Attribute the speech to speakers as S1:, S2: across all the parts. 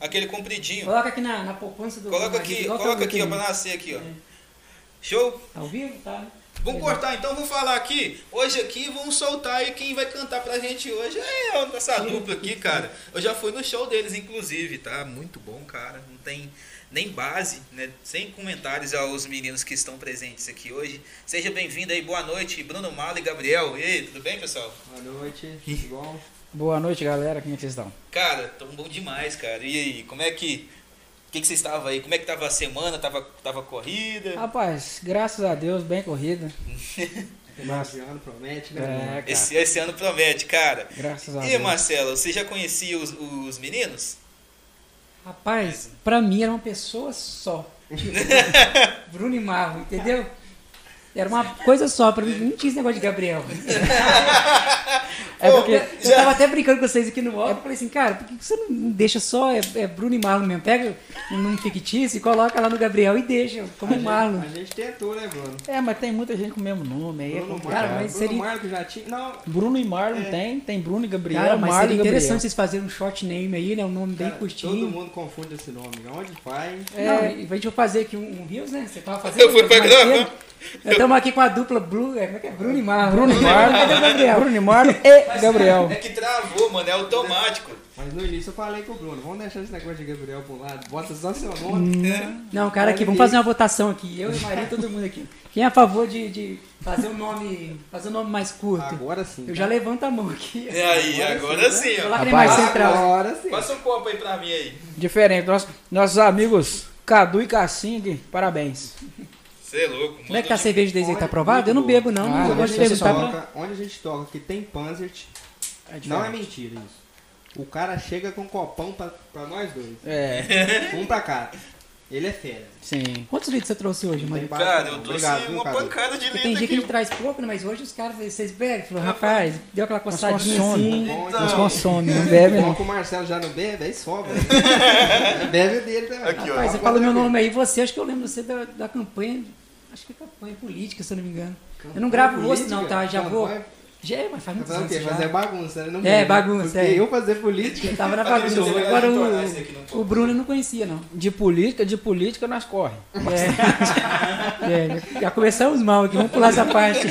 S1: aquele compridinho.
S2: Coloca aqui na, na poupança do.
S1: Coloca
S2: do
S1: aqui,
S2: marido, igual
S1: coloca
S2: tá
S1: aqui, ó,
S2: bonito
S1: pra
S2: aí.
S1: nascer aqui, ó. Show?
S2: Tá ao vivo, tá? né?
S1: Vamos
S2: Legal.
S1: cortar então, vamos falar aqui. Hoje aqui, vamos soltar e quem vai cantar pra gente hoje é a- essa dupla aqui, cara. Eu já fui no show deles, inclusive, tá? Muito bom, cara. Não tem nem base, né? Sem comentários aos meninos que estão presentes aqui hoje. Seja bem-vindo aí, boa noite, Bruno Malo e Gabriel. E aí, tudo bem, pessoal?
S3: Boa noite, tudo bom?
S2: Boa noite, galera. Como é que vocês estão?
S1: Cara, tão bom demais, cara. E aí, como é que. O que, que vocês estavam aí? Como é que tava a semana? Tava, tava corrida?
S2: Rapaz, graças a Deus, bem corrida. Mas-
S3: Esse ano promete,
S2: É,
S3: né?
S2: cara.
S1: Esse, esse ano promete, cara.
S2: Graças a
S1: E
S2: Deus.
S1: Marcelo, você já conhecia os, os meninos?
S2: Rapaz, pra mim era uma pessoa só. Bruno e Marro, entendeu? Era uma coisa só, pra mim não tinha esse negócio de Gabriel. É
S1: Pô,
S2: porque eu
S1: já-
S2: tava até brincando com vocês aqui no off, eu falei assim, cara, por que que você não deixa só, é, é Bruno e Marlon mesmo, pega num fictício e coloca lá no Gabriel e deixa, como
S3: A gente-
S2: Marlon.
S3: A gente tentou, né, Bruno?
S4: É, mas tem muita gente com o mesmo nome aí. é
S3: Bruno
S4: complicado.
S2: Cara, mas
S3: Bruno
S2: seria-
S3: Marco já tinha. Não,
S4: Bruno e Marlon
S3: É.
S4: tem, tem Bruno e Gabriel,
S2: Cara, mas
S4: Marlon
S2: seria
S4: e Gabriel.
S2: interessante vocês fazerem um short name aí, né, um nome bem
S3: cara,
S2: curtinho.
S3: todo mundo confunde esse nome. Onde vai?
S2: É, não, a gente vai fazer aqui um, um Rios, né? Você tava fazendo.
S1: Eu fui pra
S2: mais
S1: gravar.
S2: cedo. Nós Estamos aqui com a dupla Bru, é, como é que é? Bruno e Marlon.
S4: Bruno e
S2: Cadê o Gabriel?
S4: Marlon, Bruno e Marlon e Gabriel.
S1: É que travou, mano, é automático.
S3: Mas no início eu falei com o Bruno, vamos deixar esse negócio de Gabriel pro lado, bota só seu nome.
S2: Não, cara, aqui, vamos fazer uma votação aqui. Eu e Maria, todo mundo aqui. Quem é a favor de, de fazer o nome, fazer o nome mais curto?
S3: Agora sim.
S2: Eu já levanto a mão aqui.
S1: E É aí, agora sim, ó.
S2: Coloca ele
S4: Rapaz,
S2: mais central.
S3: Agora sim.
S1: Passa um copo aí pra mim aí.
S4: Diferente, nós- nossos amigos Cadu e Cassinho, aqui, parabéns.
S1: Você é louco,
S2: Como é que tá a
S1: manda-
S2: cerveja deles aí? Tá aprovada? Eu não bebo, não.
S4: Ah,
S2: mas eu
S3: onde, a
S2: gosto de
S4: você
S3: gente
S4: perguntar
S2: perguntar pra...
S3: toca, onde a gente toca que tem Panzert, não é mentira isso. O cara chega com um copão pra, pra nós dois.
S4: É,
S3: Um pra cá. Ele é fera.
S4: sim.
S2: Quantos litros você trouxe hoje,
S3: Não tem
S2: Maria?
S3: barato,
S1: Cara,
S3: não.
S1: eu trouxe
S3: Obrigado, viu,
S1: uma
S3: Cadu?
S1: pancada de
S2: Porque tem
S1: lenda
S2: dia que a
S1: aqui.
S2: gente traz pouco, né? mas hoje os caras, vocês bebem. Falou, rapaz, deu aquela coçadinha assim.
S4: consome.
S3: Bom,
S4: Nós
S3: então,
S4: consome, não bebe não.
S2: né?
S3: Coloca o Marcelo já não bebe, aí sobra. bebe o dele né, também.
S1: Aqui, ó.
S2: Rapaz, você fala meu nome aí, você, acho que eu lembro você da, da campanha, acho que é campanha política, se eu não me engano. eu não gravo o rosto não, tá? Já vou. Já é, mas faz
S3: Tá
S2: muito
S3: falando o
S2: anos
S3: quê?
S2: já.
S3: Fazer bagunça, né? Não
S2: É,
S3: bebe.
S2: bagunça,
S3: Porque
S2: é.
S3: eu fazer política.
S2: Eu tava na
S1: Tá, deixa
S2: bagunça.
S1: eu ver,
S2: Agora
S1: deixa eu tornar esse aqui num
S2: o,
S1: pouco.
S2: o Bruno eu não conhecia, não.
S4: De política, de política nós corre.
S2: É, é, já começamos mal aqui, vamos pular essa parte.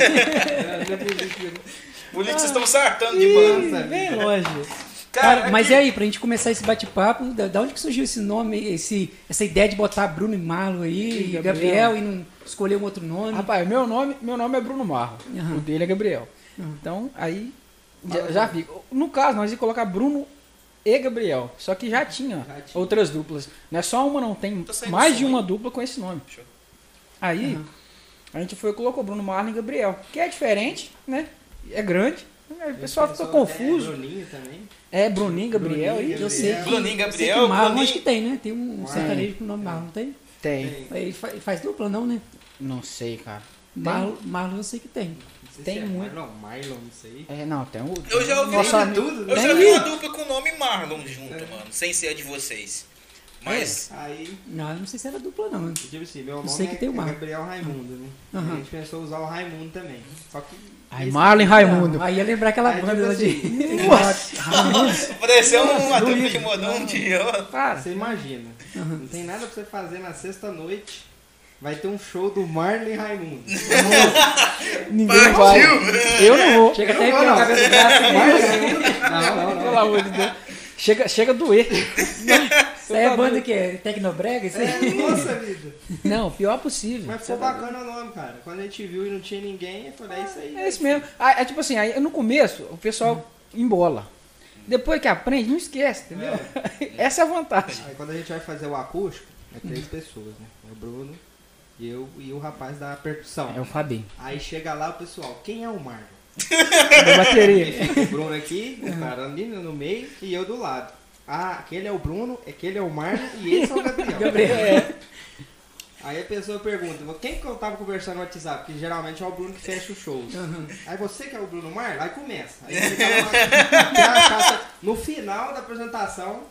S3: É, fazer política.
S1: Políticos estão sartando de mano.
S3: Bagunça.
S4: Bem longe.
S2: Ah. Cara, mas
S1: aqui-
S2: e aí, pra gente começar esse bate-papo, da, da onde que surgiu esse nome, esse, essa ideia de botar Bruno e Marlon aí,
S4: E
S2: e Gabriel,
S4: Gabriel.
S2: e não escolher um outro nome?
S4: Rapaz, meu nome, meu nome é Bruno Marro,
S2: Aham.
S4: o dele é Gabriel. Então, aí já, já fica. No caso, nós ia colocar Bruno e Gabriel, só que já tinha,
S3: Já tinha.
S4: outras duplas. Não é só uma, não, tem
S1: Tá saindo
S4: mais
S1: som
S4: de
S1: aí.
S4: uma dupla com esse nome.
S1: Show.
S4: Aí, a gente foi e colocou Bruno Marlon e Gabriel, que é diferente, né? É grande, aí o pessoal ficou
S3: É,
S4: confuso.
S3: Bruninho também.
S4: É, Bruninho, Gabriel
S3: Bruninho,
S4: aí.
S2: eu sei que,
S1: Bruninho,
S2: eu sei que
S1: Gabriel,
S2: Marlon,
S1: Bruninho.
S2: acho que tem, né? Tem um
S3: Marlon.
S2: sertanejo com o nome Marlon, não tem?
S4: Tem.
S2: Ele fa- ele faz dupla, não, né?
S4: Não sei, cara.
S2: Marlon, Marlon eu sei que tem.
S3: Não sei
S4: Tem
S3: se é
S4: muito.
S3: Marlon, Marlon, não sei.
S4: É, não, tem o.
S1: Eu já ouvi
S4: Nossa,
S1: de
S3: tudo,
S1: Eu
S4: né?
S1: já vi
S4: Tem.
S1: uma dupla com o nome Marlon junto, mano. Sem ser a de vocês. Mas.
S3: Aí,
S2: Não, eu não sei se era dupla, não.
S3: tipo assim, meu
S2: Eu
S3: nome
S2: sei que
S3: é,
S2: tem o
S3: é
S2: Marlon.
S3: Gabriel Raimundo, né?
S2: Aham.
S3: A gente pensou usar o Raimundo também. Só que...
S4: Aí, Marlon e Raimundo.
S2: Não, aí ia lembrar aquela
S3: Aí,
S2: banda lá
S3: tipo
S2: de. É.
S1: Pareceu uma dupla de
S2: Tá
S1: modão de.
S4: Para.
S3: Você imagina, não tem nada pra você fazer na sexta-noite, vai ter um show do Marlon e Raimundo.
S4: Ninguém vai. Eu não vou.
S2: Chega até
S3: Eu não
S2: arrepiar
S3: vou,
S2: a cabeça do cara.
S3: Marlon e Raimundo? Não, não,
S4: Pelo
S3: não.
S4: amor de Deus. Chega, chega a doer.
S2: Isso aí é banda que é Tecnobrega? Isso aí?
S3: É, nossa vida.
S4: Não, pior possível.
S3: Mas ficou bacana o nome, cara. Quando a gente viu e não tinha ninguém, eu falei, é isso aí.
S4: É isso mesmo. Ah, É tipo assim, aí no começo o pessoal embola. Depois que aprende, não esquece, entendeu? Essa é a vantagem.
S3: Aí quando a gente vai fazer o acústico, é três pessoas, né? É o Bruno e eu e o rapaz da percussão.
S4: É o Fabinho.
S3: Aí chega lá o pessoal, quem é o Marlon?
S4: Da
S3: Aí
S4: bateria.
S3: fica o Bruno aqui, o cara ali no meio e eu do lado. Ah, aquele é o Bruno, aquele é o Marlon e esse é o Gabriel.
S4: É.
S3: Aí a pessoa pergunta, quem que eu tava conversando no WhatsApp? Que geralmente é o Bruno que fecha os shows. Aí você que é o Bruno Marlon, aí começa. Aí você tá lá- já tá- no final da apresentação,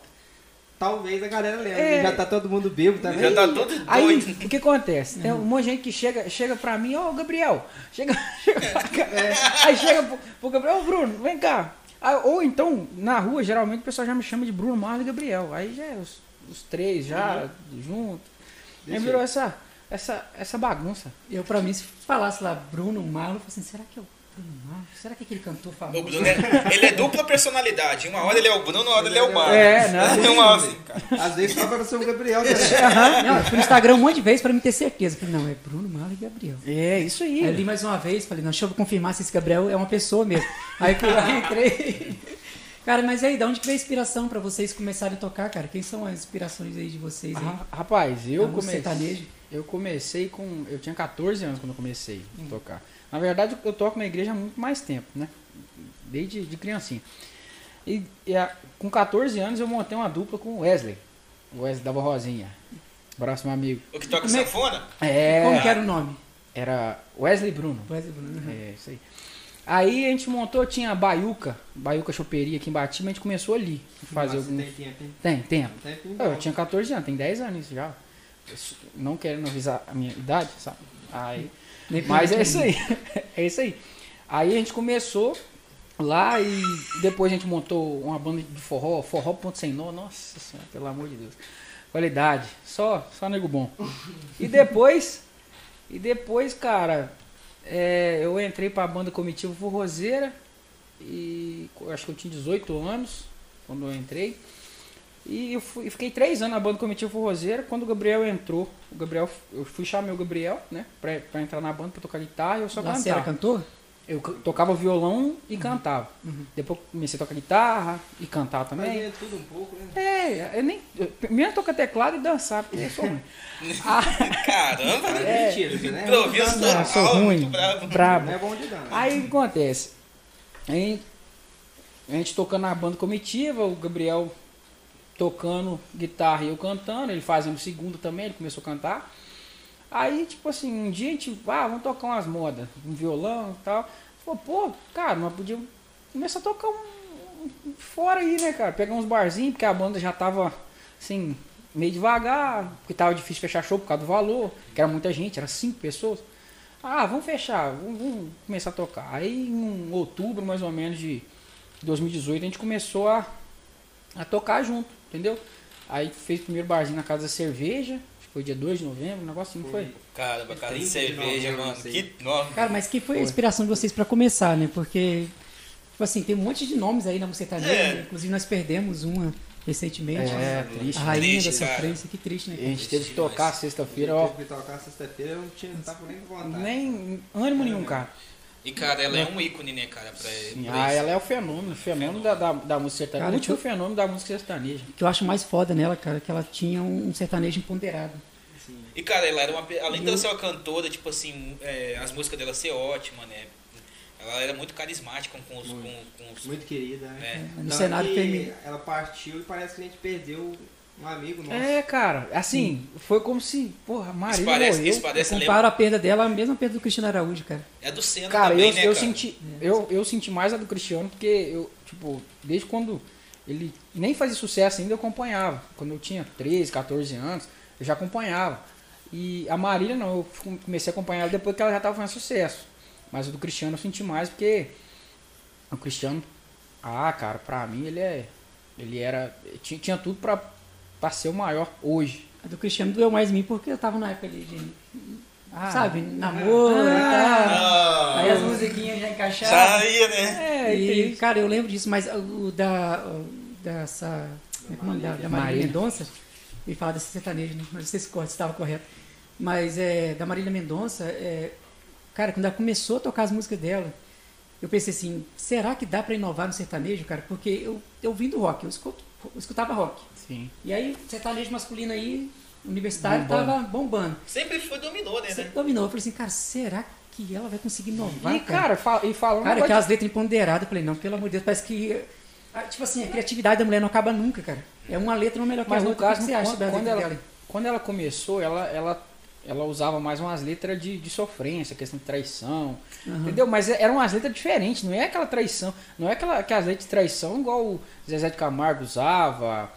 S3: talvez a galera lembre.
S4: É.
S3: Já tá todo mundo bêbado também.
S1: Já tá todo
S4: Aí
S1: doido.
S4: o que acontece? Tem um monte de gente que chega, chega pra mim, ó, Gabriel, chega, chega pra cá. Aí chega pro, pro Gabriel, ô Bruno, vem cá. Aí, ou então, na rua, geralmente o pessoal já me chama de Bruno Marlon e Gabriel. Aí já é os- os três já, junto. Aí
S3: Deixa
S4: virou
S3: aí.
S4: essa, essa, essa bagunça.
S2: Eu, pra mim, se falasse lá Bruno Marlon, eu falei assim, será que é o Bruno Marlon? Será que é aquele cantor famoso?
S5: O Bruno é, ele é dupla personalidade. Uma hora ele é o Bruno, uma hora ele é o Marcos.
S4: É, né?
S5: Uma hora assim, cara.
S3: Às vezes só pra ser o Gabriel né? também.
S2: Não, eu fui no Instagram um monte de vezes pra me ter certeza. Eu Falei, não, é Bruno Marlon e Gabriel.
S4: É, isso aí.
S2: Aí eu li mais uma vez, falei, não, deixa eu confirmar se esse Gabriel é uma pessoa mesmo. Aí fui lá e entrei. Cara, mas aí, da onde que veio a inspiração pra vocês começarem a tocar, cara? Quem são as inspirações aí de vocês aí?
S4: Ra- Rapaz, eu
S2: Algum Tá sertanejo?
S4: comecei. Eu comecei com. Eu tinha 14 anos quando eu comecei
S2: Hum.
S4: a tocar. Na verdade, eu toco na igreja há muito mais tempo, né? Desde de criancinha. E, e a- com 14 anos eu montei uma dupla com o Wesley. O Wesley da Borrosinha. Abraço, meu amigo.
S5: O que toca
S2: Como é-
S5: sanfona?
S2: Como que
S4: É.
S2: era o nome?
S4: Era Wesley Bruno.
S2: Wesley Bruno. né?
S4: É, isso aí. Aí a gente montou, tinha a Baiuca, Baiuca Choperia aqui em Batima, a gente começou ali. Fazer
S3: Nossa,
S4: algum.
S3: Tem tempo, um hein?
S4: Tem, tempo.
S3: Tem tempo,
S4: Eu
S3: então.
S4: tinha 14 anos, tem 10 anos isso já. Eu s- Não querendo avisar a minha idade, sabe? Aí,
S2: Nem pra
S4: mas
S2: mim
S4: é isso aí. É isso aí. Aí a gente começou lá e depois a gente montou uma banda de forró, forró ponto sem nó. Nossa senhora, pelo amor de Deus. Qualidade, só, só nego bom. E depois, e depois, cara, é, eu entrei pra banda comitiva forrozeira e co- acho que eu tinha 18 anos quando eu entrei. E eu fui- fiquei três anos na banda comitiva forrozeira. Quando o Gabriel entrou, o Gabriel, eu fui chamar o Gabriel, né, pra, pra entrar na banda, pra tocar guitarra e eu só
S2: Lacerda
S4: cantava.
S2: cantor?
S4: Eu c- tocava violão e cantava. Depois comecei a tocar guitarra e cantar
S3: Mas
S4: também.
S3: é tudo um pouco, né?
S4: É, eu nem. Eu, primeiro tocar teclado e dançar, porque eu sou ruim.
S5: Caramba, né?
S3: É, mentira, né?
S5: Improviso
S3: Não,
S5: total.
S4: Eu Ah, sou ruim.
S5: muito bravo.
S4: Brabo.
S3: Não é bom de dar. né?
S4: Aí o que acontece? Aí, a gente tocando na banda comitiva, o Gabriel tocando guitarra e eu cantando, ele fazendo segunda também, ele começou a cantar. Aí, tipo assim, um dia a gente, ah, vamos tocar umas modas, um violão e tal. Falou, pô, cara, nós podíamos começar a tocar um, um- fora aí, né, cara? Pegar uns barzinhos, porque a banda já tava, assim, meio devagar, porque tava difícil fechar show por causa do valor, que era muita gente, era cinco pessoas. Ah, vamos fechar, vamos, vamos começar a tocar. Aí em um outubro, mais ou menos, de 2018, a gente começou a, a tocar junto, entendeu? Aí fez o primeiro barzinho na Casa da Cerveja, acho que foi dia 2 de novembro, o negócio assim foi.
S5: Caramba, casa de
S3: 30 de
S5: cerveja,
S3: novembro,
S5: mano.
S3: não sei.
S5: Que nome.
S2: Cara, mas que foi, a inspiração de vocês pra começar, né? Porque, tipo assim, tem um monte de nomes aí na música
S5: É.
S2: né? Inclusive, nós perdemos uma recentemente.
S4: É,
S2: A
S4: triste.
S2: rainha
S5: Triste,
S2: da
S5: cara.
S2: sofrência, que triste, né?
S4: A gente teve que
S5: demais.
S4: tocar sexta-feira, ó,
S3: Tive que tocar sexta-feira, eu não tinha, não tava nem com vontade.
S4: nem ânimo nenhum, cara.
S5: E, cara, ela é um ícone, né, cara? Pra, pra
S4: Ah,
S5: isso.
S4: ela é o fenômeno, o fenômeno da, da, da música sertaneja.
S2: Cara,
S4: O último
S2: que-
S4: fenômeno da música sertaneja.
S2: O que eu acho mais foda nela, cara, é que ela tinha um sertanejo empoderado.
S5: E, cara, ela era uma. pe- Além dela ser uma cantora, tipo assim, é, as músicas dela ser ótima, né? Ela era muito carismática com os. Com, com os
S3: Muito querida, né?
S5: É.
S2: No
S3: Tanto
S2: cenário
S3: que
S2: feminino.
S3: Ela partiu e parece que a gente perdeu um amigo nosso.
S4: É, cara, assim, foi como se, porra,
S5: Isso
S4: Maria
S5: parece,
S4: morreu.
S5: isso parece
S2: Eu
S5: lembra-
S2: comparo a perda dela à mesma perda do Cristiano Araújo, cara.
S5: É do Senna
S4: Cara,
S5: também,
S4: eu,
S5: né,
S4: eu
S5: cara?
S4: senti, eu, eu senti mais a do Cristiano, porque eu, tipo, desde quando ele nem fazia sucesso ainda, eu acompanhava. Quando eu tinha 13, 14 anos, eu já acompanhava. E a Marília não, eu fu- comecei a acompanhar ela depois que ela já tava fazendo sucesso. Mas o do Cristiano eu senti mais, porque o Cristiano, ah, cara, pra mim ele é. Ele era. Tinha, tinha tudo pra, pra ser o maior hoje.
S2: A do Cristiano doeu mais em mim porque eu tava na época ali de.
S4: Ah,
S2: Sabe? Namoro e tal.
S5: Ah,
S2: Aí as musiquinhas já encaixaram.
S5: já ia, né?
S4: É,
S2: E, cara, eu lembro disso, mas o da. o dessa. Como é que é o nome? Da, da Marília
S4: Marília.
S2: Mendonça. E falar desse sertanejo, né? Mas não sei se corte estava correto. Mas é, da Marília Mendonça, é, cara, quando ela começou a tocar as músicas dela, eu pensei assim: será que dá pra inovar no sertanejo, cara? Porque eu, eu vim do rock, eu, escuto- eu escutava rock.
S4: Sim.
S2: E aí, sertanejo masculino aí, universitário,
S4: Bombando.
S2: tava bombando.
S5: Sempre foi dominou, né?
S2: Você
S5: né?
S2: dominou. Eu falei assim: cara, será que ela vai conseguir inovar?
S4: E, cara, fa- e falando.
S2: Cara,
S4: agora de-
S2: aquelas letras empoderadas, eu falei, não, pelo amor de Deus, parece que. ah, Tipo assim, a criatividade da mulher não acaba nunca, cara. É uma letra uma melhor que a
S4: Mas no
S2: outra. O que
S4: caso,
S2: que você acha
S4: quando,
S2: da
S4: quando
S2: letra
S4: ela,
S2: dela?
S4: quando ela começou, ela, ela, ela usava mais umas letras de, de sofrência, questão de traição, entendeu? Mas é- eram umas letras diferentes, não é aquela traição, não é aquela, aquelas letras de traição igual o Zezé de Camargo usava,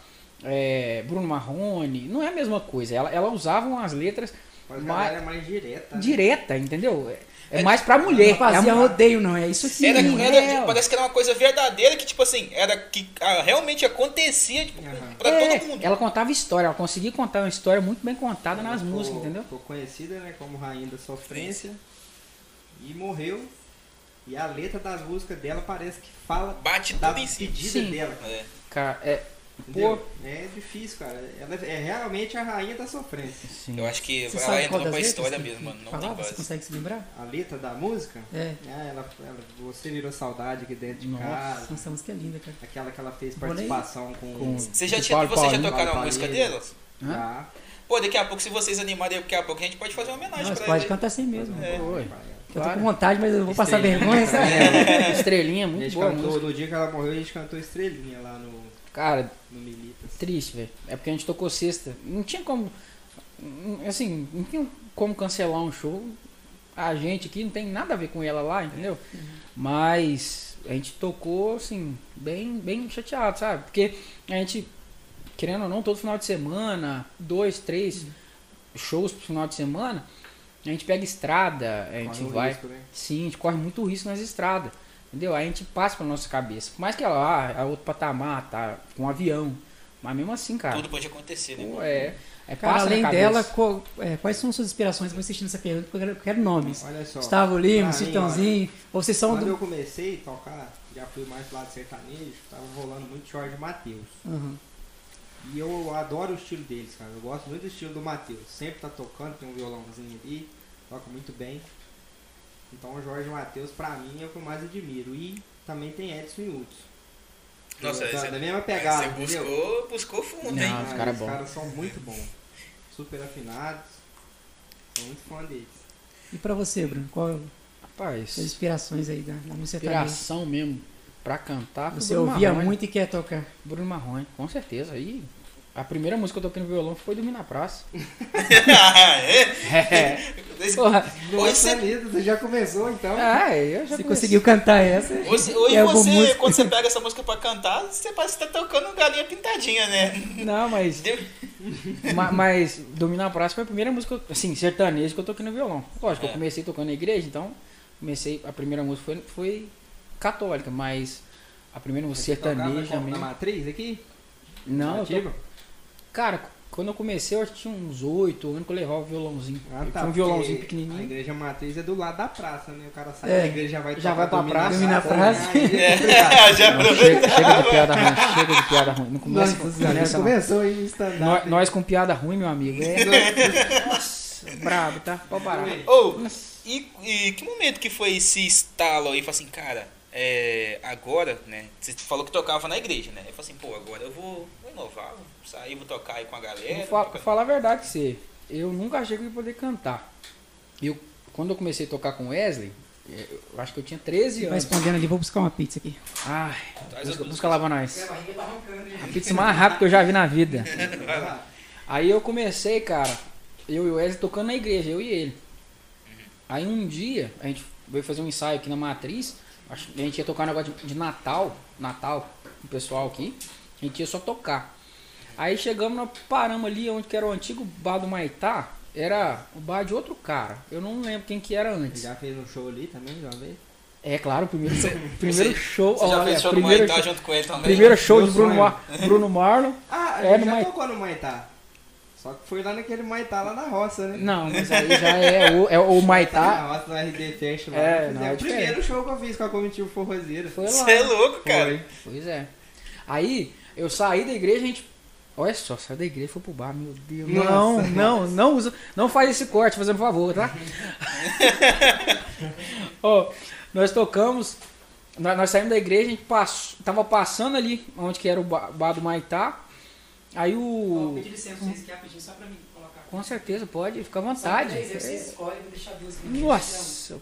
S4: é, Bruno Marrone, não é a mesma coisa. Ela, ela usava umas letras,
S3: Mas
S4: Mas-
S3: ela é mais
S5: tá
S3: direta. né?
S4: direta, entendeu? É, é mais pra mulher.
S2: Não fazia
S4: é uma-
S2: rodeio, não. É isso aqui.
S4: Sim,
S5: Era,
S2: não.
S4: é.
S5: era- parece que era uma coisa verdadeira que, tipo assim, era que ah, realmente acontecia tipo,
S3: Aham.
S5: pra
S4: É,
S5: todo mundo.
S4: ela contava história, ela conseguia contar uma história muito bem contada nas
S3: Ela
S4: músicas,
S3: ficou-
S4: entendeu?
S3: Ficou conhecida, né, como Rainha da Sofrência. E morreu. E a letra das músicas dela parece que fala
S5: Bate
S3: da
S5: tudo em si.
S3: pedida
S4: Sim.
S3: dela.
S5: É.
S4: Cara, é.
S3: Entendeu?
S4: Pô.
S3: É difícil, cara. Ela é realmente a rainha da sofrência.
S4: Sim.
S5: Eu acho que
S2: Você
S5: ela
S2: sabe qual
S5: entrou
S2: das
S5: pra
S2: letras
S5: história
S2: que-
S5: mesmo,
S2: que
S5: mano. Não tem
S2: falava? Você
S5: base.
S2: consegue se lembrar?
S3: A letra da música,
S2: É.
S3: ah, ela, ela- você virou saudade aqui dentro de
S4: Nossa.
S3: casa.
S2: Nossa, a música é linda, cara.
S3: Aquela que ela fez
S2: Vou nem-
S3: participação com,
S4: Com-
S5: Você já
S4: De
S5: tinha,
S4: Paulo
S5: vocês já
S4: Paulinho,
S5: tocaram a
S3: Paulo
S5: música
S3: Paulinho.
S5: delas?
S4: Hã?
S3: Tá.
S5: Pô, daqui a pouco, se vocês animarem, daqui a pouco a gente pode fazer uma homenagem
S2: Não, você
S5: pra
S2: pode
S5: ela.
S2: cantar assim mesmo.
S5: É.
S4: Oi.
S2: Eu tô
S4: Claro.
S2: com vontade, mas eu vou passar
S3: Estrelinha,
S2: vergonha, sabe?
S3: né?
S4: Estrelinha,
S3: A
S4: muito
S3: gente
S4: boa
S3: cantou,
S4: música.
S3: no dia que ela morreu, a gente cantou Estrelinha lá no,
S4: Cara,
S3: no assim. Militas.
S4: triste, velho. É porque a gente tocou sexta. Não tinha como. Assim, não tinha como cancelar um show. A gente aqui não tem nada a ver com ela lá, entendeu? Mas a gente tocou, assim, bem, bem chateado, sabe? Porque a gente, querendo ou não, todo final de semana, dois, três shows pro final de semana, a gente pega estrada, a gente
S3: Corre um
S4: vai.
S3: risco, né?
S4: Sim, a gente corre muito risco nas estradas. Entendeu? Aí a gente passa pela nossa cabeça. Por mais que ela, ah, é outro patamar, tá com um avião. Mas mesmo assim, cara.
S5: Tudo pode acontecer, né?
S4: pô,
S5: mano?
S4: é, é
S2: Cara,
S4: passa na
S2: além
S4: cabeça.
S2: dela, qual- é, quais são suas inspirações? Vou insistir nessa pergunta, porque eu quero- eu quero nomes.
S3: Olha só.
S2: Gustavo Lima,
S3: Pra mim, olha,
S2: Citãozinho. Ou vocês são
S3: Quando eu
S2: do.
S3: comecei a tocar, já fui mais pro lado sertanejo, tava rolando muito Jorge Matheus.
S2: Uhum.
S3: E eu adoro o estilo deles, cara. Eu gosto muito do estilo do Matheus. Sempre tá tocando, tem um violãozinho ali, toca muito bem. Então o Jorge Matheus, pra mim, é o que eu mais admiro. E também tem Edson e Hudson.
S5: Nossa,
S3: da,
S5: esse- é
S3: da mesma pegada,
S5: Você
S3: entendeu?
S5: buscou, buscou fundo,
S4: Não.
S5: hein?
S4: Ah, os caras bom.
S3: caras são muito bons. Super afinados. Sou muito fã deles.
S2: E pra você, Bruno? Qual as
S4: Rapaz,
S2: inspirações aí da, da música sertaneja?
S4: inspiração mesmo pra cantar. foi
S2: Você
S4: Bruno
S2: ouvia
S4: Marrone.
S2: muito e quer tocar.
S4: Bruno Marrone, com certeza. Aí. A primeira música que eu toquei no violão foi Dormir na Praça.
S5: É.
S4: É.
S5: Esse- é-
S4: Porra.
S5: Hoje
S3: Nossa,
S5: você,
S3: Lida, você já começou então?
S4: Ah, eu já
S2: Você
S4: comecei.
S2: conseguiu cantar essa?
S5: hoje, hoje
S2: É, alguma
S5: você
S2: música.
S5: quando você pega essa música pra cantar, você parece que tá tocando galinha pintadinha, né?
S4: Não, mas.
S5: Deu-
S4: Ma- mas Dominar a Praça foi a primeira música, assim, sertaneja que eu toquei no violão. Lógico,
S5: É.
S4: eu comecei tocando na igreja, então comecei. A primeira música foi, foi católica, mas a primeira música
S3: Você tocava
S4: sertaneja
S3: como, na
S4: mesmo.
S3: matriz aqui?
S4: Não, eu
S3: Nativa?
S4: to... Cara, quando eu comecei, eu acho que tinha uns oito anos que eu levava o violãozinho.
S3: Ah,
S4: Eu
S3: tá,
S4: tinha um violãozinho
S3: porque A
S4: pequenininho.
S3: igreja matriz é do lado da praça, né? O cara sai
S2: É,
S3: da igreja já vai
S4: já vai pra
S3: dormir
S4: praça.
S2: Dormir na praça.
S3: Aí é complicado.
S5: Ah, Já
S4: Não, chega, chega de piada ruim, chega de piada ruim. Não começa,
S3: Nossa,
S4: não
S3: Senhora,
S4: começa não.
S3: começou aí o stand-up.
S4: né, Nós, nós com piada ruim, meu amigo. É... Nossa, brabo, tá? Pode parar.
S5: Ou, e, e que momento que foi esse estalo aí? Falei assim, cara, é, agora, né? Você falou que tocava na igreja, né? Eu falei assim, pô, agora eu vou vou inovar, vou sair, vou tocar aí com a
S1: É,
S5: galera.
S4: Vou fa-
S5: tocar-
S4: falar a verdade pra você. Eu nunca achei que eu ia poder cantar. Eu, quando eu comecei a tocar com Wesley, eh, eu acho que eu tinha 13
S2: Vai
S4: anos.
S2: respondendo ali, vou buscar uma pizza aqui.
S4: Ai,
S5: Traz
S4: busca,
S5: as
S4: busca lá pra nós.
S3: barriga tá roncando,
S4: A pizza é mais rápida que eu já vi na vida.
S3: gente.
S4: Aí eu comecei, cara, eu e o Wesley tocando na igreja, eu e ele. Aí um dia, a gente veio fazer um ensaio aqui na Matriz, acho que a gente ia tocar um negócio de, de Natal, Natal, com o pessoal aqui, a gente ia só tocar. Aí chegamos, nós paramos ali onde que era o antigo bar do Maitá, era o bar de outro cara, eu não lembro quem que era antes.
S3: Já fez um show ali também, já veio?
S4: É claro, o primeiro, primeiro show,
S5: Você já
S4: olha,
S5: fez show no
S4: primeiro,
S5: Maitá
S4: show-
S5: junto com ele também?
S4: primeiro show
S3: Meu
S4: de Bruno,
S3: sonho.
S4: Mar, Bruno Marlon.
S3: Ah, a
S4: É,
S3: gente
S4: no
S3: já
S4: Mai-
S3: tocou no Maitá. Só que foi lá naquele Maitá, lá na roça, né? Tá
S4: Não, mas aí já é o, é o Maitá,
S3: Na roça, no RD Fest lá.
S4: É,
S3: Fiz-
S4: não, é
S3: o
S4: diferente.
S3: primeiro show que eu fiz com a comitiva forrozeira.
S4: Foi lá.
S5: Você é louco, cara.
S3: Foi.
S4: Pois é. Aí, eu saí da igreja, a gente. Olha só, saí da igreja e foi pro bar, meu Deus. Não,
S3: Nossa.
S4: não, não usa. Não faz esse corte, fazendo favor, tá? Ó, nós tocamos. Nós, nós saímos da igreja, a gente passou, tava passando ali, onde que era o ba- bar do Maitá. Aí o.
S2: licença, vocês querem pedir só pra mim colocar.
S4: Com certeza, pode, fica à vontade.
S2: escolhem, vou deixar duas
S4: Nossa,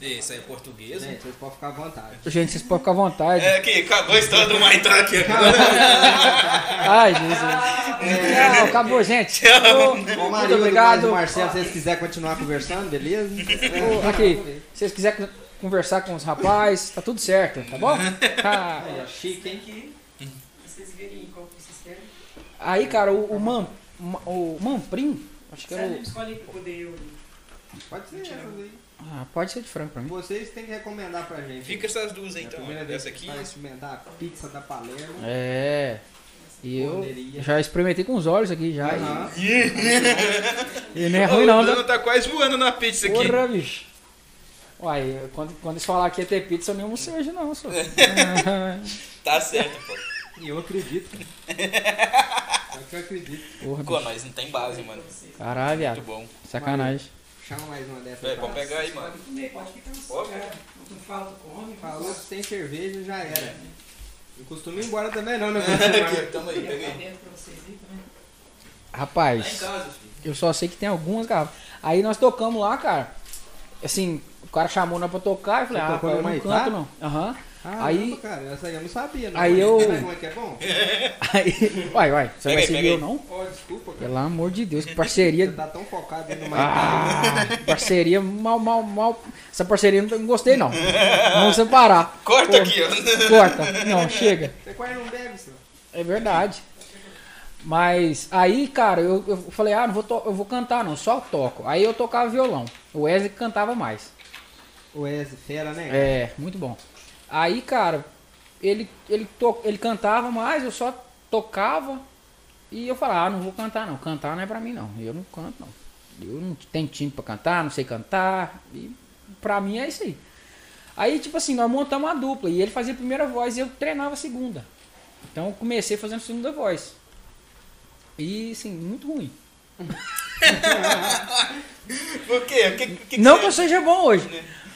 S5: Isso aí é português.
S3: Gente, vocês podem ficar à vontade.
S4: gente, vocês podem ficar à vontade.
S5: É aqui, acabou a história do Maitá aqui agora.
S4: Ai, Jesus. Não, acabou, gente.
S3: Ô,
S4: Muito
S3: Marildo,
S4: obrigado.
S3: Mas, Marcelo, se vocês quiserem continuar conversando, beleza?
S4: Ô, Aqui, se vocês quiserem conversar com os rapazes, tá tudo certo, tá bom? Tá.
S3: Aí, ó, chique, hein?
S2: Vocês verem qual que vocês querem.
S4: Aí, cara, o, o, Man, o Manprim, Acho que
S6: Sério,
S4: eu.
S6: escolhe pra poder eu.
S3: Pode ser
S6: Mentira.
S3: essas aí.
S4: Ah, pode ser de frango pra mim.
S3: Vocês têm que recomendar pra gente.
S5: Fica essas duas
S3: É
S5: aí,
S3: a
S5: então.
S3: primeira vez
S5: Essa
S3: que
S5: aqui. Uhum.
S3: vai experimentar a pizza da Palermo.
S4: É. E eu
S3: Poderia.
S4: já experimentei com os olhos aqui já. e-
S3: Aham.
S4: E não é
S5: Ô,
S4: ruim
S5: o
S4: não,
S5: Dano
S4: né?
S5: tá quase voando na pizza aqui.
S4: Porra, bicho. Uai, quando, quando eles falaram que ia ter pizza, eu nem almocei hoje não, só.
S5: Tá certo, pô.
S3: E eu acredito. Só que eu acredito.
S4: Porra,
S5: Pô,
S4: bicho.
S5: mas não tem base, mano.
S4: Caralho,
S5: Muito
S4: viado.
S1: Tipo,
S5: bom.
S4: Sacanagem.
S3: Chama mais uma dessa.
S5: É,
S3: pra
S5: pode
S3: nós.
S5: pegar aí, mano.
S6: Pode comer, pode ficar no
S5: Pode,
S6: cara. Não fala, tu come.
S3: Falou que tem cerveja, já era. Não costuma ir embora também não, né?
S5: aqui, tamo aí,
S6: Eu
S5: pega
S6: ia
S5: aí.
S6: dentro pra vocês aí também.
S5: Tá em
S4: Rapaz,
S5: casa, filho.
S4: eu só sei que tem algumas garrafas. Aí nós tocamos lá, cara. Assim, o cara chamou nós pra tocar. Eu falei,
S3: Você
S4: ah,
S3: tocou
S4: rapaz, eu
S3: no
S4: não
S3: Maitá?
S4: canto não. Aham.
S3: Ah,
S4: Aí-
S3: não, cara, essa aí eu não sabia. Não.
S4: Aí
S3: Mas
S4: eu-
S3: sabe como é que é bom?
S4: Aí, uai, uai, você
S5: Pega
S4: vai
S5: aí,
S4: seguir
S5: pega
S4: eu
S5: aí.
S4: não?
S3: Ó, desculpa, cara.
S4: Pelo amor de Deus, que
S3: Você
S4: parceria.
S3: tá tão focado aí no Maitá.
S4: Ah, parceria mal, mal, mal. Essa parceria não, não gostei não. Vamos separar.
S5: Corta
S4: Porra.
S5: aqui, ó.
S4: Corta. Não, chega.
S3: Você quase não bebe, senhor.
S4: É verdade. Mas aí, cara, eu, eu falei, ah, não vou to- eu vou cantar não, só toco. Aí eu tocava violão. O Wesley cantava mais.
S3: O Eze, fera, né?
S4: É, muito bom. Aí, cara, ele, ele, to- ele cantava mais, eu só tocava. E eu falava, ah, não vou cantar não. Cantar não é pra mim não. Eu não canto não. Eu não tenho time pra cantar, não sei cantar. E pra mim é isso aí. Aí, tipo assim, nós montamos uma dupla. E ele fazia a primeira voz e eu treinava a segunda. Então eu comecei fazendo a segunda voz. E, assim, muito ruim.
S5: Por quê? O que, que, que
S4: não que eu
S5: você... né?
S4: seja bom hoje.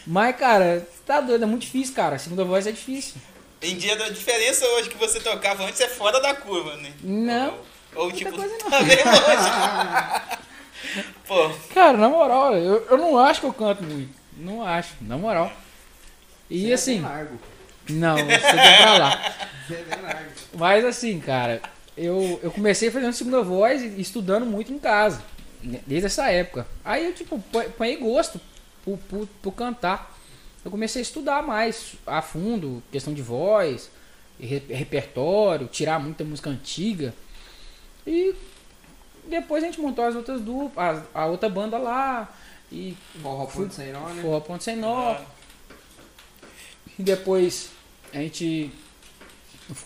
S4: Mas, cara, tá doido, é muito difícil, cara. A segunda voz é difícil.
S5: Em dia da diferença hoje que você tocava antes é fora da curva, né?
S4: Não.
S5: Ou, ou tipo,
S4: coisa não.
S5: tá bem longe. Pô,
S4: Cara, na moral, eu, eu não acho que eu canto muito. Não acho, na moral. E
S3: Você é
S4: assim,
S3: bem largo.
S4: não, você tá pra lá.
S3: Você é bem largo.
S4: Mas assim, cara, eu, eu comecei fazendo segunda voz e estudando muito em casa, né, desde essa época. Aí eu, tipo, pô- ponhei gosto por, por, por cantar. Eu comecei a estudar mais a fundo, questão de voz, re- repertório, tirar muita música antiga. E depois a gente montou as outras duplas, a, a outra banda lá. E
S3: Forró ponto sem nó, né?
S4: Forró Ponto Sem Nó. E depois a gente.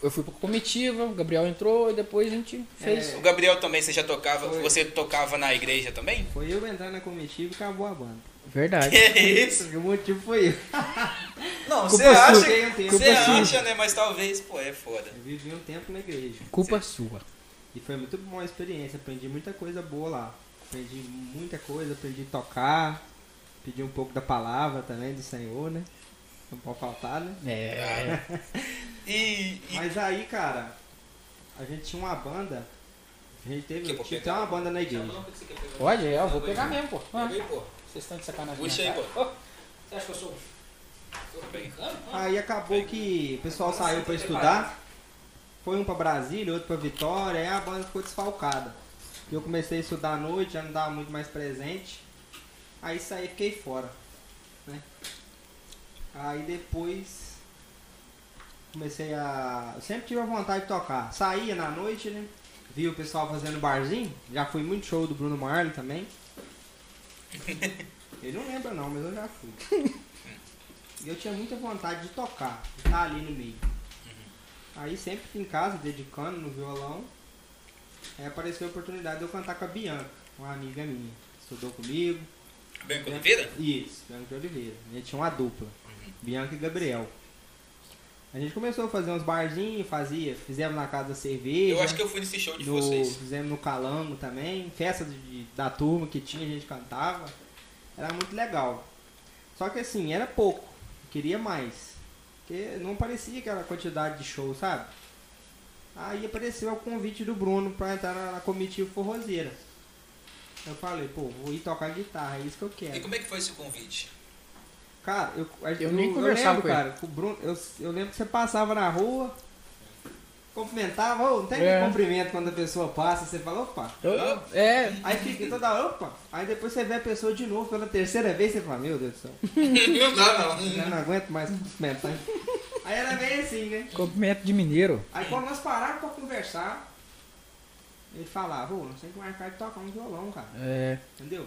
S4: Eu fui pra comitiva, o Gabriel entrou e depois a gente fez.
S5: o Gabriel também, você já tocava,
S3: Foi.
S5: você tocava na igreja também?
S3: Foi eu entrar na comitiva e acabou a banda.
S5: Que
S4: Verdade.
S5: É isso?
S3: O motivo foi eu.
S5: Não,
S4: Culpa
S5: você acha,
S4: sua.
S3: Eu tenho-
S5: você
S4: Culpa sua.
S5: acha, né? Mas talvez, pô, é foda.
S3: Eu vivi um tempo na igreja.
S4: Culpa sua.
S3: E foi muito boa a experiência, aprendi muita coisa boa lá. Aprendi muita coisa, aprendi a tocar, aprendi um pouco da palavra também do Senhor, né? Não pode faltar, né?
S4: É.
S5: E, e
S3: Mas aí, cara, a gente tinha uma banda, a gente teve,
S5: Que eu vou
S3: tinha até
S5: pegar.
S3: uma banda na igreja.
S4: Pode, é, eu vou pegar mesmo, pô. Ah,
S5: Pega aí, Tá pô.
S4: Vocês estão de sacanagem.
S5: Puxa aí,
S4: né,
S5: pô.
S4: cara? Você acha que eu sou. um sou brincando?
S3: Aí acabou que o pessoal saiu pra estudar, foi um pra Brasília, outro pra Vitória, aí a banda ficou desfalcada. E eu comecei a estudar à noite, já não dava muito mais presente, aí saí e fiquei fora. né? Aí depois comecei a. Eu sempre tive a vontade de tocar. Saía na noite, né? Via o pessoal fazendo barzinho, já fui muito show do Bruno Marley também. Ele não lembra não, mas eu já fui. E eu tinha muita vontade de tocar, de estar ali no meio. Aí sempre fui em casa, dedicando no violão. Aí apareceu a oportunidade de eu cantar com a Bianca, uma amiga minha. Estudou comigo.
S4: um
S5: Bem É com vida?
S3: Isso, Bianca de Oliveira. A gente tinha uma dupla, Bianca e Gabriel. A gente começou a fazer uns barzinhos, fazia, fizemos na casa da cerveja.
S4: né?
S5: Eu acho que eu fui nesse show de
S3: No-
S5: vocês.
S3: fizemos no Calango também, festa de- de- da turma que tinha, a gente cantava. Era muito legal. Só que assim, era pouco. eu Queria mais. Porque não parecia aquela quantidade de show, sabe? Aí apareceu o convite do Bruno pra entrar na, na comitiva forrozeira. Eu falei, pô, vou ir tocar guitarra, é isso que eu
S5: E
S3: quero.
S5: como é que foi esse convite?
S3: Cara, eu, a-
S4: Eu nem conversava
S3: lembro,
S4: com ele.
S3: cara, com o Bruno, eu, eu lembro que você passava na rua, cumprimentava, ô, não tem
S4: É.
S3: cumprimento quando a pessoa passa, você fala, opa,
S4: Eu- É.
S3: Aí fica toda hora, opa. Aí depois você vê a pessoa de novo pela terceira vez, você fala, meu Deus do céu,
S5: Não dá,
S3: eu não aguento mais comentar. Aí era meio assim, né?
S4: Cumprimento de mineiro.
S3: Aí quando nós parávamos pra conversar, Ele falava, ô, nós temos que marcar de tocar um violão, cara.
S4: É.
S3: Entendeu?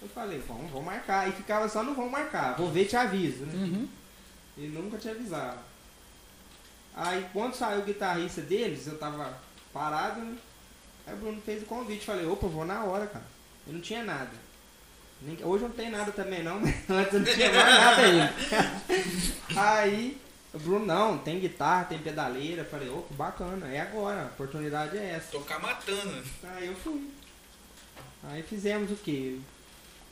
S3: Eu falei, vamos, vamos marcar. E ficava só no vamos marcar, vou ver e te aviso, né?
S4: Uhum.
S3: Ele nunca te avisava. Aí quando saiu o guitarrista deles, eu tava parado, né? Aí o Bruno fez o convite, falei, opa, eu vou na hora, cara. Eu não tinha nada. Nem- Hoje eu não tem nada também não, mas antes eu não tinha mais nada ainda. Aí, o Bruno, não, tem guitarra, tem pedaleira. Eu Falei, opa, bacana, é agora, a oportunidade é essa.
S1: Tocar matando.
S3: Aí eu fui. Aí fizemos o quê?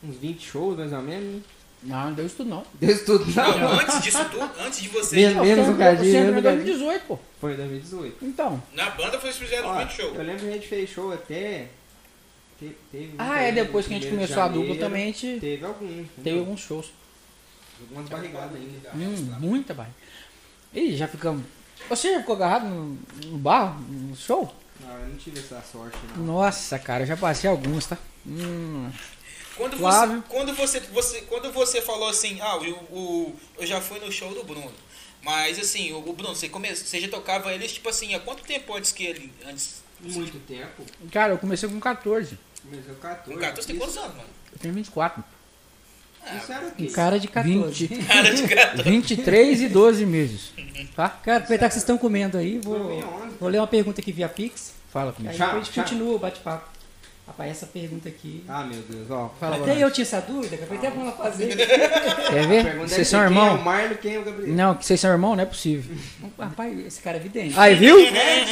S3: Uns 20 shows, mais ou menos. né?
S4: Não, não deu isso tudo não.
S3: Deu isso tudo,
S1: Não,
S3: não.
S1: antes disso tudo, antes de você.
S3: Mesmo, menos um
S4: Você
S3: cadinho, menos
S4: entrou
S3: um
S4: em
S3: cadinho.
S4: 2018, pô.
S3: Foi em 2018.
S4: Então.
S1: Na banda foi fizeram
S3: Ó,
S1: um show.
S3: Eu lembro que a gente fez show até. te- teve um
S4: Ah, é,
S3: também,
S4: depois que a gente
S3: primeiro de
S4: começou a dupla
S3: janeiro, um.
S4: também, a gente
S3: Teve algum.
S4: teve alguns shows.
S3: Algumas barrigadas ainda.
S4: Hum, muita barra. Ih, já ficamos. Você já ficou agarrado no, no bar, no show?
S3: Não, eu não tive essa sorte, não.
S4: Nossa, cara, eu já passei alguns, tá? Hum.
S1: Quando você,
S4: Flávio.
S1: quando você, você, quando você falou assim, ah, eu, o- eu já fui no show do Bruno. Mas assim, o, o Bruno, você, come, você já tocava eles, tipo assim, há quanto tempo antes que ele. Antes.
S3: Muito tempo.
S4: Cara, eu comecei com 14.
S3: Começou com
S1: Com
S3: 14.
S1: 14 tem
S3: isso,
S1: quantos anos, mano?
S4: Eu tenho 24.
S3: isso era o quê?
S2: Um cara de 14.
S4: 20,
S1: Cara de gato.
S4: 23 e 12 meses. Tá?
S2: Cara, aproveitar que vocês estão comendo aí, vou,
S3: 2011.
S2: vou ler uma pergunta aqui via Pix.
S4: Fala comigo.
S2: Aí
S3: Tchau,
S2: depois a gente
S3: tchau.
S2: continua o bate-papo. Rapaz, essa pergunta aqui.
S3: Ah, meu Deus, ó.
S4: Fala,
S2: Até
S4: Bruno.
S2: eu tinha essa dúvida, que foi até bom ela fazer.
S4: Quer
S3: A
S4: ver?
S3: pergunta
S4: Vocês
S3: é quem
S4: são
S3: é o
S4: irmão?
S3: Marlon, quem é o Gabriel?
S4: Não, que vocês são irmão não é possível.
S2: Rapaz, esse cara é vidente.
S4: Aí, viu?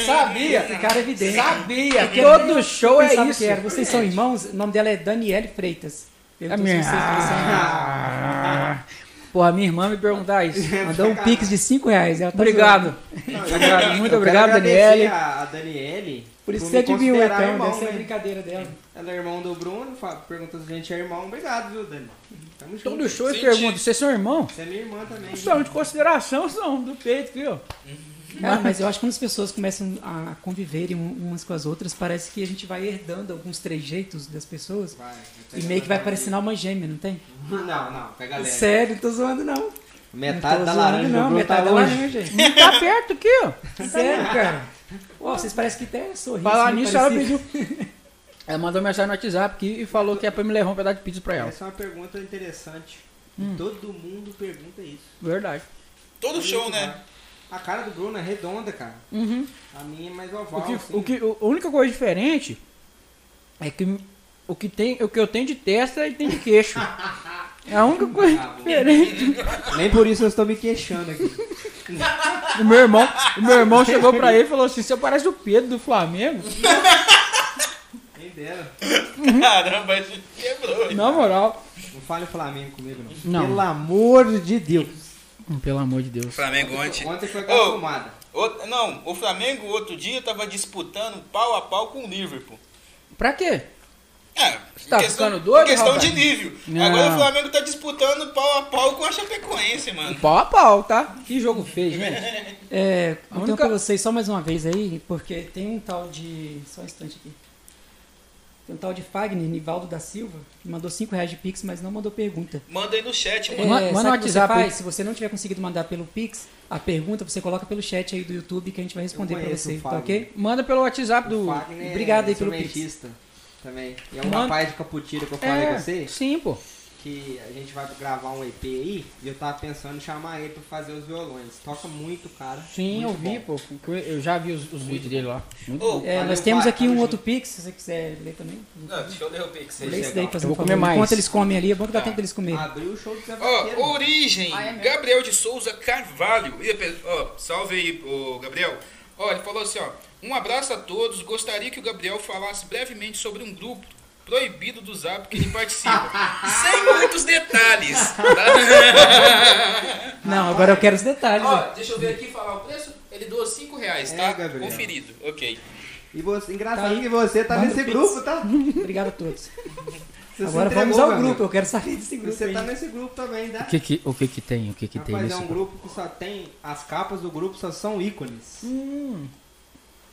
S2: Sabia, esse cara é vidente.
S4: Sabia! Todo show é
S2: Pensava
S4: isso.
S2: que era. Vocês são irmãos? O nome dela é Daniele Freitas.
S4: É
S2: Perguntou
S4: minha...
S2: se vocês são
S4: Ah, Porra, minha irmã me perguntar isso.
S2: Mandou um Pix de 5 reais. ela tá
S4: Obrigado. Obrigado, Muito obrigado, Daniele.
S3: A, a Daniele.
S2: zoando. Por isso
S3: por
S2: que você
S3: me
S2: adivinhou,
S3: considerar
S2: então,
S3: irmão,
S2: dessa
S3: né?
S2: brincadeira dela.
S3: Ela é irmão do Bruno, fa- pergunta se a gente é irmão. Obrigado, viu, Dani? Tamo junto.
S4: Todo show eu
S1: Sentido.
S4: pergunto, vocês são irmão?
S3: Você é minha irmã também.
S4: São de consideração, são do peito, viu?
S2: Cara, mas eu acho que quando as pessoas começam a conviverem um- umas com as outras, parece que a gente vai herdando alguns trejeitos das pessoas.
S3: Vai,
S2: E meio que vai parecendo uma gêmea, não tem?
S3: Não, não, pega leve.
S2: Sério, não tô zoando não. não
S3: Metade
S2: tô
S3: da
S2: zoando,
S3: laranja do
S2: é não,
S3: Bruno
S2: metade
S3: tá
S2: da
S3: longe.
S2: laranja, gente.
S4: Não tá perto aqui, ó.
S2: Sério, cara. Ó, vocês parecem que até sorriso.
S4: Falar
S2: meio
S4: nisso,
S2: parecido.
S4: ela pediu. Ela mandou mensagem no WhatsApp aqui e falou que é pra me levar um pedaço de pizza pra ela.
S3: Essa é uma pergunta interessante.
S2: Hum.
S3: Todo mundo pergunta isso.
S4: Verdade.
S1: Todo
S3: Olha
S1: show,
S3: isso,
S1: né?
S3: cara. A cara do Bruno é redonda, cara.
S4: Uhum.
S3: A minha é mais oval.
S4: O que,
S3: assim.
S4: o que, o- a única coisa diferente é que o que, tem, o que eu tenho de testa e tem de queixo. É a única coisa
S3: Ah, bom.
S4: diferente.
S3: Nem por isso eu estou me queixando aqui.
S4: O meu irmão, o meu irmão chegou pra ele e falou assim: você parece o Pedro do Flamengo.
S3: Nem dera.
S1: Caramba, ele quebrou.
S4: Na moral.
S3: Uhum. Não fale Flamengo comigo, não.
S4: Não.
S3: Pelo amor de Deus.
S4: Pelo amor de Deus.
S1: Flamengo ontem.
S3: Ontem foi com a
S1: Ô,
S3: fumada.
S1: o- não, o Flamengo outro dia tava disputando pau a pau com o Liverpool.
S4: Pra quê?
S1: É,
S4: Você tá ficando doido,
S1: questão de
S4: Roberto?
S1: nível.
S4: Não.
S1: Agora o Flamengo tá disputando pau a pau com a Chapecoense, mano.
S4: Pau a pau, tá? Que jogo feio, gente.
S2: É,
S4: A
S2: então
S4: única-
S2: pra vocês só mais uma vez aí, porque tem um tal de. Só um instante aqui. Tem um tal de Fagner, Nivaldo da Silva, que mandou 5 reais de Pix, mas não mandou pergunta.
S1: Manda aí no chat, mano.
S2: É,
S4: Manda- manda
S2: sabe
S4: no
S2: o que você
S4: WhatsApp aí.
S2: faz? Se você não tiver conseguido mandar pelo Pix, a pergunta você coloca pelo chat aí do YouTube que a gente vai responder pra
S3: conheço
S2: você,
S3: o
S2: tá
S3: Fagner.
S2: ok?
S4: Manda pelo WhatsApp
S3: O
S4: do.
S3: Fagner
S2: obrigado aí
S3: é
S2: pelo
S3: instrumentista também. E é um
S4: Mano-
S3: rapaz de Caputira que eu falei
S4: É,
S3: com você,
S4: sim, pô.
S3: que a gente vai gravar um EP aí, e eu tava pensando em chamar ele pra fazer os violões. Toca muito, cara.
S4: Sim,
S3: muito
S4: eu vi,
S3: bom.
S4: pô. Eu já vi os, os vídeos dele lá. Muito
S1: Ô,
S4: bom.
S2: É,
S3: Valeu,
S2: nós temos
S3: vai,
S2: aqui
S3: tamo
S2: um
S3: junto.
S2: outro Pix, se você quiser ler também.
S1: Não, deixa eu ler o Pix aí.
S2: Lê esse daí, por
S4: Eu vou
S2: favor.
S4: comer mais.
S2: Enquanto eles comem ali, é bom que dá tempo deles comer.
S3: Abriu o show do Zé Vaqueiro.
S1: Ó, origem,
S2: Ah, é mesmo?
S1: Gabriel de Souza Carvalho. Ih, pe- ó, salve aí, ô, Gabriel. Ó, ele falou assim, ó. Um abraço a todos. Gostaria que o Gabriel falasse brevemente sobre um grupo proibido do Zap que ele participa. sem muitos detalhes. tá?
S3: ah,
S2: Não, agora eu quero os detalhes. ó.
S1: Ó, deixa eu ver aqui falar o preço. Ele doou 5 reais,
S3: É,
S1: tá?
S3: Gabriel.
S1: Conferido. Ok.
S3: E você, engraçado
S2: Tá aí.
S3: que você tá
S2: Manda
S3: nesse
S2: o pix.
S3: grupo, tá?
S2: Obrigado a todos.
S3: Você se
S2: agora vamos
S3: entregou,
S2: ao
S3: meu
S2: grupo,
S3: amigo.
S2: eu quero saber desse grupo.
S3: Você
S2: aí.
S3: tá nesse grupo também, tá?
S4: O que que, o que que tem? O que que tem
S3: Rapaz, é
S4: nesse
S3: um grupo que só tem. As capas do grupo só são ícones.
S4: Hum,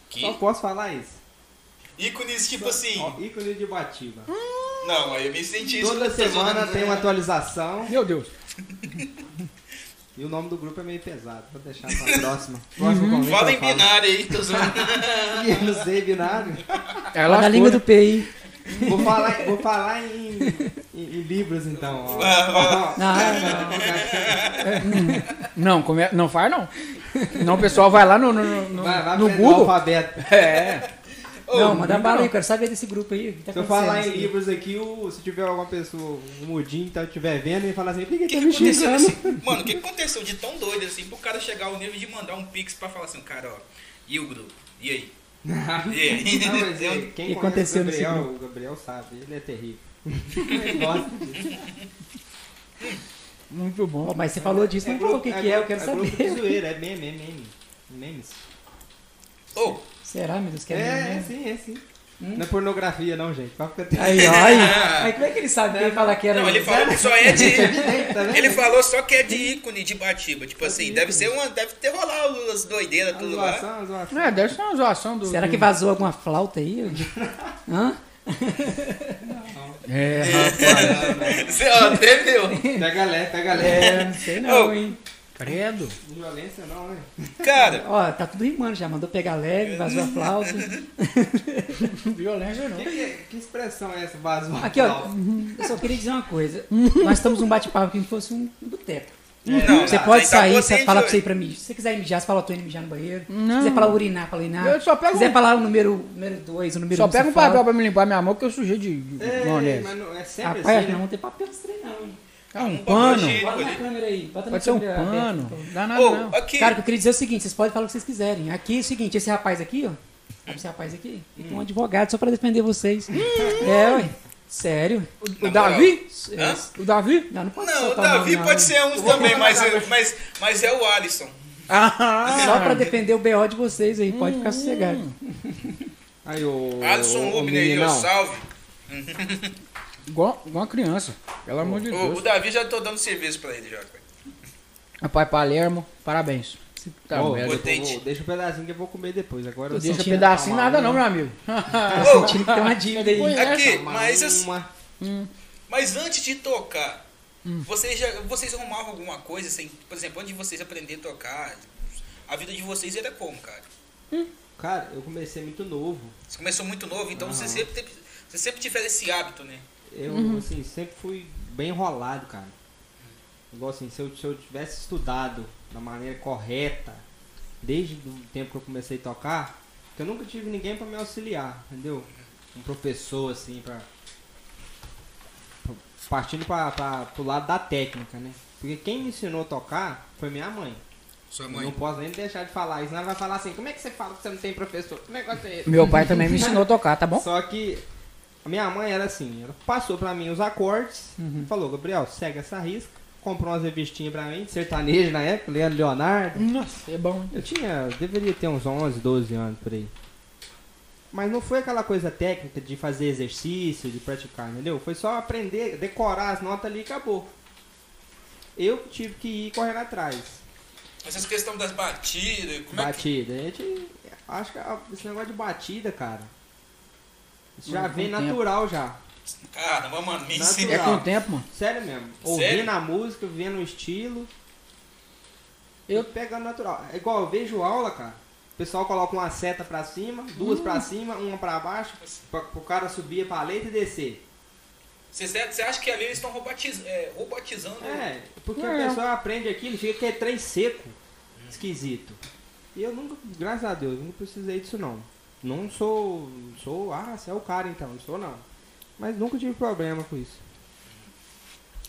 S1: Que
S3: Só posso falar isso.
S1: ícones, tipo assim.
S3: Ó, ícone de Batiba.
S1: Hum. Não, aí eu me senti
S3: Toda
S1: escutando,
S3: semana
S1: né?
S3: tem uma atualização.
S4: meu Deus.
S3: E o nome do grupo é meio pesado. Vou deixar pra próxima. Próximo convite eu
S1: Uhum. Fala em
S3: falo.
S1: binário aí, tô zoando.
S3: Ih, eu não sei binário.
S4: Ela
S2: Lá na língua do PI.
S3: Vou falar, vou falar em, em, em Libras então. ó.
S1: Vai, vai
S3: Ó,
S2: Não, não.
S4: Não, come- não faz não. Não, o pessoal vai lá no, no, no- no,
S3: Vai, vai
S4: no
S3: aprender o
S4: Google.
S3: alfabeto.
S4: É.
S2: Não, manda bala aí, eu quero saber desse grupo aí. o que tá
S3: Se eu falar em
S2: acontecendo.
S3: Libras aqui, o- se tiver alguma pessoa, um mudinho que tá estiver vendo, ele fala assim, por que,
S1: O que,
S3: que tá
S1: que
S3: me
S1: aconteceu
S3: xingando?
S1: assim? Mano, o que que aconteceu de tão doido assim pro cara chegar ao nível de mandar um pix pra falar assim, cara, ó, e o grupo? E aí? E aí?
S3: Não, mas ei, quem
S2: que
S3: conhece
S2: aconteceu
S3: o
S2: nesse
S3: Gabriel, o Gabriel sabe, ele é terrível. Ele gosta disso.
S4: Muito bom.
S2: Ó, mas você falou disso, não falou o que, que é, eu quero
S3: é
S2: saber.
S3: grupo de zoeira, é meme, é meme. Memes.
S1: Ô,
S2: Será, meu Deus, que
S3: É,
S2: é,
S3: é,
S2: mesmo, né?
S3: sim, é sim.
S2: Hum?
S3: Não é pornografia não, gente. Vai ficar terrível.
S2: Aí, ó, aí. Aí como é que ele sabe que ele fala que era?
S1: não, ele
S2: mesmo?
S1: falou que só é de.
S3: Tá vendo?
S1: Ele falou só que é de ícone de Batiba. Tipo assim, deve ser uma. Deve ter rolado umas
S2: é
S1: doideiras tudo lá.
S3: Zoação, zoação.
S4: É, deve ser uma zoação do.
S2: Será
S4: do-
S2: que vazou alguma flauta aí? Hã?
S4: É,
S1: Você, ó, entendeu?
S3: Pega leve, pega leve.
S2: É, não sei não,
S1: Ô.
S2: hein?
S4: credo.
S3: Violência não, né?
S1: Cara,
S2: Ó, tá tudo rimando já, mandou pegar leve, vazou a flauta.
S4: Violência não.
S3: Que, que- que expressão é essa, vazou?
S2: Aqui, ó, eu só queria dizer uma coisa. Nós estamos num bate-papo que não fosse um boteco.
S1: não,
S2: Você
S1: não,
S2: pode
S1: tá
S2: sair,
S1: bom,
S2: você
S1: sim,
S2: fala
S1: Júlio.
S2: pra você ir pra mim. Se você quiser ir mijar, você fala, tô indo mijar no banheiro.
S4: Não.
S2: Se quiser falar urinar, fala urinar.
S4: Eu só pego
S2: Se quiser
S4: um-
S2: falar o número 2, número dois, o número
S4: Só
S2: um,
S4: pega
S2: você
S4: um papel
S2: fala.
S4: pra me limpar minha mão que eu sujei de
S3: É,
S4: maionese.
S3: mas não- é sempre
S2: Rapaz,
S3: assim,
S2: não,
S3: né?
S2: não tem papel estranho não, hein?
S4: Ah, um
S1: Um
S4: pano.
S1: papel
S2: Bota na
S1: Olha.
S2: câmera aí, bota na
S4: Pode ser um
S2: câmera aberta,
S4: pano.
S2: por favor.
S4: Não dá nada
S1: Ô,
S4: Ah, não.
S1: aqui.
S2: Cara, o que eu queria dizer é o seguinte, vocês podem falar o que vocês quiserem. Aqui é o seguinte, esse rapaz aqui, ó, sabe esse rapaz aqui, ele tem um advogado só pra defender vocês. é, ué. Sério? É,
S4: O Davi?
S1: Hum. Hã?
S4: O Davi?
S2: Não, não pode
S1: Não, o
S2: soltar
S1: Davi
S2: nome, não,
S1: pode
S2: hein?
S1: ser uns também, mas, mas, mas é o Alisson.
S4: Ah,
S2: Só pra defender o BO de vocês aí, pode
S1: Hum.
S2: ficar sossegado.
S3: Aí, o...
S1: Alisson
S3: o
S1: Rubner aí, ó,
S3: meninão.
S1: salve.
S4: Igual, igual uma criança. Pelo amor de
S1: O, o
S4: Deus.
S1: Davi já tô dando serviço pra ele já. cara.
S4: Rapaz, Palermo, parabéns. Você Tá
S3: Ô,
S4: merda.
S3: eu vou-
S1: Potente.
S3: deixa um pedacinho que eu vou comer depois. Agora
S4: Não
S3: eu
S4: deixa
S3: senti-
S2: assim,
S4: pedacinho
S3: Uma-
S4: nada não, meu amigo.
S2: Tá
S1: Ô,
S2: sentindo que tem uma dívida aí.
S1: Aqui,
S3: uma-
S1: mas, as-
S3: uma-
S1: mas antes de tocar, vocês, já, vocês arrumavam alguma coisa, assim, por exemplo, antes de vocês aprenderem a tocar, a vida de vocês era como, cara?
S3: Cara, eu comecei muito novo.
S1: Você começou muito novo, então você,
S3: Aham.
S1: sempre teve, você sempre tiveram esse hábito, né?
S3: Eu, assim, sempre fui bem enrolado, cara. Igual assim, se eu, se eu tivesse estudado da maneira correta, desde o tempo que eu comecei a tocar, porque eu nunca tive ninguém pra me auxiliar, entendeu? Um professor, assim, pra. pra- Partindo pra, pra, pro lado da técnica, né? Porque quem me ensinou a tocar foi minha mãe.
S1: Sua
S3: Eu não posso nem deixar de falar isso, senão ela vai falar assim, como é que você fala que você não tem professor? Que negócio é esse?
S4: Meu pai também me ensinou a tocar, tá bom?
S3: Só que a minha mãe era assim, ela passou pra mim os acordes,
S4: Uhum.
S3: falou, Gabriel, segue essa risca, comprou umas revistinhas pra mim, de sertanejo na época, Leandro Leonardo.
S4: Nossa, é bom.
S3: Eu tinha, eu deveria ter uns 11, 12 anos por aí. Mas não foi aquela coisa técnica de fazer exercício, de praticar, entendeu? Foi só aprender, decorar as notas ali e acabou. Eu tive que ir correndo atrás.
S1: Essas questões das batidas, como é que...
S3: Batida. A gente. Acho que a- esse negócio de batida, cara. Isso já
S4: com
S3: vem
S4: o tempo.
S3: natural já.
S1: Caramba, mano, me
S3: Natural.
S1: ensina.
S4: É com o tempo, mano.
S3: Sério mesmo. Ouvindo a música, vendo o estilo. Eu pego natural. É igual eu vejo aula, cara. O pessoal coloca uma seta pra cima, duas pra
S4: Hum.
S3: cima, uma pra baixo, pra, pro cara subir a paleta e descer.
S1: Você você acha que ali eles estão robatiz, é, robotizando...
S3: É, porque
S4: É.
S3: o pessoal aprende aquilo, fica que é trem seco, esquisito. E eu nunca, graças a Deus, nunca precisei disso não. Não sou, sou, ah, você é o cara então, não sou não. Mas nunca tive problema com isso.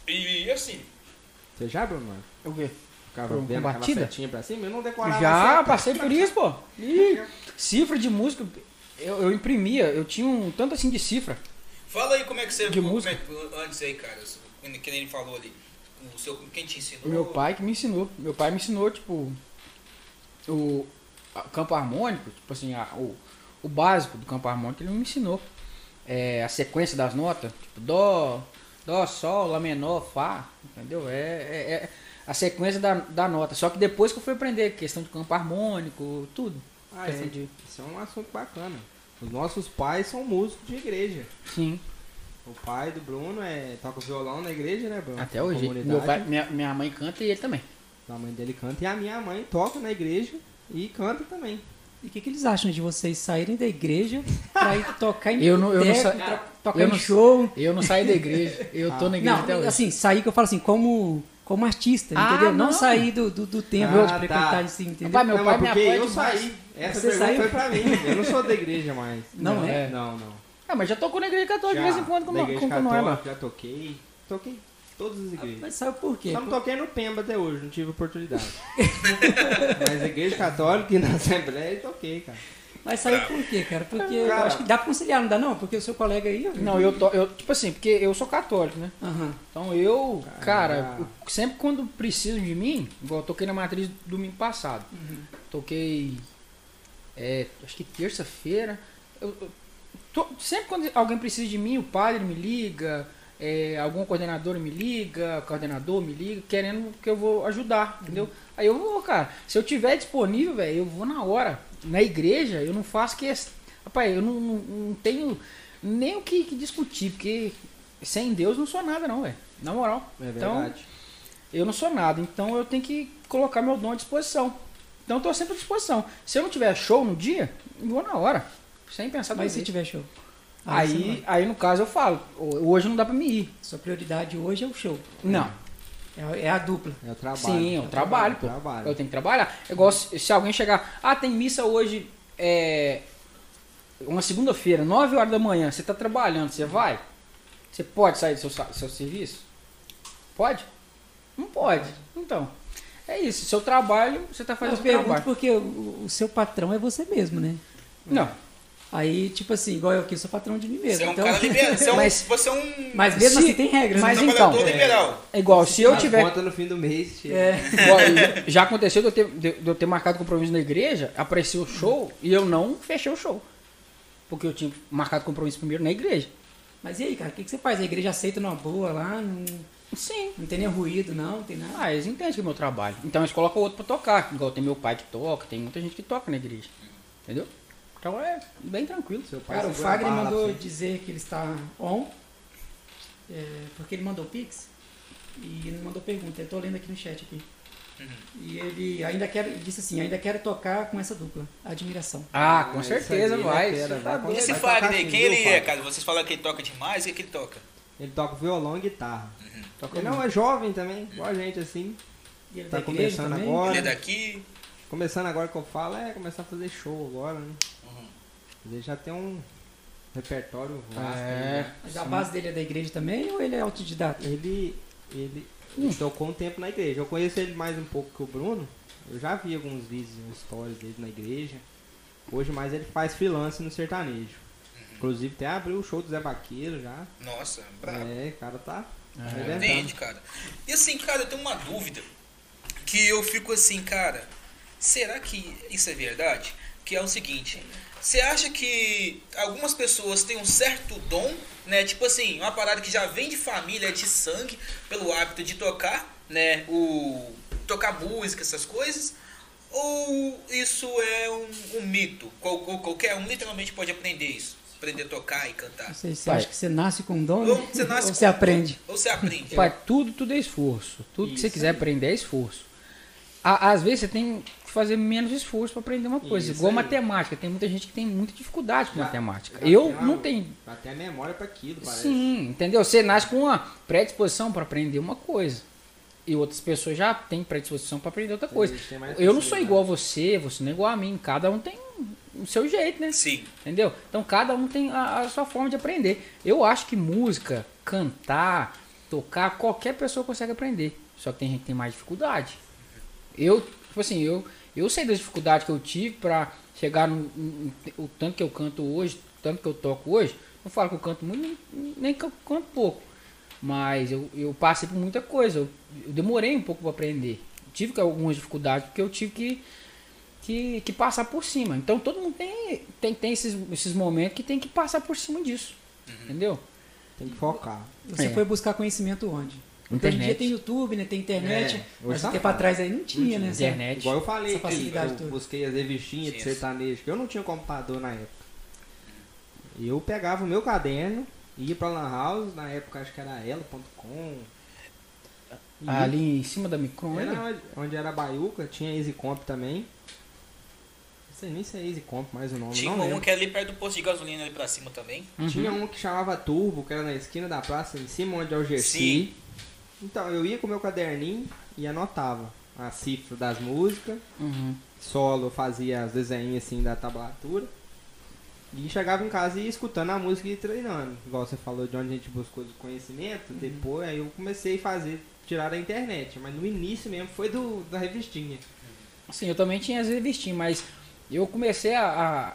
S1: E assim,
S3: Você já, Bruno?
S4: O quê?
S3: Ficava
S4: Com- com
S3: vendo aquela
S4: batida?
S3: setinha pra cima, eu não decorava
S4: Já
S3: seta.
S4: passei por isso, pô. Ih, cifra de música, eu, eu imprimia, eu tinha um tanto assim de cifra.
S1: Fala aí como é que você.
S4: De
S1: como
S4: música?
S1: é que- antes aí, cara. Que nem ele falou ali. O seu, quem te ensinou?
S4: Meu pai que me ensinou. Meu pai me ensinou, tipo, o a- campo harmônico, tipo assim, a- o, o básico do campo harmônico, ele me ensinou. É, a sequência das notas, tipo, dó, dó, sol, lá menor, fá, entendeu? É, é- é a sequência da, da nota. Só que depois que eu fui aprender questão de campo harmônico, tudo.
S3: Ah,
S4: questão
S3: é,
S4: de...
S3: isso é um assunto bacana. Os nossos pais são músicos de igreja.
S4: Sim,
S3: O pai do Bruno é, toca violão na igreja, né, Bruno?
S4: até
S3: Na
S4: hoje.
S3: comunidade. Então,
S4: Meu pai- minha, minha mãe canta e ele também.
S3: A mãe dele canta e a minha mãe toca na igreja e canta também.
S2: E o que, que eles acham de vocês saírem da igreja pra ir tocar em
S4: Eu não- eu não
S2: boteco,
S4: sa-
S2: pra tocar
S4: eu
S2: em
S4: não-
S2: show?
S4: Eu não saí da igreja. Eu tô na igreja até
S2: Não,
S4: hoje.
S2: assim, sair que eu falo assim, como, como artista,
S4: Ah,
S2: entendeu? Não,
S4: não.
S2: sair do, do, do tempo
S3: Ah,
S2: de
S3: tá.
S2: frequentar assim, entendeu?
S4: Rapaz, Ah, meu
S3: não,
S4: pai
S3: mas
S4: me
S3: porque
S4: apoia
S3: eu
S4: é demais.
S3: saí. Essa
S2: Você
S3: pergunta
S2: saiu?
S3: foi pra mim. Eu não sou da igreja mais.
S2: Não é?
S3: Não, não.
S4: Ah, mas já tocou na igreja católica
S3: Já,
S4: de vez em quando, como,
S3: da igreja
S4: como não é, mano?
S3: católica, Já toquei. Toquei todas as igrejas.
S2: Mas sabe por quê?
S3: Só não toquei no Pemba até hoje, não tive oportunidade. Mas igreja católica e na Assembleia eu toquei, cara.
S2: Mas sabe por quê, cara? Porque eu
S3: Cara.
S2: acho que dá pra conciliar, não dá não? Porque o seu colega aí... ó.
S4: Não, eu, to, eu, tipo assim, porque eu sou católico, né?
S2: Aham.
S4: Então eu,
S3: Ah.
S4: cara, eu- sempre quando preciso de mim, igual eu toquei na matriz domingo passado.
S2: Uhum.
S4: Toquei. é, acho que terça-feira. Eu- eu to- sempre quando alguém precisa de mim, o padre me liga, é, algum coordenador me liga, coordenador me liga, querendo que eu vou ajudar, entendeu? Aí eu vou, cara. Se eu tiver disponível, velho, eu vou na hora. Na igreja, eu não faço questão. Rapaz, eu não, não, não tenho nem o que, que discutir, porque sem Deus não sou nada, não, velho. Na moral.
S3: É
S4: Então,
S3: verdade.
S4: eu não sou nada, então eu tenho que colocar meu dom à disposição. Então eu tô sempre à disposição. Se eu não tiver show no dia, eu vou na hora. Sem pensar
S2: Mas Tá
S4: duas
S2: se
S4: vezes.
S2: tiver show? você não
S4: Aí,
S2: vai.
S4: aí no caso eu falo, "Ho- hoje não dá pra me ir.
S2: Sua prioridade hoje é o show.
S4: Não.
S2: É, é a dupla.
S3: É o trabalho.
S4: Sim, eu
S3: É o
S4: trabalho, pô.
S3: trabalho.
S4: Eu tenho que trabalhar. É igual se, se alguém chegar, ah, tem missa hoje, é, uma segunda-feira, 9 horas da manhã, você tá trabalhando, você vai? Você pode sair do seu, sa- seu serviço? Pode? Não pode. Então, é isso. Seu trabalho, você tá fazendo
S2: Eu
S4: seu
S2: pergunto
S4: trabalho.
S2: porque o, o seu patrão é você mesmo, né?
S4: Não.
S2: Aí, tipo assim, igual eu aqui, eu sou patrão de mim mesmo.
S5: Você é um
S2: então...
S5: cara liberal. Você é um,
S4: Mas-
S5: você é um
S2: Mas mesmo
S4: Se-
S2: assim tem regras.
S4: mas
S2: né?
S5: trabalhador
S4: então,
S5: liberal.
S4: É igual, se eu
S3: As
S4: tiver
S3: contas no fim do mês, chega.
S2: É.
S4: Igual, e Já aconteceu de eu, ter, de- de eu ter marcado compromisso na igreja, apareceu o show e eu não fechei o show. Porque eu tinha marcado compromisso primeiro na igreja.
S2: Mas e aí, cara, o que, que você faz? A igreja aceita numa boa lá, não,
S4: Sim.
S2: não tem nem ruído, não, não tem nada.
S4: Ah, eles entendem que é meu trabalho. Então eles colocam outro pra tocar. Igual tem meu pai que toca, tem muita gente que toca na igreja. Entendeu? Então é bem tranquilo.
S3: Seu pai
S2: Cara, o
S3: segura a
S2: Fagner
S3: bala,
S2: mandou
S3: assim.
S2: dizer que ele está on, é, porque ele mandou pix e ele mandou pergunta. Eu tô lendo aqui no chat aqui.
S4: é,
S5: Uhum.
S2: E ele ainda quer, ele disse assim, ainda quero tocar com essa dupla, admiração.
S4: Ah, com
S3: Isso
S4: certeza,
S3: aí,
S4: vai.
S3: né,
S4: Isso
S3: pera,
S4: tá
S3: vai
S4: doido.
S5: Esse
S3: Vai
S5: Fagner,
S3: tocar
S5: aí,
S3: com
S5: quem
S3: viu,
S5: ele é,
S3: Fagner?
S5: cara? Vocês falam que ele toca demais, o que, que ele toca? Uhum.
S3: Ele toca violão e guitarra. Ele não é jovem também, igual a gente assim.
S2: E ele é
S3: Tá
S2: da igreja
S3: começando
S2: também.
S3: agora.
S5: Ele é daqui.
S3: Começando agora que eu falo, é começar a fazer show agora, né?
S4: Uhum.
S3: Ele já tem um repertório vasto.
S4: É.
S3: né?
S2: Mas a base dele é da igreja também ou ele é autodidata?
S3: Ele, ele,
S4: Hum.
S3: ele tocou um tempo na igreja. Eu conheço ele mais um pouco que o Bruno. Eu já vi alguns vídeos, uns stories dele na igreja. Hoje mais ele faz freelance no sertanejo.
S4: Uhum.
S3: Inclusive até abriu o show do Zé Baqueiro já.
S5: Nossa, brabo.
S3: É, o cara tá
S5: Entende,
S3: arrebentando.
S5: cara? E assim, cara, eu tenho uma dúvida que eu fico assim, cara, será que isso é verdade? Que é o seguinte, você acha que algumas pessoas têm um certo dom, né? Tipo assim, uma parada que já vem de família, é de sangue, pelo hábito de tocar, né? O tocar música, essas coisas. Ou isso é um, um mito? Qual- qual- qualquer um literalmente pode aprender isso. Aprender a tocar e cantar.
S2: Não sei, você
S4: Pai.
S2: acha que você nasce com um dom?
S5: Ou
S2: né?
S5: você nasce
S2: ou
S5: com-
S2: você aprende?
S5: Ou você aprende.
S4: Pai, tudo, tudo é esforço. Tudo que você
S3: Isso
S4: quiser
S3: aí.
S4: aprender é esforço. Á- Às vezes você tem que fazer menos esforço para aprender uma coisa.
S3: Isso
S4: Igual
S3: aí.
S4: matemática. Tem muita gente que tem muita dificuldade com
S3: Já-
S4: matemática.
S3: já
S4: Eu
S3: tem uma-
S4: não tenho.
S3: Tá Até a memória pra aquilo, parece.
S4: Sim, entendeu? Você nasce com uma predisposição para aprender uma coisa. E outras pessoas já têm predisposição para aprender outra coisa.
S3: Eles têm mais
S4: Eu não sou
S3: facilidade.
S4: igual a você, você não é igual a mim. Cada um tem o seu jeito, né?
S5: Sim.
S4: Entendeu? Então cada um tem a, a sua forma de aprender. Eu acho que música, cantar, tocar, qualquer pessoa consegue aprender. Só que tem gente que tem mais dificuldade. Eu, tipo assim, eu, eu sei das dificuldades que eu tive pra chegar no, no- no- o tanto que eu canto hoje, o tanto que eu toco hoje. Não falo que eu canto muito, nem, nem que eu canto pouco. Mas eu, eu passei por muita coisa. Eu, eu demorei um pouco pra aprender. Tive que- algumas dificuldades, porque eu tive que que, que passar por cima. Então todo mundo tem, tem, tem esses, esses momentos que tem que passar por cima disso. Entendeu?
S3: Tem que focar.
S2: Você
S4: É.
S2: foi buscar conhecimento onde? Porque Hoje em dia
S4: Internet.
S2: tem YouTube, né? Tem internet.
S3: É, hoje
S2: mas
S3: tá
S2: um tempo
S3: fácil.
S2: atrás aí não tinha, né? essa-
S4: Internet.
S3: Igual eu falei,
S2: Essa
S3: que
S2: facilidade
S3: eu
S2: toda.
S3: busquei as revistinhas de
S5: Isso.
S3: sertanejo, que eu não tinha computador na época. E eu pegava o meu caderno, ia pra Lan House, na época acho que era ela.com.
S4: Ah, ali é em cima da Micron ainda?
S3: Uhum. Era onde- onde era Baiuca, tinha Easy Comp também. Não sei nem se é Easy Comp mais o nome,
S1: Tinha
S3: não
S1: uma
S3: lembro.
S1: que é ali perto do posto de gasolina ali pra cima também.
S4: Uhum.
S3: Tinha um que chamava Turbo, que era na esquina da praça, em cima onde é o Gersi.
S1: Sim.
S3: Então, eu ia com meu caderninho e anotava a cifra das músicas.
S4: Uhum.
S3: Solo eu fazia as desenhinhos assim da tablatura. E chegava em casa e ia escutando a música e treinando. Igual você falou de onde a gente buscou o
S2: Uhum.
S3: conhecimento. Depois aí eu comecei a fazer, tirar da internet. Mas no início mesmo foi do, da revistinha.
S4: Assim, eu também tinha as revistinhas, mas eu comecei a, a,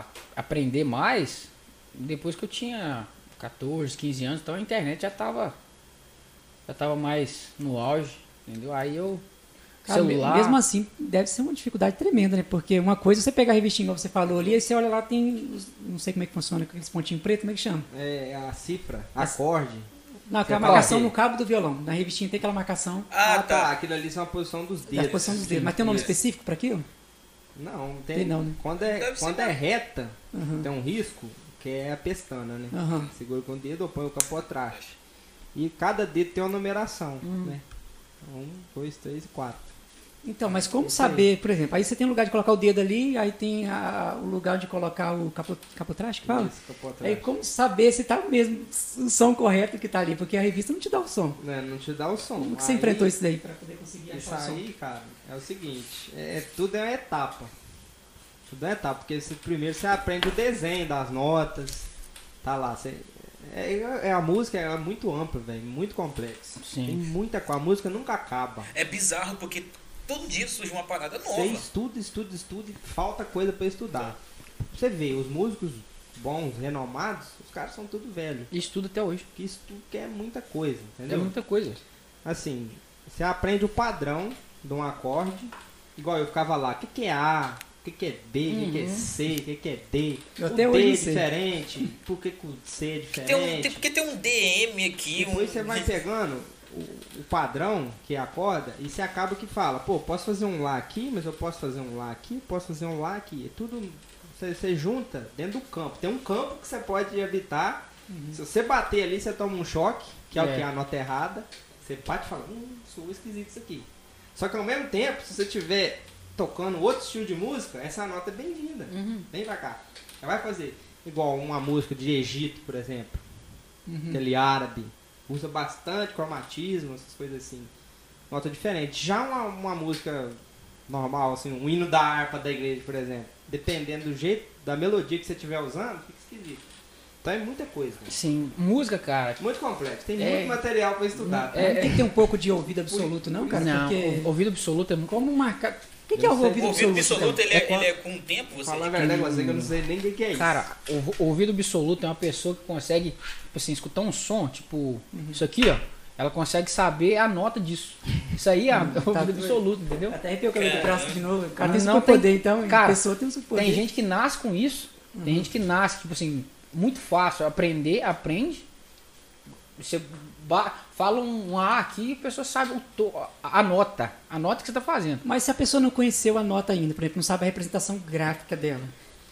S4: a aprender mais depois que eu tinha 14, 15 anos, então a internet já tava, já tava mais no auge, entendeu? Aí eu.
S2: Cara, me-
S4: celular.
S2: Mesmo assim, deve ser uma dificuldade tremenda, né? Porque uma coisa é você pegar a revistinha, igual você falou ali, aí você olha lá, tem. os- Não sei como é que funciona, aqueles pontinhos pretos, como é que chama?
S3: É, a cifra, acorde.
S2: Não, aquela
S3: Você
S2: marcação
S3: corre.
S2: no cabo do violão. Na revistinha tem aquela marcação
S1: Ah, tá.
S3: Aquilo ali são a posição dos
S2: da
S3: dedos.
S2: posição dos dedos. Mas tem um nome
S1: Isso.
S2: específico para aquilo?
S3: Não, tem,
S2: Tem não, né?
S3: Quando é,
S1: Deve ser
S3: quando é
S1: da-
S3: reta,
S2: Aham.
S3: tem um risco, que é a pestana, né?
S2: Aham.
S3: Segura com o dedo ou põe o capô atrás. E cada dedo tem uma numeração,
S2: Uhum.
S3: né? Um, dois, três e quatro.
S2: Então, mas como
S3: Isso aí.
S2: saber, por exemplo, aí você tem um lugar de colocar o dedo ali, aí tem a- o lugar de colocar o capo, capotraste, que fala?
S3: Isso, capô atrás.
S2: Aí como saber se tá mesmo o som correto que tá ali? Porque a revista não te dá o som.
S3: Né, Não te dá o som.
S2: Como que você
S3: Aí,
S2: enfrentou isso daí para poder conseguir
S3: Isso
S2: achar o som?
S3: aí, cara, é o seguinte, é, tudo é uma etapa. Tudo é uma etapa, porque você- primeiro você aprende o desenho das notas, tá lá. Você, é, é- a música é muito ampla, velho, muito complexa.
S4: Sim.
S3: Tem muita coisa, a música nunca acaba.
S1: É bizarro porque todo dia surge uma parada
S3: Você
S1: nova.
S3: estuda, estuda, estuda e falta coisa pra estudar. Você vê, os músicos bons, renomados, os caras são tudo velho.
S2: assim-
S4: Isso tudo até hoje.
S3: Que isso tudo quer muita coisa,
S4: É
S3: entendeu?
S4: muita coisa.
S3: Assim, você aprende o padrão de um acorde. Igual eu ficava lá, o que, que é A? O que, que é B? O que, que é C? O que, que é D?
S2: Eu
S3: o
S2: até
S3: D
S2: hoje
S3: é
S2: não sei.
S3: diferente? Por que, que o C é
S1: Tem um,
S3: diferente?
S1: tem, porque tem um DM aqui. Um,
S3: Depois você vai pegando o, o padrão que acorda e você acaba que fala, pô, posso fazer um lá aqui, mas eu posso fazer um lá aqui, posso fazer um lá aqui. É tudo. Você, você junta dentro do campo. Tem um campo que você pode habitar. Se você bater ali, você toma um choque, que é,
S4: É.
S3: o que é a nota errada. Você bate e fala, hum, sou esquisito isso aqui. Só que ao mesmo tempo, se você estiver tocando outro estilo de música, essa nota é bem-vinda. Vem pra cá. Você vai fazer igual uma música de Egito, por exemplo. Aquele árabe. Usa bastante cromatismo, essas coisas assim. Nota diferente. Já uma, uma música normal, assim, um hino da harpa da igreja, por exemplo. Dependendo do jeito, da melodia que você estiver usando, fica esquisito. Então é muita coisa. né?
S4: Sim, música, cara.
S3: Muito complexo. Tem
S4: É.
S3: muito material pra estudar. tá?
S2: Não tem que ter um pouco de ouvido absoluto, não, cara?
S4: Não,
S2: Porque...
S4: o- ouvido absoluto é muito.
S2: Como marcar. O que, que é o
S3: Eu sei.
S2: ouvido
S1: o ouvido
S2: absoluto?
S1: absoluto,
S2: cara?
S1: ele é,
S4: É quando-
S1: ele é com o tempo, você
S3: Falar a verdade, você que eu não sei nem o que que é isso.
S4: Cara, o o ouvido absoluto é uma pessoa que consegue, tipo assim, escutar um som, tipo, isso aqui, ó. Ela consegue saber a nota disso. Isso aí é o
S2: tá
S4: ouvido
S2: doido.
S4: absoluto, entendeu?
S2: Até arrepiou o cabelo do braço de novo. O cara
S4: Não,
S2: tem
S4: não
S2: superpoder,
S4: tem-
S2: então.
S4: Cara,
S2: a pessoa tem um superpoder.
S4: Tem gente que nasce com isso. Tem gente que nasce, tipo assim, muito fácil. Aprender, aprende. Você ba- fala um A aqui e a pessoa sabe o to- a nota. A nota que você tá fazendo.
S2: Mas se a pessoa não conheceu a nota ainda, por exemplo, não sabe a representação gráfica dela.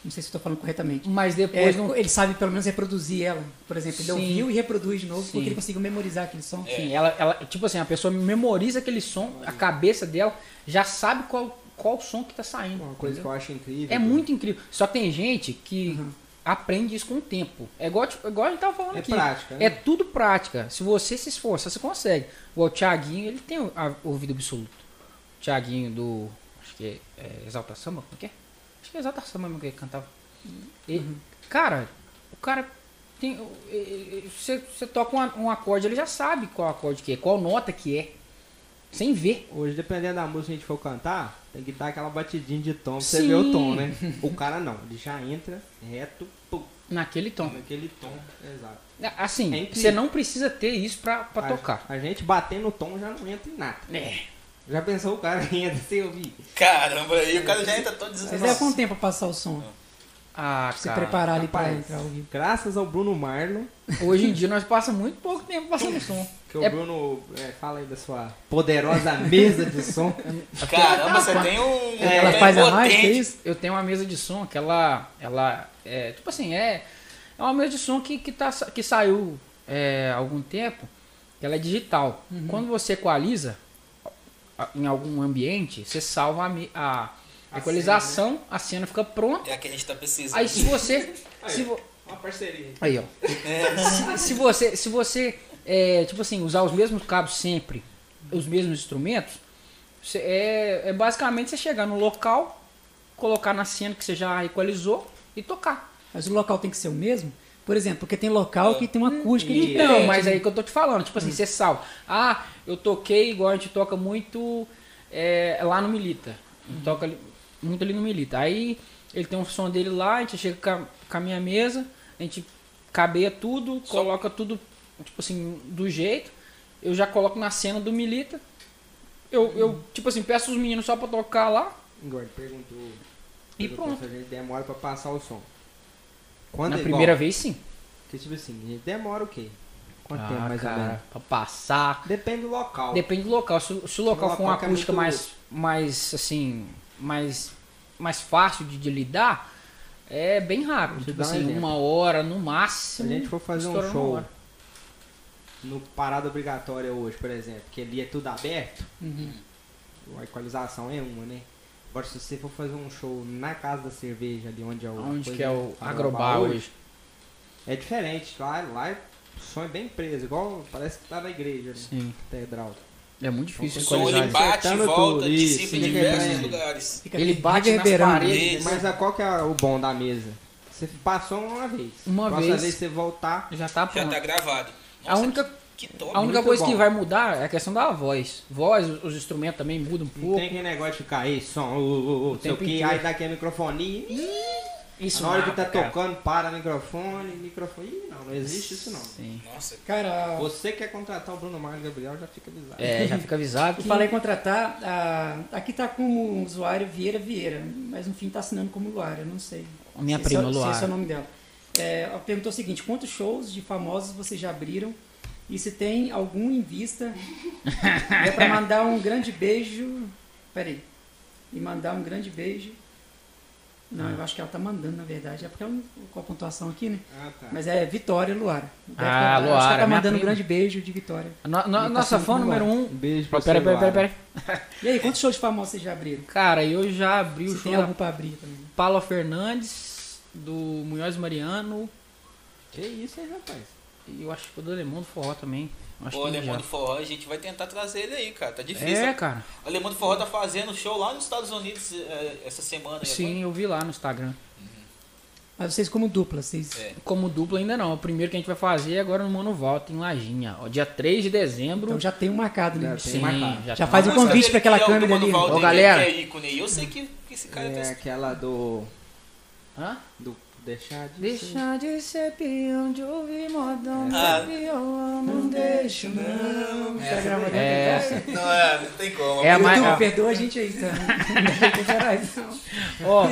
S2: Não sei se estou falando corretamente.
S4: Mas
S2: É,
S4: depois não.
S2: Ele sabe pelo menos reproduzir ela. Por exemplo, ele
S4: Sim.
S2: ouviu e reproduz de novo
S4: Sim.
S2: porque ele conseguiu memorizar aquele som.
S4: Sim, ela, ela, tipo assim, a pessoa memoriza aquele som, a cabeça dela já sabe qual, qual som que tá saindo.
S3: Uma coisa que eu
S4: entendeu?
S3: acho incrível.
S4: É muito incrível. Só tem gente que aprende isso com o tempo. É igual, tipo, igual a gente tava falando
S3: É
S4: aqui.
S3: prática, né?
S4: É tudo prática. Se você se esforçar, você consegue. O Thiaguinho, ele tem o a- o ouvido absoluto. O Thiaguinho do. Acho que é, é Exalta Samba, como é que é? Acho que é Exalta Samba mesmo que ele cantava. E,
S3: Uhum.
S4: Cara, o cara tem. o- e- e- e- Você, você toca um, a- um acorde, ele já sabe qual acorde que é, qual nota que é. Sem ver.
S3: Hoje, dependendo da música que a gente for cantar, tem que dar aquela batidinha de tom pra você
S4: Sim.
S3: ver o tom, né? O cara não, ele já entra reto, pum,
S4: Naquele tom.
S3: naquele tom. Exato. Uhum. É
S4: Assim,
S3: incrível.
S4: você não precisa ter isso pra, pra
S3: A-
S4: tocar.
S3: A gente batendo o tom já não entra em nada.
S4: É.
S3: Já pensou o cara entra sem ouvir?
S1: Caramba, aí o cara já entra todo
S2: Mas
S1: desesperado.
S2: leva um tempo pra passar o som.
S4: Ah,
S2: Pra se
S4: cara.
S2: preparar ali pra
S3: Rapaz.
S2: entrar ouvir.
S3: Graças ao Bruno Marlon,
S4: Hoje em dia nós passamos muito pouco tempo passando som.
S3: que o
S4: É-
S3: Bruno é, fala aí da sua poderosa mesa de som.
S1: Caramba, você tem um.
S2: Ela
S1: tem
S2: faz
S1: um
S2: a mágica, é
S1: potente.
S2: isso?
S4: Eu tenho uma mesa de som que ela. ela é, tipo assim, é. É uma mesa de som que, que, tá, sa- que saiu é, há algum tempo. Ela é digital. Quando você equaliza a- em algum ambiente, você salva a, mi- a
S3: A
S4: equalização, a cena fica pronta.
S1: É a que a gente tá precisando.
S4: né? Aí se você. se vo-
S3: Uma parceria.
S4: Aí, ó. Se, se você, se você é, tipo assim, usar os mesmos cabos sempre, os mesmos instrumentos, você- é, é basicamente você chegar no local, colocar na cena que você já equalizou e tocar.
S2: Mas o local tem que ser o mesmo? Por exemplo, porque tem local que tem uma acústica
S3: Isso.
S2: diferente.
S4: Não, Então, mas
S3: né?
S4: aí que eu tô te falando, tipo
S3: Hum.
S4: assim, você salva. Ah, eu toquei igual a gente toca muito é, lá no Milita. A
S3: Hum.
S4: gente Toca ali- muito ali no Milita. Aí ele tem um som dele lá, a gente chega com a, com a minha mesa, a gente cabeia tudo, coloca tudo, tipo assim, do jeito. Eu já coloco na cena do Milita. Eu,
S3: Hum.
S4: eu tipo assim, peço os meninos só pra tocar lá.
S3: Engorde, perguntou.
S4: E
S3: perguntou
S4: pronto.
S3: Se a gente demora pra passar o som. Quando
S4: na
S3: é
S4: primeira
S3: igual,
S4: vez, sim.
S3: Porque, tipo assim, a gente demora o quê? Quanto
S4: Ah,
S3: tempo mais
S4: cara,
S3: ou menos?
S4: pra passar.
S3: Depende do local.
S4: Depende do local. Se, se o local
S3: Uma
S4: for uma
S3: placa
S4: acústica
S3: é muito-
S4: mais, mais, assim, mais, mais fácil de, de lidar, é bem rápido.
S3: Te
S4: Tipo
S3: dá um
S4: assim,
S3: exemplo.
S4: uma hora no
S3: Se a
S4: máximo.
S3: gente for fazer um
S4: estoura uma
S3: show
S4: hora.
S3: no Parada Obrigatória hoje, por exemplo, que ali é tudo aberto,
S4: Uhum.
S3: a equalização é uma, né? Agora, se você for fazer um show na Casa da Cerveja, ali onde é o...
S4: Onde
S3: coisa,
S4: que é o
S3: Agrobar
S4: agrobar
S3: hoje,
S4: hoje?
S3: É diferente, lá, lá é- o som é bem preso, igual parece que tá na igreja, né?
S4: Sim.
S3: Catedral.
S4: É muito
S1: O
S4: difícil
S1: som
S4: equalizar.
S1: ele
S4: isso.
S1: bate,
S3: Acertando
S1: volta,
S3: tudo,
S1: dissipa em
S3: isso,
S1: diversos
S3: ninguém-
S1: lugares.
S2: Fica
S4: Ele
S2: ali
S4: bate nas
S2: reverberando.
S4: paredes.
S1: Isso.
S3: Mas a, qual que é o bom da mesa? Você passou uma vez.
S4: Uma
S3: Próxima
S4: vez.
S3: vez você voltar,
S4: Já tá
S1: Já
S4: pronto.
S1: tá gravado.
S4: A
S1: Nossa,
S4: única,
S1: que top.
S4: a única
S3: muito
S4: coisa que
S3: bom.
S4: vai mudar é a questão da voz. Voz, os instrumentos também mudam um
S3: não tem
S4: pouco.
S3: aquele negócio de cair, som, ô, ô, ô, sei o
S4: tempo
S3: que,
S4: inteiro.
S3: aí dá aquele microfone.
S4: Isso
S3: Na hora que tá
S4: mata, cara.
S3: tocando, para microfone, microfone. Ih, não, não existe isso não.
S4: Sim.
S1: né? Nossa,
S2: Cara,
S3: Você quer contratar o Bruno Mars e o Gabriel, já fica avisado.
S4: É, já fica avisado
S2: eu
S4: que...
S2: falei em contratar. a- aqui tá como usuário Vieira Vieira, mas no fim tá assinando como Luara, eu não sei.
S4: A minha
S2: Sei
S4: prima,
S2: só- sei
S4: Luara.
S2: só o nome dela. É, ela perguntou o seguinte: quantos shows de famosos vocês já abriram? E se tem algum em vista? é pra mandar um grande beijo. Peraí. E mandar um grande beijo. Não, eu acho que ela tá mandando, na verdade. É porque ela não colocou a pontuação aqui, né?
S3: Ah, tá.
S2: Mas é Vitória Luara. Deve
S4: Ah,
S2: tá- Acho que
S4: Luara,
S2: ela tá
S4: minha
S2: mandando um
S4: prima.
S2: grande beijo de Vitória.
S4: No- no-
S2: Ele tá
S4: nossa
S2: sendo
S4: fã número
S2: embora.
S4: um...
S3: Um beijo pra
S4: Peraí,
S3: você,
S4: peraí, peraí,
S3: Luara.
S4: peraí.
S2: E aí, quantos shows de famosos vocês já abriram?
S4: Cara, eu já abri o
S2: Se
S4: show
S2: tem
S4: da
S2: algum pra abrir também.
S4: Paula Fernandes, do Munhoz Mariano,
S3: Que isso aí, rapaz?
S4: e eu acho que o do Alemão do Forró também. Eu Acho
S1: o
S4: que
S1: Alemão
S4: já.
S1: do Forró, a gente vai tentar trazer ele aí, cara. Tá difícil.
S4: É, cara.
S1: O Alemão do Forró tá fazendo show lá nos Estados Unidos eh, essa semana. aí
S4: Sim, eu vi lá no Instagram.
S2: Mas vocês como dupla, vocês...
S1: É.
S4: Como dupla ainda não. O primeiro que a gente vai fazer é agora no Mano Volta, em Lajinha. Ó, dia 3 de dezembro.
S2: Então já tem um marcado, né?
S3: Já
S2: bicho?
S3: tem
S4: Sim,
S3: marcado.
S4: já
S2: Já
S4: tá
S2: faz um
S4: marcado.
S1: Mas
S2: convite
S1: ele
S2: pra aquela
S1: é o do
S2: câmera
S1: Mano
S2: ali.
S1: Valdir,
S4: Ô, galera.
S1: ele é ícone. Eu sei que, que esse cara
S3: É
S1: tá.
S3: aquela do.
S4: Hã?
S3: do deixar de. ser.
S4: Deixa de ser peão de ouvir modão.
S1: Ah.
S4: baby, eu amo, um deixa não.
S2: Tá gravando?
S4: É, essa.
S1: Não, é, não tem como.
S4: É a mais.
S2: YouTube,
S4: ó,
S2: Então, perdoa a gente aí, tá? Não tem coragem, não.
S4: Ó,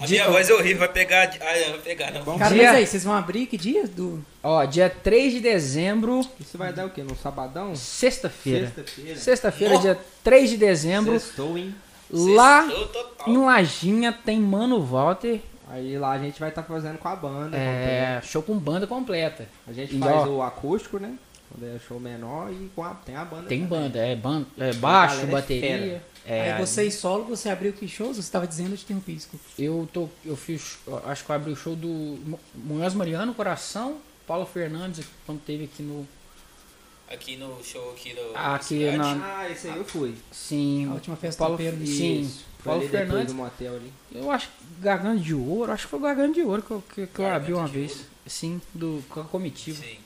S1: A minha voz é horrível, vai pegar. de- Ah, é, vai pegar, não.
S3: Bom,
S2: Cara,
S4: dia.
S2: mas aí, vocês vão abrir que dia? Do...
S4: ó, dia 3 de dezembro,
S3: isso vai dar o quê? No sabadão?
S4: sexta-feira.
S3: Sexta-feira.
S4: Sexta-feira, dia 3 de dezembro,
S3: Sextou, hein?
S4: lá
S1: Sextou total.
S4: em Lajinha tem Mano Walter.
S3: Aí lá a gente vai estar fazendo com a banda.
S4: É, show com banda completa.
S3: com- A gente
S4: e
S3: faz
S4: ó.
S3: o acústico, né? Quando é show menor e com a- tem a banda.
S4: Tem
S3: também.
S4: banda, é, ban é baixo,
S3: galera é
S4: bateria. É,
S2: aí você solo, você abriu que shows? Você estava dizendo, eu te interrompi, desculpa.
S4: Eu, tô, eu fiz, eu acho que eu abri o show do Mu- Munhoz Mariano, Coração, Paulo Fernandes, quando teve aqui no...
S1: Aqui no show aqui do.
S4: Aqui
S1: cidade.
S4: na...
S3: Ah, esse aí eu fui.
S4: Sim,
S2: A última festa
S4: Paulo,
S2: do Pedro.
S4: sim,
S3: Isso. Foi
S4: Paulo
S3: ali depois
S4: Fernandes.
S3: do motel ali.
S4: Eu acho que Garganta de Ouro, acho que foi Garganta de Ouro que eu, que, que eu abri uma vez. Sim, do, com a comitiva.
S1: Sim.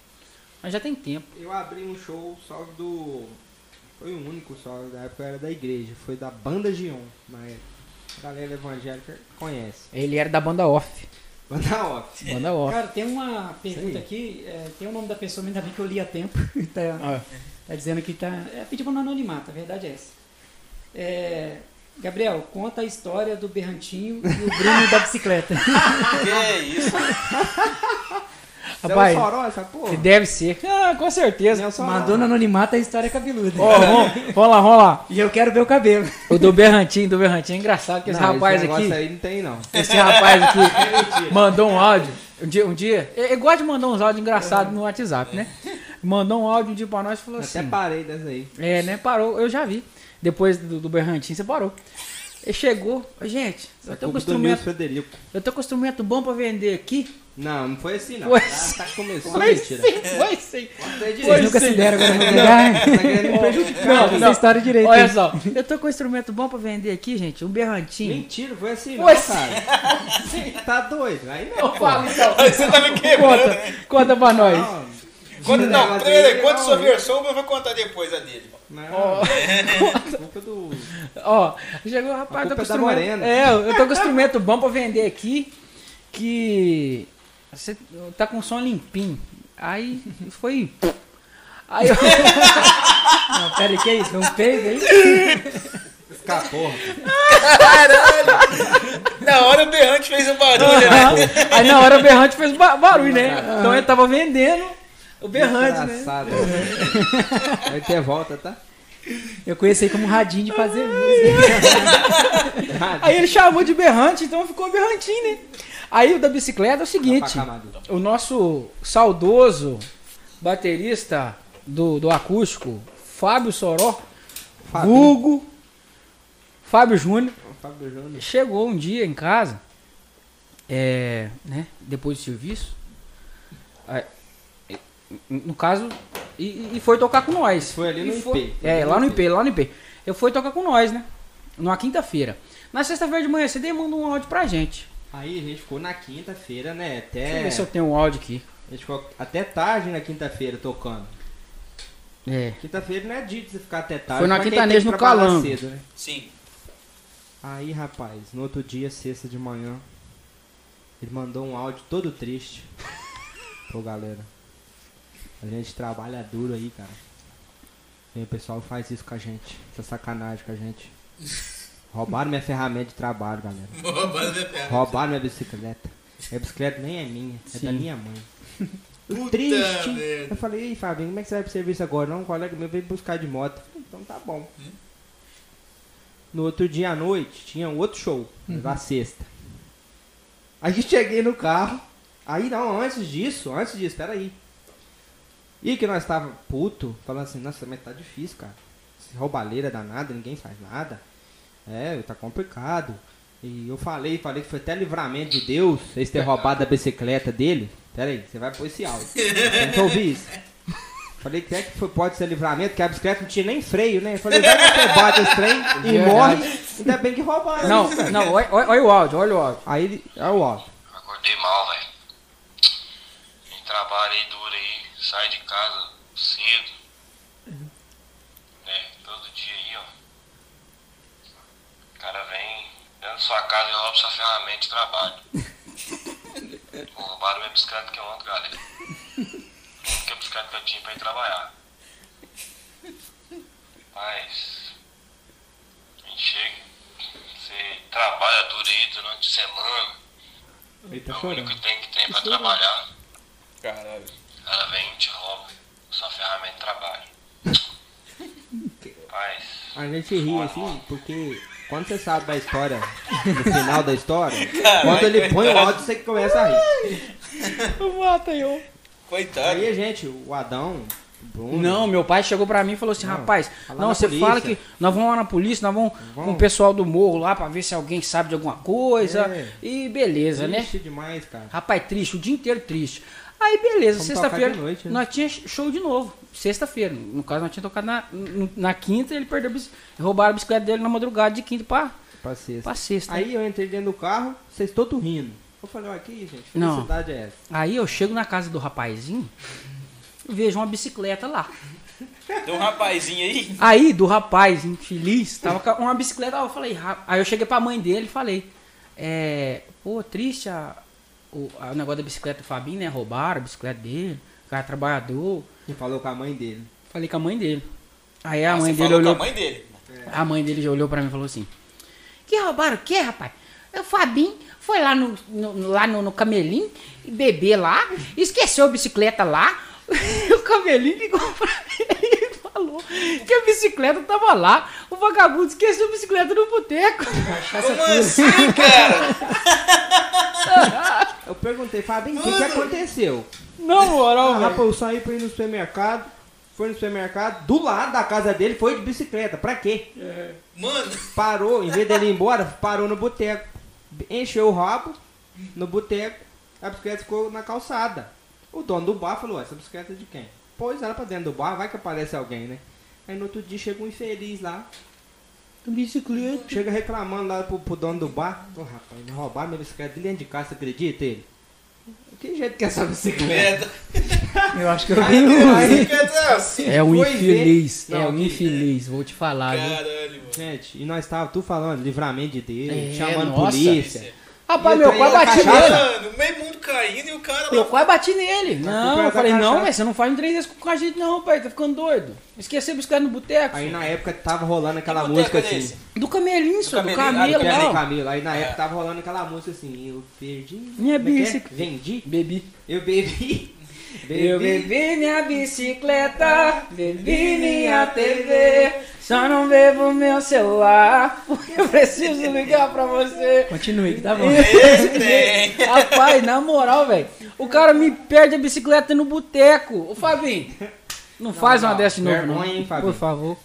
S4: Mas já tem tempo.
S3: Eu abri um show só do. Foi o único só, da época era da igreja. Foi da Banda Gion, na época. A galera evangélica conhece.
S4: Ele era da banda off.
S3: Banda off.
S4: Banda off.
S2: Cara, tem uma pergunta
S3: Sei.
S2: aqui, é, tem o nome da pessoa, mas ainda bem que eu li a tempo. tá,
S4: Ah.
S2: tá dizendo que tá. É, pediu pra não anonimato, a verdade é essa. É, Gabriel, conta a história do Berrantinho e o Bruno da bicicleta.
S1: Que isso?
S3: Você é
S4: Rapaz,
S3: um soró, essa porra?
S4: Que deve ser. Ah, com certeza.
S3: Não, só-
S2: Mandou no anonimato a história cabeluda.
S4: Ó, vamos, vamos lá, vamos lá.
S2: E eu quero ver o cabelo.
S4: O do Berrantinho, do Berrantinho é engraçado que esse
S3: Não,
S4: rapaz
S3: esse negócio
S4: aqui.
S3: aí não tem, não.
S4: Esse rapaz aqui mandou um áudio. Um dia, um dia. Eu, eu gosto de mandar uns áudios engraçados no WhatsApp, né? mandou um áudio um dia pra nós e falou assim.
S3: É. Até parei dessa aí.
S4: É, né? Parou, eu já vi. Depois do, do Berrantinho, você parou. Ele chegou, "Ô, gente, eu tenho, um
S3: É Culpa do Nilson
S4: instrumento,
S3: Frederico.
S4: eu tenho um instrumento bom pra vender aqui.
S3: Não, não foi assim não.
S4: Foi
S3: Tá-
S4: sim.
S3: Tá começando
S4: Foi assim.
S3: mentira.
S4: sim, foi sim.
S3: Corta aí
S4: Foi
S2: Vocês
S3: direito.
S2: nunca se
S4: sim.
S2: deram agora. Não,
S3: Tá querendo me prejudicar.
S4: Não,
S2: não,
S4: não.
S2: história direito.
S4: Olha
S2: hein?
S4: só, eu tô com um instrumento bom pra vender aqui, gente, um berrantinho.
S3: Mentira, foi assim
S4: Foi
S3: não, cara. Tá doido? Aí não,
S4: Eu
S3: pô.
S4: falo então.
S5: Você tá me quebrando. né?
S4: Conta, conta pra nós.
S3: Não,
S5: Conta,
S3: esse
S5: não,
S3: negócio aí
S5: peraí,
S3: é
S5: conta sua
S3: legal,
S5: versão, eu vou contar depois a dele. mano.
S3: Não,
S4: Ó.
S3: culpa do...
S4: Ó, chegou o rapaz,
S3: A culpa é
S4: eu tô com
S3: da
S4: instrumento-
S3: morena.
S4: É, eu tô com um instrumento bom pra vender aqui. Que. Você tá com som limpinho. Aí foi. Aí eu.
S2: Não, pera aí,
S4: é
S2: que isso? Não peido aí?
S3: Escapou.
S5: Na hora o Berrante fez um barulho, né?
S4: Aí na hora o Berrante fez ba- barulho, né? Então ele tava vendendo o Berrante, né?
S3: Engraçado. Vai ter volta, tá?
S2: Eu conheci como um radinho de fazer música.
S4: Aí ele chamou de Berrante, então ficou Berrantinho, né? Aí o da bicicleta é o seguinte.
S3: Apacamado.
S4: O nosso saudoso baterista do, do acústico, Fábio Soró,
S3: Fábio.
S4: Hugo, Fábio Júnior,
S3: Fábio Júnior.
S4: chegou um dia em casa, é, né, depois do serviço, aí, no caso, e, e foi tocar com nós.
S3: Foi ali
S4: E
S3: no
S4: foi-
S3: IP.
S4: É, lá no IP, lá no IP. Eu fui tocar com nós, né? Numa quinta-feira. Na sexta-feira de manhã, você daí manda um áudio pra gente.
S3: Aí a gente ficou na quinta-feira, né?
S4: Deixa eu
S3: Até...
S4: ver se eu tenho um áudio aqui.
S3: A gente ficou até tarde na quinta-feira tocando.
S4: É.
S3: Quinta-feira não é dia de você ficar até tarde.
S4: Foi na
S3: pra quem
S4: quintaneja
S3: tem
S4: no
S3: que trabalhar
S4: Calango.
S3: cedo, né?
S5: Sim.
S3: Aí, rapaz, no outro dia, sexta de manhã, ele mandou um áudio todo triste. Pô, galera, a gente trabalha duro aí, cara. E o pessoal faz isso com a gente, essa sacanagem com a gente. Roubaram minha ferramenta de trabalho, galera. Roubaram minha bicicleta. Minha bicicleta nem é minha, é da minha mãe.
S5: Puta
S3: Triste.
S5: merda.
S3: Eu falei, ei, Fabinho, como é que você vai pro serviço agora? Não, um colega meu veio buscar de moto. Eu falei, então tá bom.
S5: É.
S3: No outro dia à noite, tinha um outro show,
S5: Uhum.
S3: na sexta. Aí cheguei no carro. Aí não, antes disso, antes disso, peraí. E que nós tava puto, falando assim, nossa, mas tá difícil, cara. Esse roubalheira danada, ninguém faz nada. É, tá complicado. E eu falei, falei que foi até livramento de Deus, vocês ter roubado a bicicleta dele. Peraí, você vai pôr esse áudio. Tem que ouvir isso. Falei que é que foi- pode ser livramento, que a bicicleta não tinha nem freio, né? Falei, vai que você bate esse trem e
S4: Verdade.
S3: morre, ainda bem que roubaram.
S4: Não,
S3: né, velho?
S4: não, olha, olha- olha o áudio, olha o áudio.
S3: Aí ele. Olha o áudio.
S7: Acordei mal, velho. Vim trabalho aí duro aí, saio de casa cedo. É, todo dia aí, ó. O cara vem dentro da sua casa e rouba sua ferramenta de trabalho. Pô, roubaram minha bicicleta que eu ando, galera. Porque a bicicleta que eu tinha pra ir trabalhar. Mas. A gente chega. Você trabalha duro aí durante a semana.
S3: Ele tá
S7: É o
S3: chorando.
S7: único tem que tem pra trabalhar.
S5: Caralho.
S7: Ela vem e te rouba sua ferramenta de trabalho. Paz.
S3: A gente ri assim, porque quando você sabe da história, no final da história, quando ele põe o áudio, você começa a rir.
S4: Mata eu.
S5: Coitado.
S3: Aí a gente, o Adão, o Bruno.
S4: Não, meu pai chegou pra mim e falou assim,
S3: Não,
S4: rapaz,
S3: fala
S4: não,
S3: na
S4: você
S3: polícia.
S4: fala que nós vamos lá na polícia, nós vamos, com o
S3: Vamos.
S4: pessoal do morro lá pra ver se alguém sabe de alguma coisa.
S3: É.
S4: E beleza, né?
S3: Triste demais, cara.
S4: Rapaz, triste, o dia inteiro triste. Aí beleza,
S3: Vamos
S4: sexta-feira
S3: tocar de noite, né?
S4: nós tinha show de novo. Sexta-feira, no caso nós tinha tocado na, n- na quinta, ele perdeu, a bici- roubaram a bicicleta dele na madrugada de quinta pra,
S3: Pra sexta.
S4: pra sexta. né? Aí,
S3: Aí eu entrei dentro do carro, vocês todos rindo. Eu falei, ó, que isso, gente,
S4: Não.
S3: felicidade é essa?
S4: eu chego na casa do rapazinho, vejo uma bicicleta lá.
S1: Tem um rapazinho aí.
S4: Aí, do rapaz infeliz, tava com uma bicicleta, eu falei, "Ra-" aí eu cheguei pra mãe dele e falei, é, pô, triste a, o, a- o negócio da bicicleta do Fabinho, né, roubaram a bicicleta dele, o cara é trabalhador,
S3: E falou com a mãe dele.
S4: falei com a mãe dele. Aí a
S1: Ah, você
S4: mãe dele
S1: falou
S4: olhou,
S1: com a mãe dele.
S4: a mãe dele já olhou pra mim e falou assim, que roubaram o que, rapaz? O Fabinho foi lá no, no- lá no, no camelim, beber lá, esqueceu a bicicleta lá, o camelim ligou pra ele e falou que a bicicleta tava lá, o vagabundo esqueceu a bicicleta no boteco.
S5: Como assim, cara?
S3: Eu perguntei, Fabinho, o que, que aconteceu?
S4: Não, moral,
S3: Ah,
S4: velho.
S3: rapaz, eu saí pra ir no supermercado. Foi no supermercado, do lado da casa dele, foi de bicicleta. Pra quê?
S5: Mano,
S3: Parou, em vez dele ir embora, parou no boteco. Encheu o rabo no boteco, a bicicleta ficou na calçada. O dono do bar falou, "Ó, essa bicicleta é de quem? Pôs ela pra dentro do bar, vai que aparece alguém, né? Aí no outro dia chega um infeliz lá,
S4: Bicicleta.
S3: Chega reclamando lá pro, pro dono do bar. Pô, rapaz, me roubaram minha bicicleta dentro de casa, você acredita ele? Que jeito que é essa bicicleta?
S2: Eu acho que eu
S5: aí tem
S2: vi.
S5: bicicleta assim.
S4: É um
S3: Pois é.
S4: infeliz, é
S3: Não,
S4: um
S3: que-
S4: infeliz, vou te falar, viu?
S5: Caralho, mano.
S3: Gente, e nós tava tu falando, livramento de Deus,
S4: É,
S3: chamando
S4: nossa. é
S3: polícia.
S4: Rapaz,
S3: E
S4: meu
S3: eu
S4: pai
S3: traía a
S4: bati
S3: cachaça.
S4: nele.
S5: Mano, meio mundo caindo e o cara
S4: Meu
S5: lá.
S4: pai bati é nele. Não,
S3: era
S4: eu
S3: da
S4: falei, não,
S3: cachaça.
S4: velho, você não faz um trem desse com a gente não, pai, tá ficando doido. Esqueceu a bicicleta no boteco.
S3: Aí
S4: filho.
S3: na época tava rolando aquela
S1: Que
S3: música
S1: boteco é
S3: assim.
S4: Do camelinho, senhor, do
S1: camelinho, ah, do
S4: camelo,
S3: Pera aí,
S4: lá. ó.
S3: Camilo. é Aí na época tava rolando aquela música assim, eu perdi.
S4: Minha
S3: como é que é?
S4: bicicleta.
S3: Vendi?
S4: Bebi.
S3: Eu bebi. Bebi.
S4: Eu bebi minha bicicleta, bebi minha TV, só não bebo meu celular, porque eu preciso ligar pra você.
S2: Continue, que tá
S4: É.
S2: bom.
S4: Rapaz, na moral, velho, o cara me perde a bicicleta no boteco. Ô, Fabinho, não, faz uma
S3: não,
S4: dessa de novo,
S3: vergonha,
S4: não.
S3: hein, Fabinho.
S4: Por favor.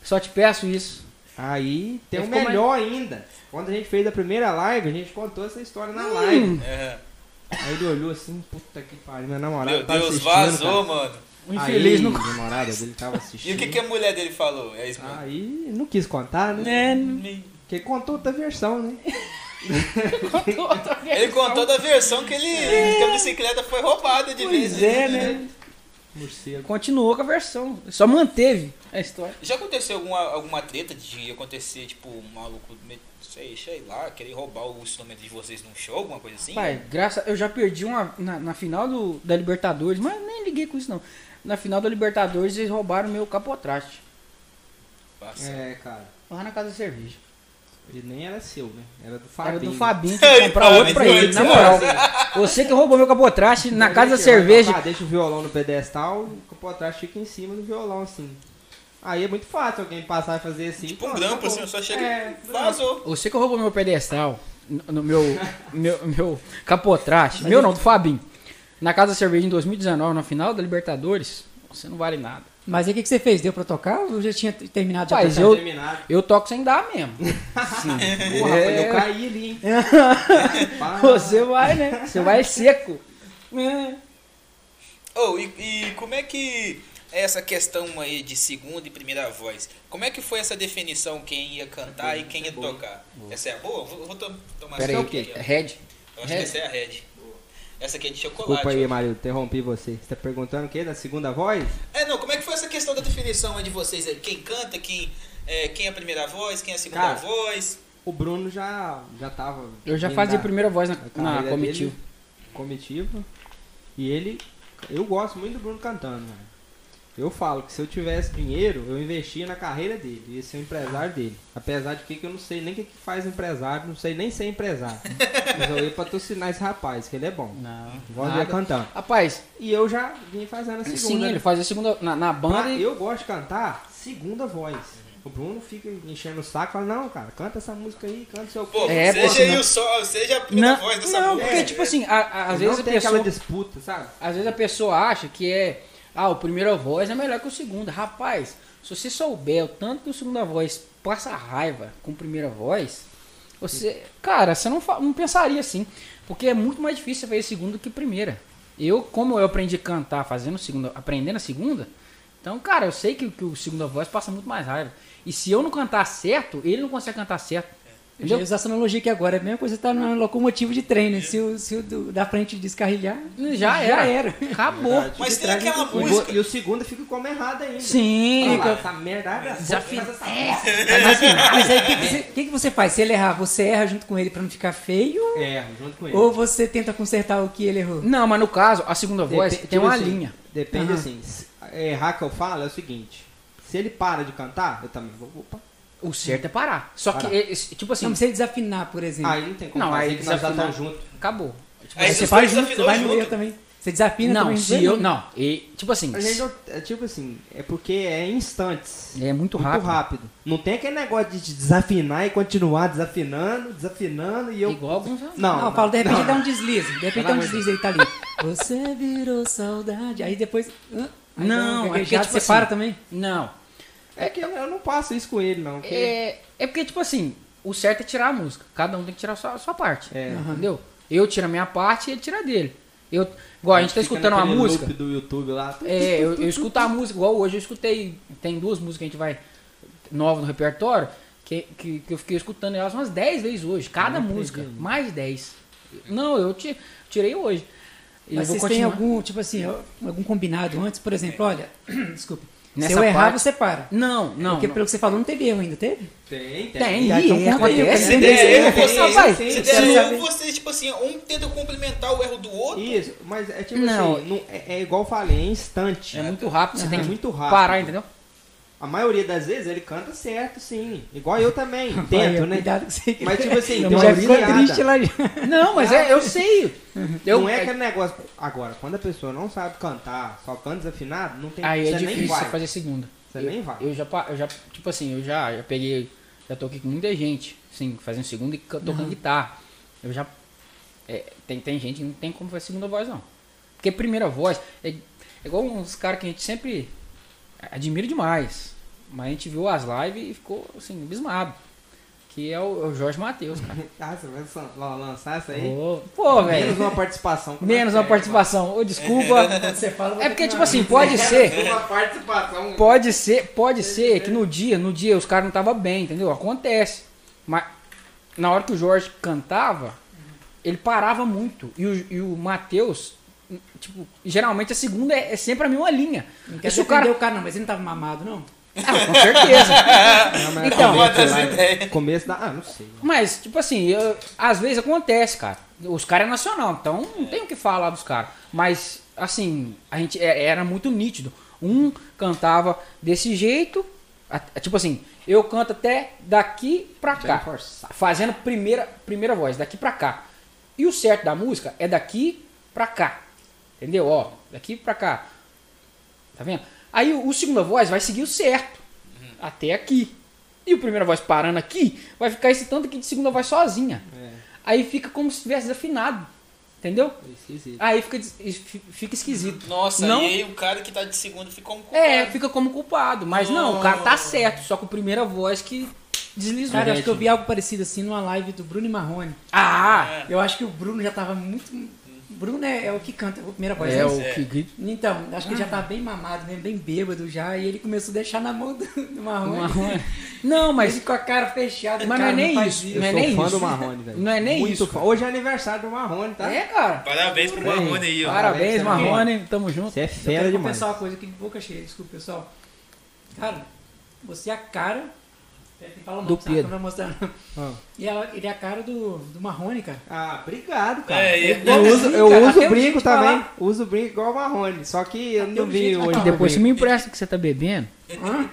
S4: Só te peço isso.
S3: Aí tem
S4: Ele
S3: o
S4: ficou mais-
S3: melhor ainda. Quando a gente fez a primeira live, a gente contou essa história na live.
S4: Hum.
S5: É.
S3: Aí ele olhou assim, puta que pariu, minha namorada
S1: Meu
S3: tá
S1: Deus,
S3: assistindo,
S1: vazou,
S3: cara.
S1: mano.
S4: O
S3: aí,
S4: infeliz não.
S3: A namorada dele tava assistindo.
S1: E o que, que a mulher dele falou? É isso, mano.
S3: Aí não quis contar, né?
S4: É,
S3: Porque contou outra versão, né?
S4: contou outra vez.
S1: Ele contou da versão que ele que a bicicleta foi roubada de
S4: É. Pois
S1: vez.
S4: é, né?
S3: Morcego.
S4: Continuou com a versão. Só manteve a história.
S1: Já aconteceu alguma, alguma treta de acontecer, tipo, um maluco, me- sei, sei lá, querer roubar o instrumento de vocês num show, alguma coisa assim?
S4: Pai, graça, eu já perdi uma na, na final do, da Libertadores, mas nem liguei com isso não. Na final da Libertadores eles roubaram meu capotraste
S1: Passa.
S3: É, cara.
S4: lá na casa da cerveja.
S3: Ele nem era seu, né? Era do Fabinho.
S4: Era do Fabinho que ia comprar outro pra ele, na moral. Você que roubou meu capotraste na
S3: Ele
S4: casa da
S3: chegou lá,
S4: cerveja.
S3: "Ah, deixa o violão no pedestal, o capô atrás fica em cima do violão, assim. Aí é muito fácil alguém passar e fazer assim.
S5: Tipo um
S3: pronto,
S5: grampo,
S3: acabou.
S5: assim, só chega
S3: É,
S5: e vazou.
S4: Você que roubou meu pedestal, no no meu, meu, meu capotraste, meu não, do Fabinho. Na casa da cerveja em 2019, na final da Libertadores, você não vale nada.
S2: Mas aí o que, que você fez? Deu pra tocar ou já tinha terminado de
S4: Rapaz,
S2: tocar?
S4: eu-
S3: Terminado.
S4: Eu toco sem dar mesmo.
S5: É.
S3: Porra, rapaz, eu caí ali, hein? Pá.
S4: É. Você vai, né? Você vai seco. É.
S1: Oh, e, e como é que é essa questão aí de segunda e primeira voz? Como é que foi essa definição quem ia cantar e quem ia tocar? Essa é a boa? Vou, vou to- tomar
S4: Pera
S5: é
S1: essa
S4: aí, é
S1: aqui, ó.
S4: Red.
S1: Eu acho que essa é a Red. Essa aqui é de chocolate.
S3: Desculpa aí,
S1: ó.
S3: Mário, interrompi você. Você tá perguntando o quê? Da segunda voz?
S1: É, não, como é que foi essa questão da definição aí de vocês? aí? Quem canta, quem é, quem é a primeira voz, quem é a segunda
S3: Cara.
S1: voz?
S3: O Bruno já, já tava.
S4: Eu já
S3: vindo
S4: fazia a
S3: da-
S4: primeira voz na,
S3: da
S4: na
S3: carreira dele,
S4: comitiva.
S3: comitiva. E ele. Eu gosto muito do Bruno cantando, velho. Eu falo que se eu tivesse dinheiro, eu investia na carreira dele, ia ser o empresário dele. Apesar de que que eu não sei nem o que, que faz empresário, não sei nem ser empresário. Mas eu ia patrocinar esse rapaz, que ele é bom.
S4: Não.
S3: Gosto dele cantando.
S4: Rapaz,
S3: E eu já vim fazendo a segunda.
S4: sim,
S3: né?
S4: ele é fazia a segunda na, na banda
S3: Ah,
S4: e.
S3: eu gosto de cantar segunda voz. O Bruno fica enchendo o saco, fala, não, cara, canta essa música aí, canta seu
S5: Pô,
S4: É, pô,
S5: seja aí
S4: não.
S5: o sol, seja a primeira
S4: Não,
S5: voz dessa
S4: não
S5: música.
S4: porque, tipo assim, a- a- às
S3: não
S4: vezes a
S3: tem
S4: pessoa.
S3: aquela disputa, sabe?
S4: Às vezes a pessoa acha que é. Ah, o primeira voz é melhor que o segunda. Rapaz, se você souber o tanto que o segunda voz passa raiva com a primeira voz, você. Cara, você não, fa- não pensaria assim. Porque é muito mais difícil você fazer segunda que primeira. Eu, como eu aprendi a cantar fazendo segunda, aprendendo a segunda, então, cara, eu sei que, que o segunda voz passa muito mais raiva. E se eu não cantar certo, ele não consegue cantar certo.
S3: É,
S2: Eu já ia
S4: Entendeu?
S2: usar essa analogia aqui agora. É a mesma coisa que você tá numa locomotiva de trem, né? Se o, se o do- da frente descarrilhar,
S4: Já
S3: é
S4: era.
S2: Já
S3: assim.
S2: era.
S4: Acabou.
S1: Mas tem
S3: Traz
S1: aquela
S3: o- o-
S1: música.
S3: E o segundo fica como errado ainda.
S4: Sim.
S3: Olha lá, essa merda era boa,
S4: Desafio.
S3: mas essa-
S4: É.
S2: Mas, assim, mas aí o que, que você- que que você faz? Se ele errar, você erra junto com ele pra não ficar feio?
S3: É, junto com ele.
S2: Ou você tenta consertar o que ele errou?
S4: Não, mas no caso, a segunda voz
S3: Depen-
S4: tem
S3: tipo
S4: uma
S3: assim,
S4: linha.
S3: Depende
S2: Aham.
S3: assim. se- Errar que eu falo é o seguinte. Se ele para de cantar, eu também vou. Opa.
S4: O certo é parar. Só que,
S3: Parar.
S4: é, é, tipo assim,
S2: Não, se ele desafinar, por exemplo.
S3: Aí não tem como
S4: Não,
S3: fazer,
S4: aí
S3: que nós já
S4: desafinar.
S3: estamos juntos.
S4: acabou. Tipo,
S3: é
S4: assim,
S2: Aí
S5: Aí
S2: você
S5: vocês
S2: vai
S5: dois
S2: junto, você vai no
S5: desafinou
S2: erro
S5: junto.
S2: também. Você desafina
S4: não, é
S2: também.
S4: se eu. Não, e, tipo assim,
S3: A gente não- é tipo assim, é porque é instantes.
S4: é
S3: Muito
S4: muito rápido.
S3: rápido. Não tem aquele negócio de te desafinar e continuar desafinando, desafinando e eu.
S4: Igual alguns.
S3: Não,
S2: Não, eu falo, de repente
S3: não.
S2: dá um deslize. De repente
S3: Pelo
S2: dá um
S3: amor de
S2: deslize, ele tá ali. Você virou saudade. Aí depois. hã? Aí
S4: Não,
S2: dá um uma
S4: é porque,
S2: gaguejada,
S4: tipo
S2: você
S4: assim,
S2: para também?
S4: Não.
S3: É que eu, eu não passo isso com ele, não. porque-
S4: É, é porque, tipo assim, o certo é tirar a música. Cada um tem que tirar a sua, a sua parte.
S3: É.
S4: Entendeu? Eu tiro a minha parte e ele tira a dele. Eu, igual, a gente tá
S3: fica
S4: escutando uma
S3: naquele loop
S4: música.
S3: do YouTube lá.
S4: É, eu, eu escuto a música, igual hoje eu escutei, tem duas músicas que a gente vai, nova no repertório, que, que, que eu fiquei escutando elas umas 10 vezes hoje, cada música, mais de 10. Não, eu ti- tirei hoje. E
S2: Mas
S4: vou
S2: vocês têm
S4: continuar.
S2: algum, tipo assim, algum combinado antes? Por exemplo, olha, desculpa.
S4: Nessa
S2: se eu errar,
S4: parte-
S2: você para.
S4: Não, não.
S2: Porque
S4: não.
S2: pelo que você falou, não teve erro ainda, teve?
S3: Tem, um
S4: Tem,
S2: Ah,
S4: e
S2: então conta aí,
S1: É,
S2: eu quero
S4: acontece. acontece.
S5: entender.
S4: Pô,
S5: Tem,
S4: é, rapaz,
S3: tem,
S5: Se
S3: Sim,
S5: der
S2: sim.
S5: um, vocês, tipo assim, um tenta complementar o erro do outro.
S3: Isso, mas é tipo
S4: Não.
S3: assim, não, é, é igual eu falei, é instante.
S4: É muito rápido, você
S3: Aham.
S4: tem que
S3: Muito rápido.
S4: parar, entendeu?
S3: A maioria das vezes ele canta certo, sim. Igual eu também, tento,
S2: Olha,
S3: né?
S2: Cuidado que você
S3: Mas tipo assim,
S2: Eu
S3: tem
S2: já
S3: uma
S2: ficou
S3: piada.
S2: triste lá já.
S4: Não, mas é, eu sei. Eu,
S3: não é aquele negócio. Agora, quando a pessoa não sabe cantar, só canta desafinado, não tem
S4: Aí
S3: você
S4: é
S3: nem
S4: difícil
S3: vai.
S4: você fazer segunda.
S3: Você
S4: eu,
S3: nem vai.
S4: Eu já, pa- eu já, tipo assim, eu já, já peguei, já toquei com muita gente, assim, fazendo segunda e can- tocando guitarra. Eu já. é, tem, tem gente que não tem como fazer segunda voz, não. Porque primeira voz é, é igual uns caras que a gente sempre admira demais. Mas a gente viu as lives e ficou, assim, abismado. Que é o, é o Jorge Matheus, cara.
S3: Ah, você vai san- lan- lançar isso aí?
S4: Ô, pô,
S3: Menos
S4: velho.
S3: uma participação.
S4: Menos uma participação. Ô, desculpa.
S2: Você fala,
S4: É porque, tipo assim, pode ser.
S3: Uma participação.
S4: Pode ser, pode ser que no dia, no dia os caras não estavam bem, entendeu? Acontece. Mas na hora que o Jorge cantava, ele parava muito. E o, e o Matheus, tipo, geralmente a segunda é, é sempre a mesma linha.
S2: não quer
S4: Isso
S2: defender
S4: o cara.
S2: o cara, não, mas ele não tava mamado, não?
S4: Ah, com certeza.
S3: É
S4: Então,
S3: começo da. Ah, não sei.
S4: Mas, tipo assim, eu- às vezes acontece, cara. Os caras é nacional, então não tem o que falar dos caras. Mas, assim, a gente é- era muito nítido. Um cantava desse jeito, a- a- tipo assim, eu canto até daqui pra
S3: Bem
S4: cá.
S3: forçado.
S4: Fazendo primeira, primeira voz, daqui pra cá. E o certo da música é daqui pra cá. Entendeu? Ó, daqui pra cá. Tá vendo? Aí o, o segunda voz vai seguir o certo. Até aqui. E o primeira voz parando aqui, vai ficar esse tanto aqui de segunda voz sozinha. Aí fica como se estivesse desafinado. Entendeu?
S3: É.
S4: Aí fica, des- es- fi- fica esquisito.
S1: Nossa,
S4: Não-
S1: e aí o cara que tá de segunda ficou um culpado.
S4: É, fica como culpado. Mas não, o cara tá certo, só com a primeira voz que deslizou.
S2: Cara, eu acho que eu vi algo parecido assim numa live do Bruno e Marrone.
S4: Ah!
S2: Eu acho que o Bruno já tava muito. Bruno é, é o que canta, a primeira voz.
S4: É,
S2: né?
S4: o que tá
S2: Então, acho que
S4: Ah.
S2: ele já tava bem mamado
S4: né?
S2: mesmo, bem bêbado já, e ele começou a deixar na mão do, do Marrone.
S4: Marrone. Não, mas,
S2: Ele com a cara fechada.
S4: mas não é
S2: cara,
S4: nem
S2: faz
S4: isso.
S3: Eu
S4: Não é
S3: sou
S4: nem
S3: fã
S4: isso.
S3: do Marrone, velho.
S4: Não é nem
S3: Muito
S4: isso.
S3: fã. Hoje é aniversário do Marrone, tá?
S4: É, cara.
S5: Parabéns pro Marrone aí, ó.
S4: Parabéns,
S3: Parabéns,
S4: Marrone. Tamo junto.
S3: Você é
S2: Eu
S3: fera
S2: quero
S3: demais.
S2: confessar uma coisa aqui de boca cheia, desculpa, pessoal. Cara, você é a cara. é, Tem que falar o nome,
S4: Do
S2: sabe?
S4: Pedro.
S2: Não vai mostrar, não.
S3: Ah.
S2: E ela- ele é a cara do, do Marrone, cara.
S3: Ah, obrigado, cara.
S5: É,
S3: eu,
S5: ele-
S3: eu uso, eu
S2: Cara,
S3: uso
S2: até
S3: o
S2: o
S3: brinco
S2: jeito de
S3: também.
S2: falar.
S3: Uso o brinco igual o Marrone. Só que eu
S2: Até
S3: não
S2: o
S3: vi
S2: jeito de
S3: hoje.
S2: falar.
S4: Depois você me empresta o que você tá bebendo.
S2: Hã?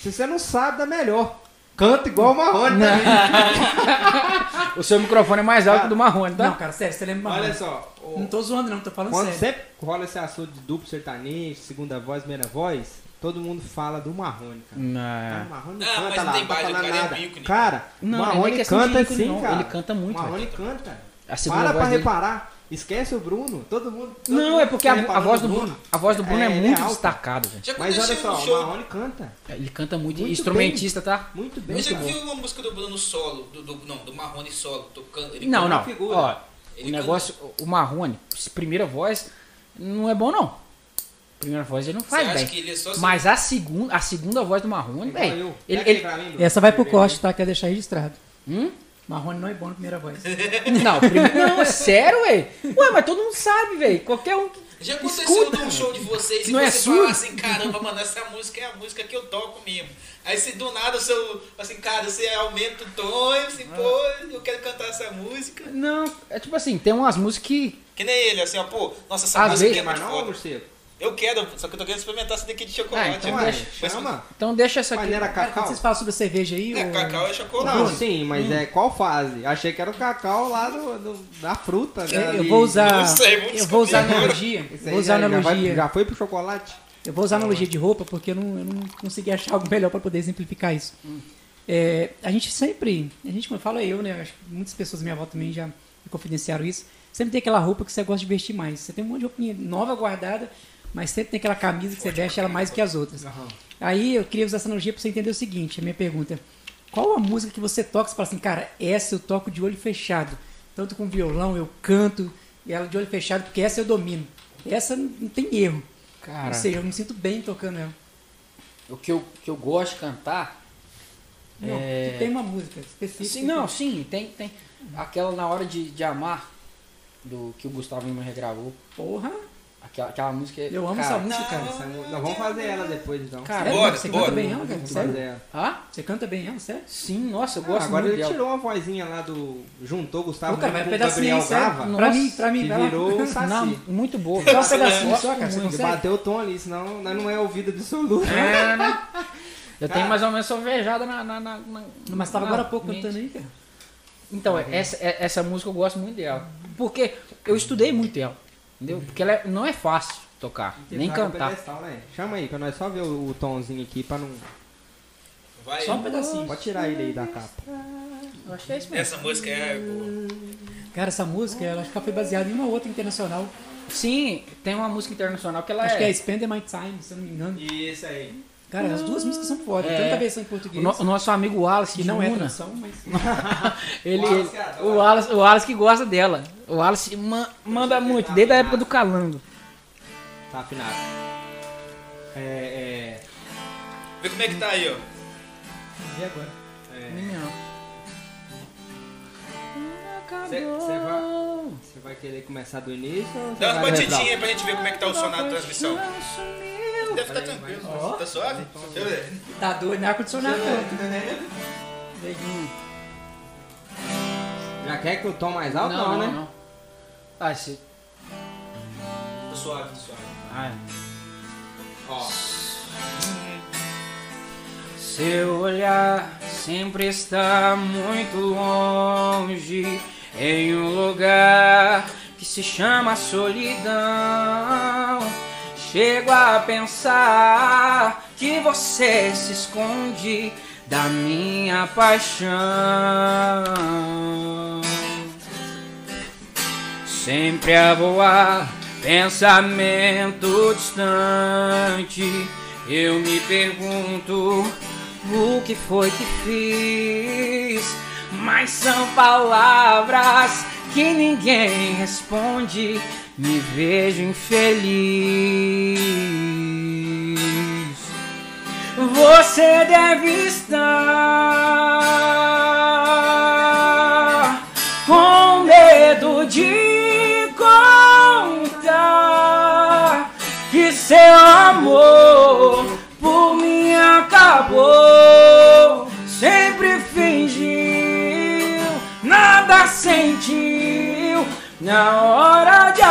S3: Se você não sabe, dá melhor. Canta igual o Marrone também.
S4: O seu microfone é mais alto que o do Marrone,
S2: Não,
S4: tá?
S2: cara, sério, você lembra do Marrone.
S3: Olha só. o-
S2: Não tô zoando, não, tô falando
S3: Quando
S2: sério.
S3: sempre rola esse assunto de duplo sertanejo, segunda voz, primeira voz, todo mundo fala do Marrone, cara. Ah,
S4: Não.
S3: Marrone
S1: Ah, mas
S3: canta
S1: não
S3: lá,
S1: tem
S3: não tá
S1: base, o
S3: falando
S1: cara é
S3: nada.
S1: ícone.
S3: Cara,
S4: É. Não, não é
S3: Marrone
S4: questão de
S3: canta
S4: ícone,
S3: sim,
S4: não.
S3: cara.
S4: Ele canta muito,
S3: Marrone canta.
S4: A segunda
S3: Para
S4: voz
S3: pra
S4: dele-
S3: reparar. Esquece o Bruno. Todo mundo. todo
S4: Não,
S3: mundo
S4: é porque a,
S3: fica
S4: a voz do
S3: reparando no
S4: Bruno, a voz do Bruno é,
S3: É, ele é
S4: muito
S3: alto.
S4: destacada, velho.
S1: Já
S3: Mas
S1: aconteceu
S3: olha
S1: no
S3: só, o
S1: show.
S3: Marrone canta.
S4: Ele canta muito,
S3: Muito
S4: instrumentista, tá?
S3: Muito bem,
S1: Eu já
S3: cara.
S1: vi uma música do Bruno solo, do, do- não, do Marrone solo, tocando. Ele
S4: Não,
S1: canta-
S4: não.
S3: figura.
S4: Ó, o
S1: Ele
S4: negócio, o Marrone, primeira voz, não é bom não. Primeira voz ele não
S1: Você
S4: faz
S1: acha
S4: bem.
S1: que ele é só assim?
S4: Mas a segunda, a segunda voz do Marrone,
S3: Igual
S4: velho.
S3: eu.
S4: Ele,
S3: Pega
S4: ele-
S3: aí pra mim, Bruno.
S2: Essa vai pro corte, tá? Quero deixar registrado.
S4: Hum?
S2: Marrone não é bom na primeira voz.
S4: Não, prime- não, é sério, velho. Ué, mas todo mundo sabe, velho. Qualquer um que
S1: Já aconteceu
S4: escuta.
S1: num show de vocês e
S4: Não é
S1: você
S4: surdo?
S1: falar assim, caramba, mano, essa música é a música que eu toco mesmo. Aí se do nada o seu, assim, cara, você aumenta o tom, e assim, pô, eu quero cantar essa música.
S4: Não, é tipo assim, tem umas músicas que
S1: Que nem ele, assim, ó, pô, nossa, essa
S4: Às
S1: música
S4: vezes,
S1: é muito
S3: Mas não,
S1: foda.
S3: Morcego.
S1: Eu quero, só que eu tô querendo experimentar essa daqui de chocolate.
S4: Ah, então
S1: ó.
S3: Ué,
S1: Mas-
S3: é, chama.
S4: Então deixa essa aqui.
S3: Mas não era
S2: Cara, quando
S3: cacau?
S2: vocês falam sobre a cerveja aí,
S1: É,
S2: o-
S1: cacau é chocolate.
S3: Não, sim, mas é qual fase? Achei que era o cacau lá do, do- da fruta.
S2: eu,
S3: né,
S2: eu
S3: ali.
S2: vou usar.
S1: Não sei, vamos
S2: eu vou
S1: descobrir
S2: usar
S1: agora.
S2: analogia.
S3: Isso aí
S2: Vou usar
S3: já, já, vai,
S2: analogia.
S3: já foi pro chocolate?
S2: Eu vou usar analogia de roupa porque eu não, eu não consegui achar algo melhor para poder exemplificar isso. É, a gente sempre, a gente, quando fala eu, né? Acho que muitas pessoas à minha volta também já me confidenciaram isso. sempre tem aquela roupa que você gosta de vestir mais. Você tem um monte de roupinha nova guardada, mas sempre tem aquela camisa que você veste ela mais que as outras. Aí eu queria usar essa analogia para você entender o seguinte, a minha pergunta. Qual a música que você toca? Você fala assim, cara, essa eu toco de olho fechado. Tanto com violão, eu canto, e ela de olho fechado, porque essa eu domino. Essa não tem erro.
S4: Cara,
S2: Ou seja, eu me sinto bem tocando ela.
S4: o que eu, que eu gosto de cantar.
S2: Não,
S4: é...
S2: tu tem uma música específica.
S4: Sim, não, sim, tem, tem. Aquela na hora de, de amar, do que o Gustavo Lima regravou.
S2: Porra,
S4: Aquela, aquela música. é-
S2: eu amo
S4: cara,
S2: essa música, cara.
S3: Essa mu- Nós vamos fazer ela depois, então.
S4: Cara,
S2: Sério?
S5: Bora,
S2: você
S5: bora.
S2: canta bem ela, cara?
S3: Vamos
S2: Sério?
S3: fazer ela.
S4: Hã?
S2: Você canta bem ela, sério?
S4: Sim, nossa, eu
S3: Ah,
S4: gosto
S3: agora
S4: muito
S3: ele
S4: dela.
S3: tirou uma vozinha lá do. Juntou o Gustavo
S2: Ô, cara, vai
S3: com
S2: um
S3: o
S2: pedacinho
S3: Gabriel
S2: aí, sério.
S3: Gava.
S2: Pra
S4: Nossa,
S2: mim, pra mim,
S3: que
S2: vai lá.
S3: virou o Saci.
S4: Não, muito boa. é
S2: Só um
S4: assim,
S2: pedacinho só, cara, você
S4: Muito.
S3: Ele
S2: consegue?
S3: bateu o tom ali, senão nós não é ouvido absoluto.
S4: É, né? Eu tenho mais ou menos sovejada na, na, na, na.
S2: Mas tava
S4: na
S2: agora há pouco
S4: mente.
S2: cantando Tá aí, cara.
S4: Então, é, essa, é- essa música eu gosto muito dela. Porque eu estudei muito ela. Entendeu? Porque ela é- não é fácil tocar, nem
S3: Tá com o
S4: cantar.
S3: pedestal, né? Chama aí, pra nós só ver o, o tomzinho aqui pra não.
S5: Vai.
S2: Só um pedacinho.
S3: Pode tirar ele aí da capa.
S4: Eu acho que é isso mesmo.
S5: Essa música é boa.
S2: Cara, essa música, ela acho que ela foi baseada em uma outra internacional.
S4: Sim, tem uma música internacional que ela
S2: Acho
S4: é.
S2: que é Spend My Time, se eu não me engano.
S3: Isso aí.
S2: Cara, as duas músicas são foda.
S4: É.
S2: Tanto a versão em
S4: O,
S2: português,
S4: no- o nosso amigo Wallace
S2: que
S4: de
S2: não é
S4: Luna.
S2: tradução, mas...
S4: Ele,
S3: Wallace, é
S4: ele-
S3: cara,
S4: o, Wallace, o Wallace que gosta dela. O Wallace ma- manda muito, desde a época do Calando.
S3: Tá afinado. É, é.
S5: Vê como é que tá aí, ó.
S2: E agora?
S3: é.
S4: Não.
S3: Cê- cê vai- Você vai querer começar do início ou você
S5: Dá
S3: vai
S5: umas batidinhas pra gente ver como é que tá o som na transmissão. Deve tá
S3: Peraí,
S5: tranquilo.
S2: vai. Ó.
S5: Tá suave? Deixa eu ver.
S2: Tá doido, não é ar-condicionado. não.
S3: Já quer que o tom mais
S4: Não,
S3: alto?
S4: não,
S3: Não, né?
S4: não, não. Ah, esse.
S5: Tá suave, tá suave.
S4: Ah,
S3: Ó.
S4: Seu olhar sempre está muito longe, em um lugar que se chama solidão. Chego a pensar que você se esconde da minha paixão sempre a voar, pensamento distante. Eu me pergunto o que foi que fiz, mas são palavras que ninguém responde. Me vejo infeliz. Você deve estar com medo de contar que seu amor por mim acabou. Sempre fingiu, nada sentiu na hora de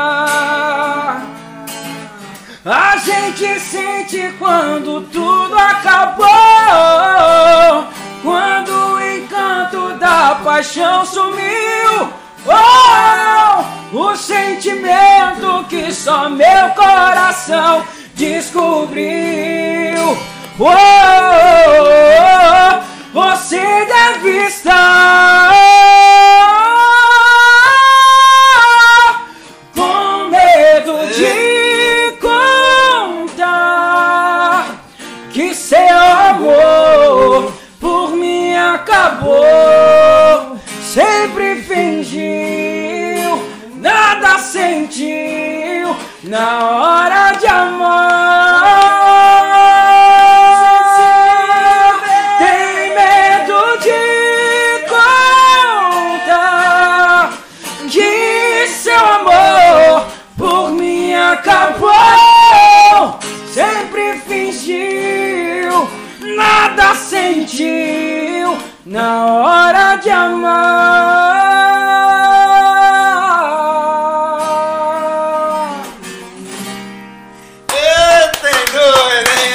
S4: amar. A gente sente quando tudo acabou. Quando o encanto da paixão sumiu. Oh, o sentimento que só meu coração descobriu. Oh, você deve estar com medo de contar que seu amor por mim acabou. Sempre fingiu, nada sentiu na hora de amar. Tem medo de contar que seu amor por mim acabou. Sempre fingiu, nada sentiu na hora de amar.
S5: Eita, doido, hein?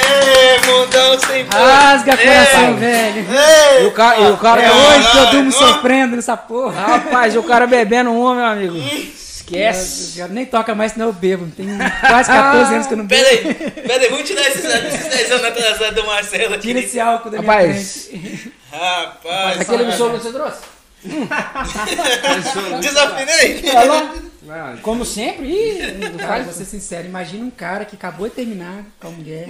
S5: Ê, Mundão sem
S2: Rasga coração,
S5: Ei.
S2: velho.
S5: Ei!
S4: E o, ca e o cara
S2: É hoje que eu durmo
S5: Não.
S2: sofrendo nessa porra.
S4: Rapaz, o cara bebendo um, meu amigo. Esquece.
S2: Yes. Nem toca mais, senão eu bebo. Tem quase 14 anos que eu não
S3: Ah,
S2: bebo.
S5: Pera aí, pera aí, vamos tirar esses, esses 10 anos atrasados do Marcelo aqui.
S2: Tira esse álcool da minha
S4: Rapaz,
S2: frente.
S1: Rapaz,
S4: Aquele absoluto você trouxe?
S1: desafinei.
S4: Olha lá.
S3: Não,
S4: Como sempre, ih, não
S2: Cara,
S4: faz
S2: vou ser sincero, imagina um cara que acabou de terminar com a mulher,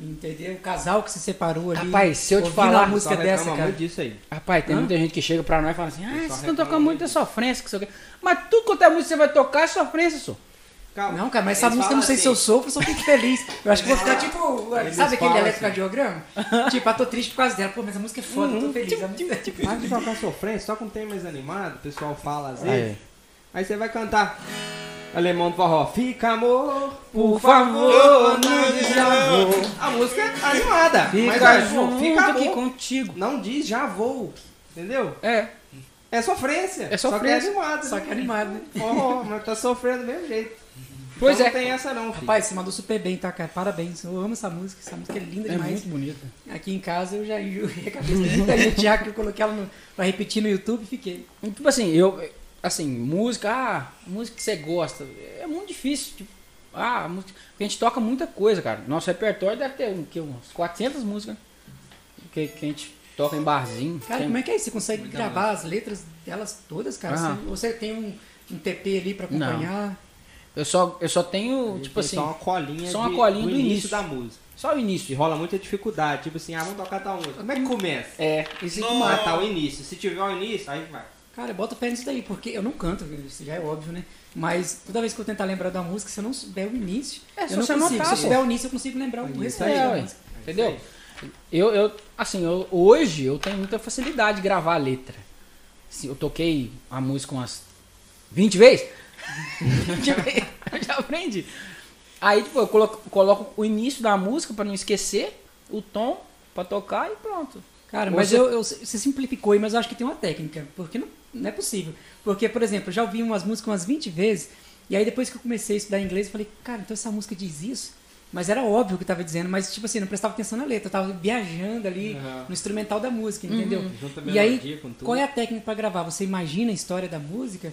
S2: entendeu? O casal que se separou ali.
S4: Rapaz, se eu te
S2: ouvindo
S4: falar-
S2: uma música
S3: só
S2: dessa,
S3: reclama
S2: cara.
S3: muito disso aí.
S4: Rapaz, tem
S2: Hã?
S4: muita gente que chega pra nós e fala assim, ah,
S3: Ele só
S4: vocês estão
S3: reclama
S4: tocando muito é sofrência, que isso aqui. Mas tudo quanto é música que você vai tocar é sofrência, só.
S3: Calma.
S2: Não, cara, mas essa
S3: Eles
S2: música eu não
S3: falam
S2: sei se eu
S3: assim,
S2: sofro, eu só fico feliz. Eu acho que vou ficar tipo,
S3: Eles
S2: sabe aquele
S3: falam assim.
S2: eletrocardiograma? Tipo, ah, tô triste por causa dela. Pô, mas a música é foda,
S3: Uhum.
S2: eu tô feliz.
S3: Tipo,
S2: a música- é
S3: Mas de tocar é sofrência, só com tem mais animado, o pessoal fala às vezes.
S4: Aí.
S3: Aí você vai cantar. Alemão do forró, fica amor, por
S4: Por favor,
S3: favor, não
S4: não
S3: desjavou. A música é animada, mas
S4: Fica
S3: aí,
S4: junto
S3: pô, fica
S4: aqui
S3: amor,
S4: contigo.
S3: não desjavou, entendeu?
S4: É,
S3: É sofrência,
S4: É
S3: só
S4: sofrência,
S3: que é animada.
S2: Só que é animado, né?
S3: Forró, mas tá sofrendo do mesmo jeito.
S4: Pois
S3: Então
S4: é.
S3: Não tem essa não, filho.
S2: Rapaz, você mandou super bem, tá, cara? Parabéns. Eu amo essa música, essa música é linda
S4: é
S2: demais.
S4: muito bonito.
S2: Aqui em casa eu já enjoei a cabeça de muita gente já que eu coloquei ela no, pra repetir no YouTube e fiquei.
S4: E, Tipo assim, eu. Assim, música, ah, música que você gosta. É muito difícil. Tipo, ah, música. Porque a gente toca muita coisa, cara. Nosso repertório deve ter um, que, umas 400 músicas. né? Que, que a gente toca em barzinho.
S2: Cara,
S4: Tem-
S2: como é que é isso? Você consegue gravar as letras delas todas, cara?
S4: Aham.
S2: Você, você tem um, um TP ali pra
S4: Não.
S2: acompanhar?
S4: eu, só, eu só tenho, tipo
S3: Tem
S4: assim,
S3: só uma colinha,
S4: só uma
S3: de-
S4: colinha
S3: do,
S4: do
S3: início,
S4: início.
S3: da música.
S4: só o
S3: E
S4: início.
S3: rola muita dificuldade, tipo assim, ah, vamos tocar tal música. Como é que começa?
S4: É, isso
S3: Tem que matar o início. Se tiver o início, aí vai.
S2: Cara, bota fé nisso daí, porque eu não canto, isso já é óbvio, né? Mas toda vez que eu tentar lembrar da música, se eu não souber o início,
S4: É,
S2: eu
S4: se
S2: não
S4: você
S2: consigo.
S4: anotar,
S2: se eu
S4: pô.
S2: souber o início, eu consigo lembrar o resto
S3: Tá né?
S4: É,
S2: da
S4: ué.
S2: música.
S4: Entendeu? Eu, eu assim, eu, hoje eu tenho muita facilidade de gravar a letra. Assim, eu toquei a música umas 20 vezes. 20 vezes. Eu já aprendi. Aí, tipo, eu coloco, coloco o início da música pra não esquecer, o tom pra tocar e pronto.
S2: Cara,
S4: Ou
S2: mas
S4: você-
S2: eu, eu- você simplificou aí, mas eu acho que tem uma técnica, porque não, não é possível. Porque, por exemplo, eu já ouvi umas músicas umas 20 vezes, e aí depois que eu comecei a estudar inglês, eu falei, cara, então essa música diz isso? Mas era óbvio o que eu tava dizendo, mas tipo assim, eu não prestava atenção na letra, eu tava viajando ali
S3: Aham.
S2: no instrumental da música, entendeu?
S4: Uhum.
S3: Junta
S2: E aí,
S3: melodia com tudo.
S2: qual é a técnica pra gravar? Você imagina a história da música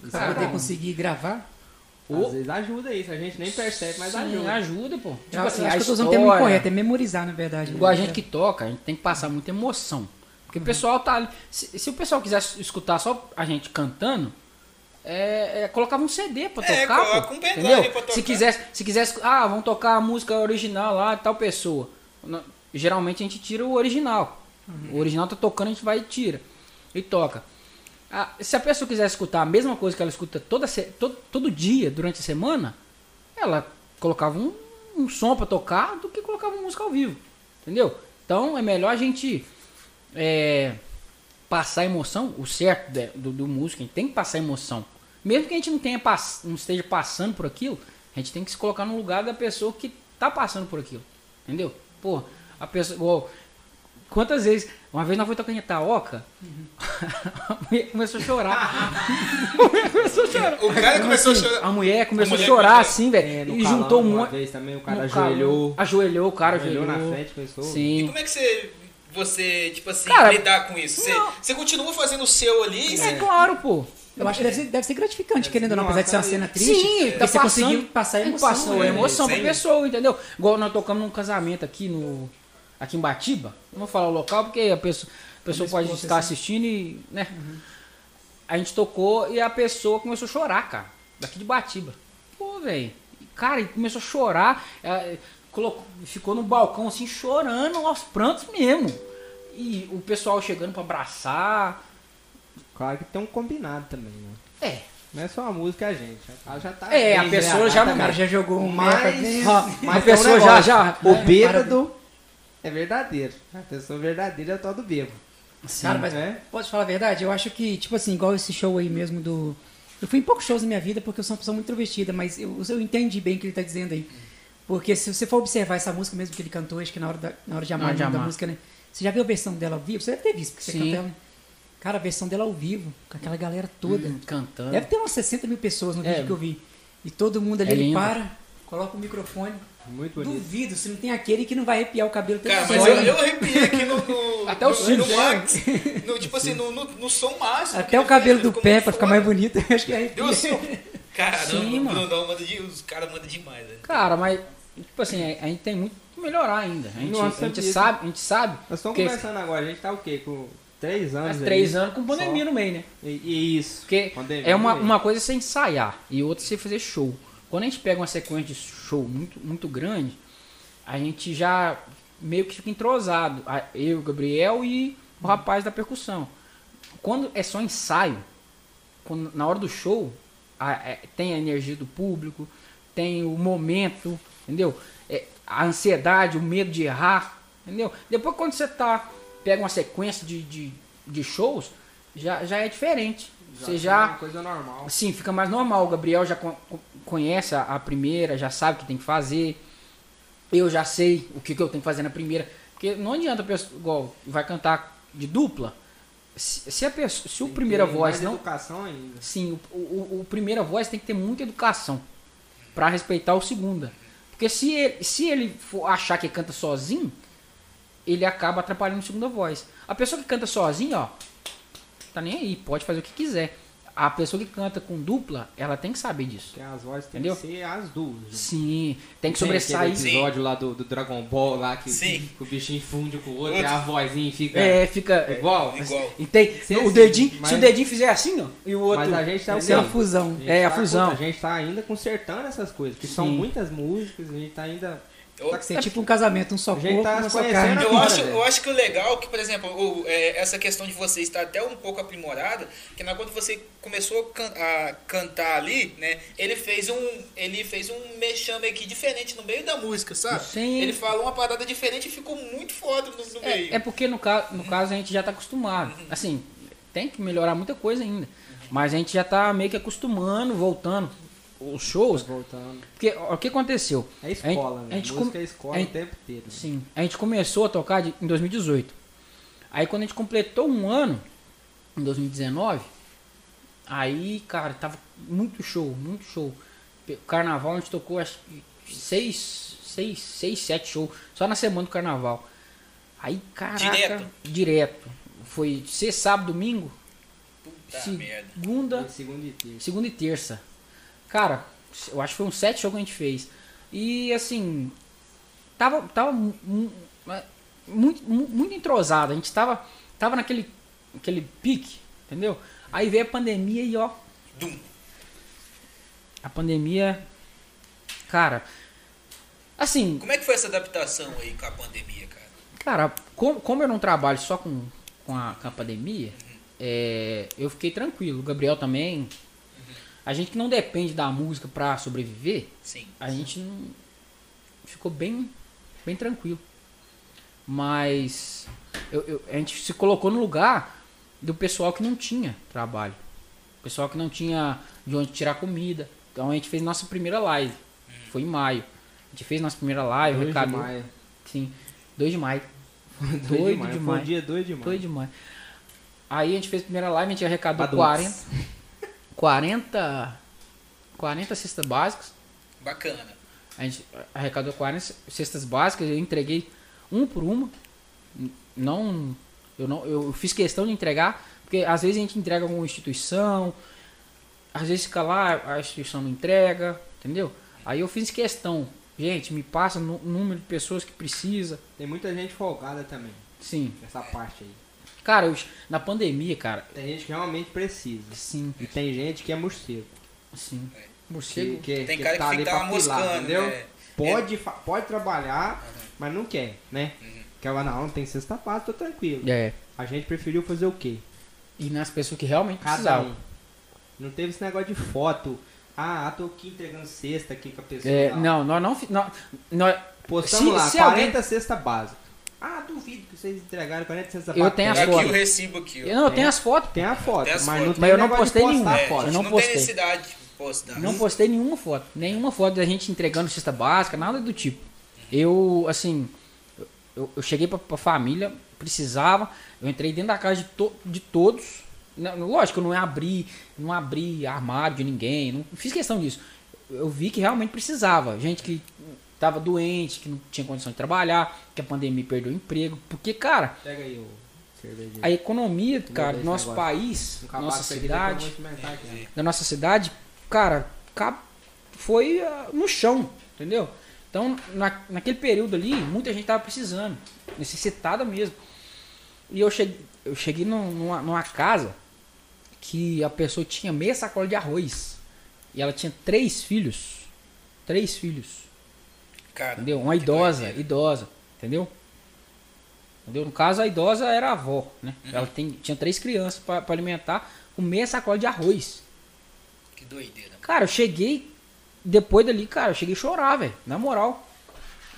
S2: pra
S4: é
S3: Cara,
S2: poder conseguir gravar?
S4: Ou-
S3: Às vezes ajuda isso, a gente nem percebe, mas
S4: Sim,
S3: ajuda.
S4: ajuda, pô.
S2: Eu
S4: Tipo assim,
S2: acho
S4: a
S2: que eu tô usando o termo
S4: história,
S2: correto, é memorizar, na verdade.
S4: Igual a
S2: né? Uhum.
S4: gente que toca, a gente tem que passar muita emoção. Porque o pessoal tá ali. Se, se o pessoal quiser escutar só a gente cantando, é, é, colocava um CD pra
S1: É,
S4: tocar.
S1: coloca
S4: pô,
S1: um pendrive
S4: entendeu?
S1: pra
S4: Se
S1: tocar.
S4: quisesse, se quisesse, ah, vamos tocar a música original lá de tal pessoa. Não, Geralmente a gente tira o original. O original tá tocando, a gente vai e tira. E toca. Ah, se a pessoa quiser escutar a mesma coisa que ela escuta toda, se- todo, todo dia durante a semana, ela colocava um, um som pra tocar do que colocava música ao vivo. Entendeu? Então é melhor a gente é, passar a emoção, o certo de- do, do músico, a gente tem que passar a emoção. Mesmo que a gente não, tenha pass- não esteja passando por aquilo, a gente tem que se colocar no lugar da pessoa que tá passando por aquilo. Entendeu? Pô, a pessoa. igual, quantas vezes. Uma vez nós foi tocando em Itaoca, a mulher começou a chorar. a mulher começou a chorar.
S1: O cara começou a
S4: Assim,
S1: chorar.
S4: a mulher começou
S1: A mulher
S4: a chorar
S1: começou-
S4: assim, velho.
S3: É, no
S4: e
S3: calão,
S4: juntou um
S3: uma
S4: monte.
S3: vez também, o cara
S4: no calão.
S3: ajoelhou.
S4: Ajoelhou, o cara ajoelhou.
S3: ajoelhou na frente, pensou.
S1: E
S4: Sim.
S1: como é que você, você tipo assim,
S4: Cara,
S1: lidar com isso? Você,
S4: não.
S1: você continua fazendo o seu ali?
S4: É claro, pô.
S2: Eu acho que deve ser, deve ser gratificante, querendo ou não, apesar de ser uma cena triste.
S4: Sim,
S2: porque
S4: tá
S2: você
S4: passando-
S2: conseguiu passar a
S4: Ele
S2: emoção.
S4: passou a
S2: né?
S4: emoção
S1: Sem-
S4: pra pessoa, entendeu? Igual nós tocamos num casamento aqui no. Aqui em Batiba. Eu não vou falar o local porque a pessoa, a pessoa
S2: Talvez
S4: pode
S2: possa
S4: estar
S2: ser. Uhum.
S4: assistindo e. né? A gente tocou e a pessoa começou a chorar, cara. Daqui de Batiba. Pô, velho. Cara, e começou a chorar. é, colocou- ficou no balcão assim, chorando aos prantos mesmo. E o pessoal chegando pra abraçar.
S3: Claro que tem um combinado também, né?
S4: É.
S3: Não é só a música, a gente. Ela já tá.
S4: É, a
S3: bem gerada
S4: pessoa já
S2: O cara
S4: não.
S2: já jogou um
S3: Mas-
S2: mapa dentro.
S4: né? A
S3: tem um
S4: pessoa já.
S3: negócio.
S4: já
S3: O bêbado é verdadeiro. A pessoa verdadeira é o tal do bêbado.
S2: Cara, mas
S3: É.
S2: posso te falar a verdade? Eu acho que, tipo assim, igual esse show aí mesmo do. Eu fui em poucos shows na minha vida porque eu sou uma pessoa muito introvertida, mas eu, eu entendi bem o que ele tá dizendo aí. Porque se você for observar essa música mesmo que ele cantou, acho que na hora, da, na hora de amar,
S4: Na Hora de
S2: o nome da
S4: Amar.
S2: música, né? Você já viu a versão dela ao vivo? Você deve ter visto, porque você
S4: Sim.
S2: cantou ela. né? Cara, a versão dela ao vivo, com aquela galera toda.
S4: Hum, Cantando.
S2: Uhum. Deve ter umas 60 mil pessoas no
S4: É.
S2: vídeo que eu vi. E todo mundo ali
S4: É
S2: ele
S4: lindo.
S2: para, coloca o microfone.
S3: É Muito bonito.
S2: Duvido se não tem aquele que não vai arrepiar o cabelo todo
S1: Cara,
S2: só,
S1: mas eu,
S2: né?
S1: eu arrepiei aqui no, no,
S4: Até o
S1: no,
S4: Ciro
S1: no
S4: já.
S1: Max. No, tipo assim, no, no, no som máximo. que
S2: Até o
S1: ele
S2: cabelo
S1: fez,
S2: do
S1: ficou
S2: pé
S1: muito
S2: pra ficar
S1: foda.
S2: mais bonito, eu acho que é
S1: Deu
S2: arrepia.
S1: som. Caramba,
S4: Sim,
S1: o
S4: mano.
S1: Brunão manda de, os caras mandam demais, né?
S4: Cara, mas Tipo assim, a, a gente tem muito que melhorar ainda. A gente,
S3: Nossa
S4: a gente
S3: vida.
S4: sabe, a gente sabe.
S3: Nós estamos
S4: que
S3: começando agora, a gente tá o quê? Com três
S4: há
S3: anos.
S4: três
S3: aí.
S4: anos com pandemia
S3: Só.
S4: no meio, né?
S3: E, e isso.
S4: Porque
S3: Pandemia né?
S4: é uma,
S3: no meio.
S4: uma coisa você ensaiar e outra você fazer show. Quando a gente pega uma sequência de show muito, muito grande, a gente já meio que fica entrosado. A- Eu, o Gabriel e o rapaz da percussão. Quando é só ensaio, quando- na hora do show, a- é- tem a energia do público, tem o momento, entendeu? É, a ansiedade, o medo de errar, entendeu? Depois quando você tá, pega uma sequência de, de, de shows, já, já é diferente. você
S3: É
S4: já,
S3: uma coisa normal.
S4: Sim, fica mais normal. O Gabriel já con- con- conhece a, a primeira, já sabe o que tem que fazer. Eu já sei o que, que eu tenho que fazer na primeira. Porque não adianta a pessoa, igual, vai cantar de dupla. Se, se a pessoa- se o
S3: Tem
S4: primeira
S3: que ter
S4: voz
S3: mais
S4: não.
S3: educação ainda.
S4: Sim, o, o, o primeira voz tem que ter muita educação para respeitar o segunda. Porque se ele, se ele for achar que canta sozinho, ele acaba atrapalhando a segunda voz. A pessoa que canta sozinha, ó, tá nem aí, pode fazer o que quiser. A pessoa que canta com dupla, ela tem que saber disso.
S3: Porque as vozes têm
S4: Entendeu?
S3: que ser as duas. né?
S4: Sim, tem que
S3: Tem
S4: sobressair.
S3: aquele episódio lá do, do Dragon Ball lá que,
S5: Sim.
S3: que o bichinho funde com o outro e a vozinha fica
S4: É, fica
S3: né? igual.
S5: Igual.
S4: E tem,
S3: Sim,
S4: o
S3: sim,
S4: dedinho,
S3: mas-
S4: se o dedinho fizer assim, ó, e o outro.
S3: Mas a gente tá
S2: Isso é uma
S3: ok.
S2: fusão.
S3: gente
S4: É, a
S3: tá-
S4: fusão.
S3: A gente tá ainda consertando essas coisas, que são
S4: Sim.
S3: muitas músicas, a gente tá ainda.
S1: Eu,
S2: É tipo um casamento, um só
S3: A gente
S2: corpo,
S3: tá
S2: uma só
S3: conhecendo
S2: carne.
S3: a
S1: eu
S3: Cara,
S1: acho,
S3: velho.
S1: eu acho que o legal é que, por exemplo, o- é, essa questão de você estar até um pouco aprimorada, que na quando você começou a, can- a cantar ali, né? Ele fez um, ele fez um mexame aqui diferente no meio da música, sabe?
S4: Sim.
S1: Ele falou uma parada diferente e ficou muito foda no, no meio.
S4: É, é porque no, ca no caso a gente já tá acostumado. Assim, tem que melhorar muita coisa ainda. Mas a gente já tá meio que acostumando, voltando os shows.
S3: Voltando.
S4: Porque ó, o que aconteceu?
S3: É escola,
S4: a gente,
S3: né?
S4: a gente
S3: Música
S4: com-
S3: é escola
S4: a
S3: o
S4: gente-
S3: tempo inteiro.
S4: Sim. A gente começou a tocar de- em 2018. Aí quando a gente completou um ano, em 2019, aí, cara, tava muito show, muito show. Pe- Carnaval a gente tocou acho que seis, seis, seis, sete shows só na semana do carnaval. Aí, caraca,
S1: Direto?
S4: direto. Foi sexta, sábado, domingo,
S1: Puta Tá, merda.
S4: segunda,
S3: Em segundo É e terça.
S4: segunda e terça. Cara, eu acho que foi uns sete shows que a gente fez. E assim, tava, tava mu- mu- é, muito, mu- muito entrosado. A gente tava, tava naquele aquele pique, entendeu? Aí veio a pandemia e ó.
S1: Dum.
S4: A pandemia. Cara. Assim,
S1: Como é que foi essa adaptação aí com a pandemia, cara?
S4: Cara, como, como eu não trabalho só com, com, a, com a pandemia, é, eu fiquei tranquilo. O Gabriel também. A gente que não depende da música pra sobreviver,
S1: Sim.
S4: a gente não- ficou bem, bem tranquilo. Mas eu- eu- a gente se colocou no lugar do pessoal que não tinha trabalho. Pessoal que não tinha de onde tirar comida. Então a gente fez nossa primeira live. Foi em maio. A gente fez nossa primeira live,
S3: Dois de
S4: recadou.
S3: maio.
S4: Sim, 2 de maio.
S3: Dois de
S4: Doido
S3: maio. Foi
S4: demais.
S3: o dia 2 de maio.
S4: 2 de maio. Aí a gente fez a primeira live, a gente arrecadou
S3: Adultos.
S4: 40, 40, 40 cestas básicas.
S1: Bacana.
S4: A gente arrecadou 40 cestas básicas, eu entreguei um por uma. Não, eu não, eu fiz questão de entregar, porque às vezes a gente entrega alguma instituição, às vezes fica lá, a instituição não entrega, entendeu? Aí eu fiz questão, gente, me passa o nu- número de pessoas que precisa.
S3: Tem muita gente folgada também,
S4: Sim.
S3: nessa parte aí.
S4: Cara, eu- na pandemia, cara,
S3: Tem gente que realmente precisa.
S4: sim,
S3: E tem gente que é morcego.
S4: sim.
S1: É.
S4: Morcego.
S3: que, tá
S1: Tem cara que fica
S3: pra
S1: moscando,
S3: entendeu?
S1: né? Uhum.
S3: Pode, fa- pode trabalhar, mas não quer, né? Quer lá na aula, tem sexta parte, tô tranquilo.
S4: É.
S3: A gente preferiu fazer o quê?
S4: E nas pessoas que realmente
S3: Cada
S4: precisavam.
S3: um. Não teve esse negócio de foto. Ah, tô aqui entregando cesta aqui com a pessoa.
S4: É,
S3: lá.
S4: não, nós não. fi- Nós, nós,
S3: Postamos
S4: se-
S3: lá,
S4: se
S3: 40
S4: alguém-
S3: cesta básica. Ah, duvido que vocês entregaram 40 cesta
S4: Eu
S3: básica.
S4: tenho as
S1: aqui
S4: fotos.
S1: o recibo aqui, ó.
S4: É Eu não, eu
S3: É.
S4: tenho as fotos.
S3: Tem a foto,
S1: Tem as
S3: mas
S1: fotos.
S3: não tem
S4: Mas eu não
S3: negócio de
S4: postei
S3: postar
S4: nenhuma.
S3: a foto.
S4: eu
S1: É, a gente
S4: não
S1: não
S4: postei.
S1: tem necessidade de postar.
S4: Não postei nenhuma foto. Nenhuma foto da gente entregando cesta básica, nada do tipo. Eu, assim. eu- Eu, eu cheguei pra, pra família, precisava. Eu entrei dentro da casa de, to, de todos. Não, lógico, eu não abri, não abri armário de ninguém. Não fiz questão disso. Eu vi que realmente precisava. Gente que tava doente, que não tinha condição de trabalhar, que a pandemia perdeu o emprego. Porque,
S1: É.
S4: cara,
S3: Pega aí o cerveja.
S4: a economia, cara,
S3: ver
S4: do
S3: esse
S4: nosso
S3: negócio.
S4: país,
S3: Um cabaço
S4: nossa
S3: aqui, depois eu
S4: cidade
S3: vou experimentar aqui,
S1: É.
S3: né?
S4: da nossa cidade, cara, ca- foi ah, no chão, entendeu? Então, na, naquele período ali, muita gente tava precisando, necessitada mesmo. E eu cheguei, eu cheguei num- numa, numa casa que a pessoa tinha meia sacola de arroz. E ela tinha três filhos. Três filhos.
S1: Cara,
S4: Entendeu? Uma
S1: que
S4: idosa,
S1: doideira.
S4: idosa, entendeu? Entendeu? No caso, a idosa era a avó, né?
S1: Uhum.
S4: Ela tem, tinha três crianças pra pra alimentar, com meia sacola de arroz.
S1: Que doideira. mano.
S4: Cara, eu cheguei, depois dali, cara, eu cheguei a chorar, velho, na moral.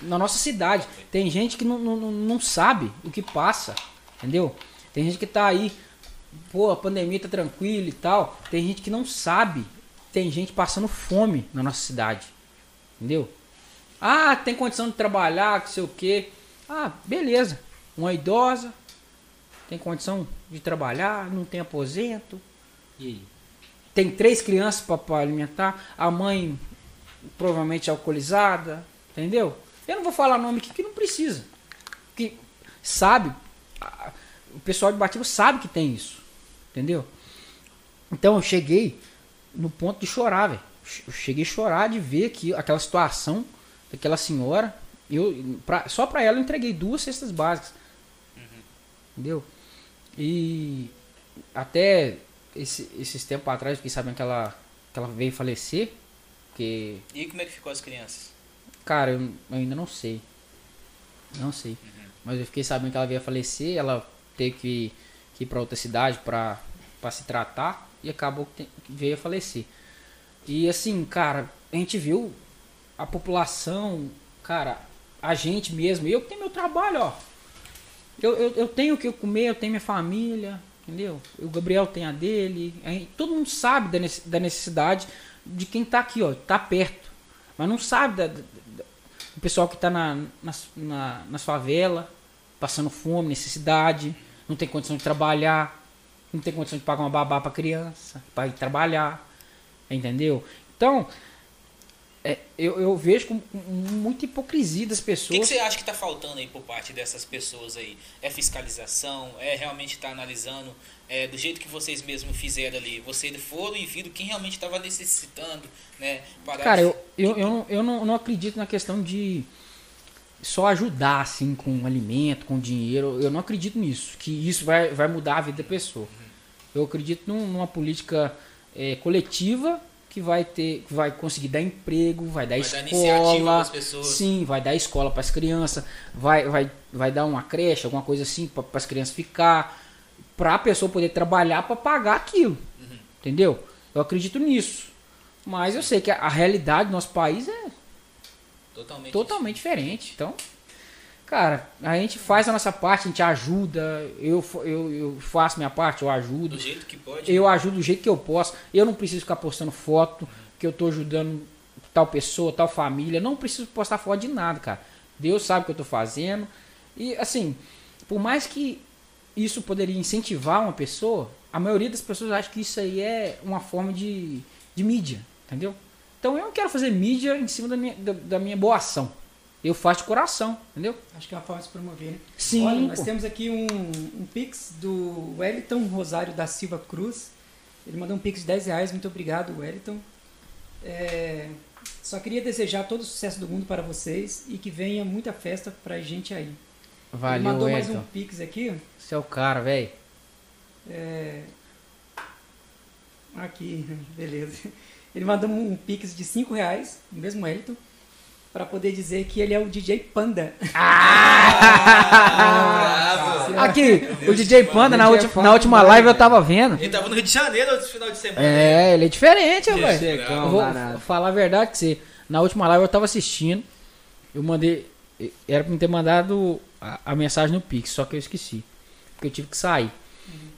S4: Na nossa cidade, tem gente que não, não, não- não sabe o que passa, entendeu? Tem gente que tá aí, pô, a pandemia tá tranquila e tal. Tem gente que não sabe, tem gente passando fome na nossa cidade, entendeu? Ah, tem condição de trabalhar, que sei o quê. Ah, beleza. Uma idosa, tem condição de trabalhar, não tem aposento. E aí? Tem três crianças pra- pra alimentar, a mãe provavelmente alcoolizada, entendeu? Eu não vou falar nome aqui que não precisa. Que sabe, a- o pessoal de Batiba sabe que tem isso, entendeu? Então eu cheguei no ponto de chorar, velho. Eu cheguei a chorar de ver que aquela situação daquela senhora, eu pra- só pra ela eu entreguei duas cestas básicas. Entendeu? E até esse- esses tempos atrás eu fiquei sabendo que ela, que ela veio falecer. Porque,
S1: E como é que ficou as crianças?
S4: cara, eu, eu ainda não sei. Não sei. Mas eu fiquei sabendo que ela veio a falecer, ela teve que, que ir pra outra cidade pra, pra se tratar e acabou que, tem- que veio a falecer. E assim, cara, a gente viu a população, cara, a gente mesmo, eu que tenho meu trabalho, ó. Eu, eu, eu tenho o que eu comer, eu tenho minha família, entendeu? O Gabriel tem a dele. a gente- todo mundo sabe da nece- da necessidade de quem tá aqui, ó, tá perto. Mas não sabe da, da- da- do pessoal que tá na, nas, na, nas favelas, passando fome, necessidade, não tem condição de trabalhar, não tem condição de pagar uma babá pra criança, pra ir trabalhar, entendeu? Então, é, eu, eu vejo com com muita hipocrisia das
S1: O que, que
S4: pessoas.
S1: você acha que tá faltando aí por parte dessas pessoas aí? É fiscalização? É realmente estar analisando é, do jeito que vocês mesmos fizeram ali? Vocês foram e viram quem realmente estava necessitando, né? Parar
S4: Cara,
S1: de-
S4: eu, eu, eu, não, eu não, não acredito na questão de só ajudar, assim, com alimento, com dinheiro. Eu não acredito nisso, que isso vai, vai mudar a vida da pessoa. Eu acredito num- numa política eh, coletiva que vai ter, que vai conseguir dar emprego, vai dar
S1: Vai dar iniciativa
S4: escola,
S1: pras pessoas.
S4: sim, vai dar escola para as crianças, vai, vai, vai dar uma creche, alguma coisa assim para as crianças ficar, para a pessoa poder trabalhar para pagar aquilo,
S1: Uhum.
S4: entendeu? Eu acredito nisso, mas eu sei que a, a realidade do nosso país é
S1: Totalmente.
S4: totalmente diferente. Então, cara, a gente faz a nossa parte, a gente ajuda, eu, fa- eu, eu faço minha parte, eu ajudo.
S1: Do jeito que pode.
S4: Eu ajudo do jeito que eu posso. Eu não preciso ficar postando foto que eu tô ajudando tal pessoa, tal família. Não preciso postar foto de nada, cara. Deus sabe o que eu tô fazendo. E assim, por mais que isso poderia incentivar uma pessoa, a maioria das pessoas acha que isso aí é uma forma de, de mídia, entendeu? Então eu não quero fazer mídia em cima da minha, da, da minha boa ação. Eu faço de coração, entendeu?
S2: Acho que é uma forma de se promover, né?
S4: Sim,
S2: Olha, nós
S4: pô.
S2: temos aqui um, um pix do Wellington Rosário da Silva Cruz. Ele mandou um pix de 10 reais. Muito obrigado, Wellington. É, só queria desejar todo o sucesso do mundo para vocês e que venha muita festa pra gente aí. Ele
S4: Valeu,
S2: mandou mais
S4: Elton.
S2: um pix aqui.
S4: Você é o cara, velho.
S2: É, Aqui, beleza. Ele mandou um pix de 5 reais, o mesmo Wellington, para poder dizer que ele é o DJ Panda.
S1: Ah,
S4: Ah,
S5: Bravo.
S4: Aqui, o DJ Panda, na,
S3: DJ
S4: última,
S3: Panda,
S4: na última
S3: né,
S4: live eu
S3: velho?
S4: tava vendo.
S5: Ele tava no Rio de Janeiro outro final de semana.
S4: É, ele é diferente, ó, velho.
S3: Checão,
S4: Eu vou
S3: danado.
S4: falar a verdade que você. Na última live eu tava assistindo. Eu mandei. Era pra me ter mandado a, a mensagem no Pix, só que eu esqueci. Porque eu tive que sair.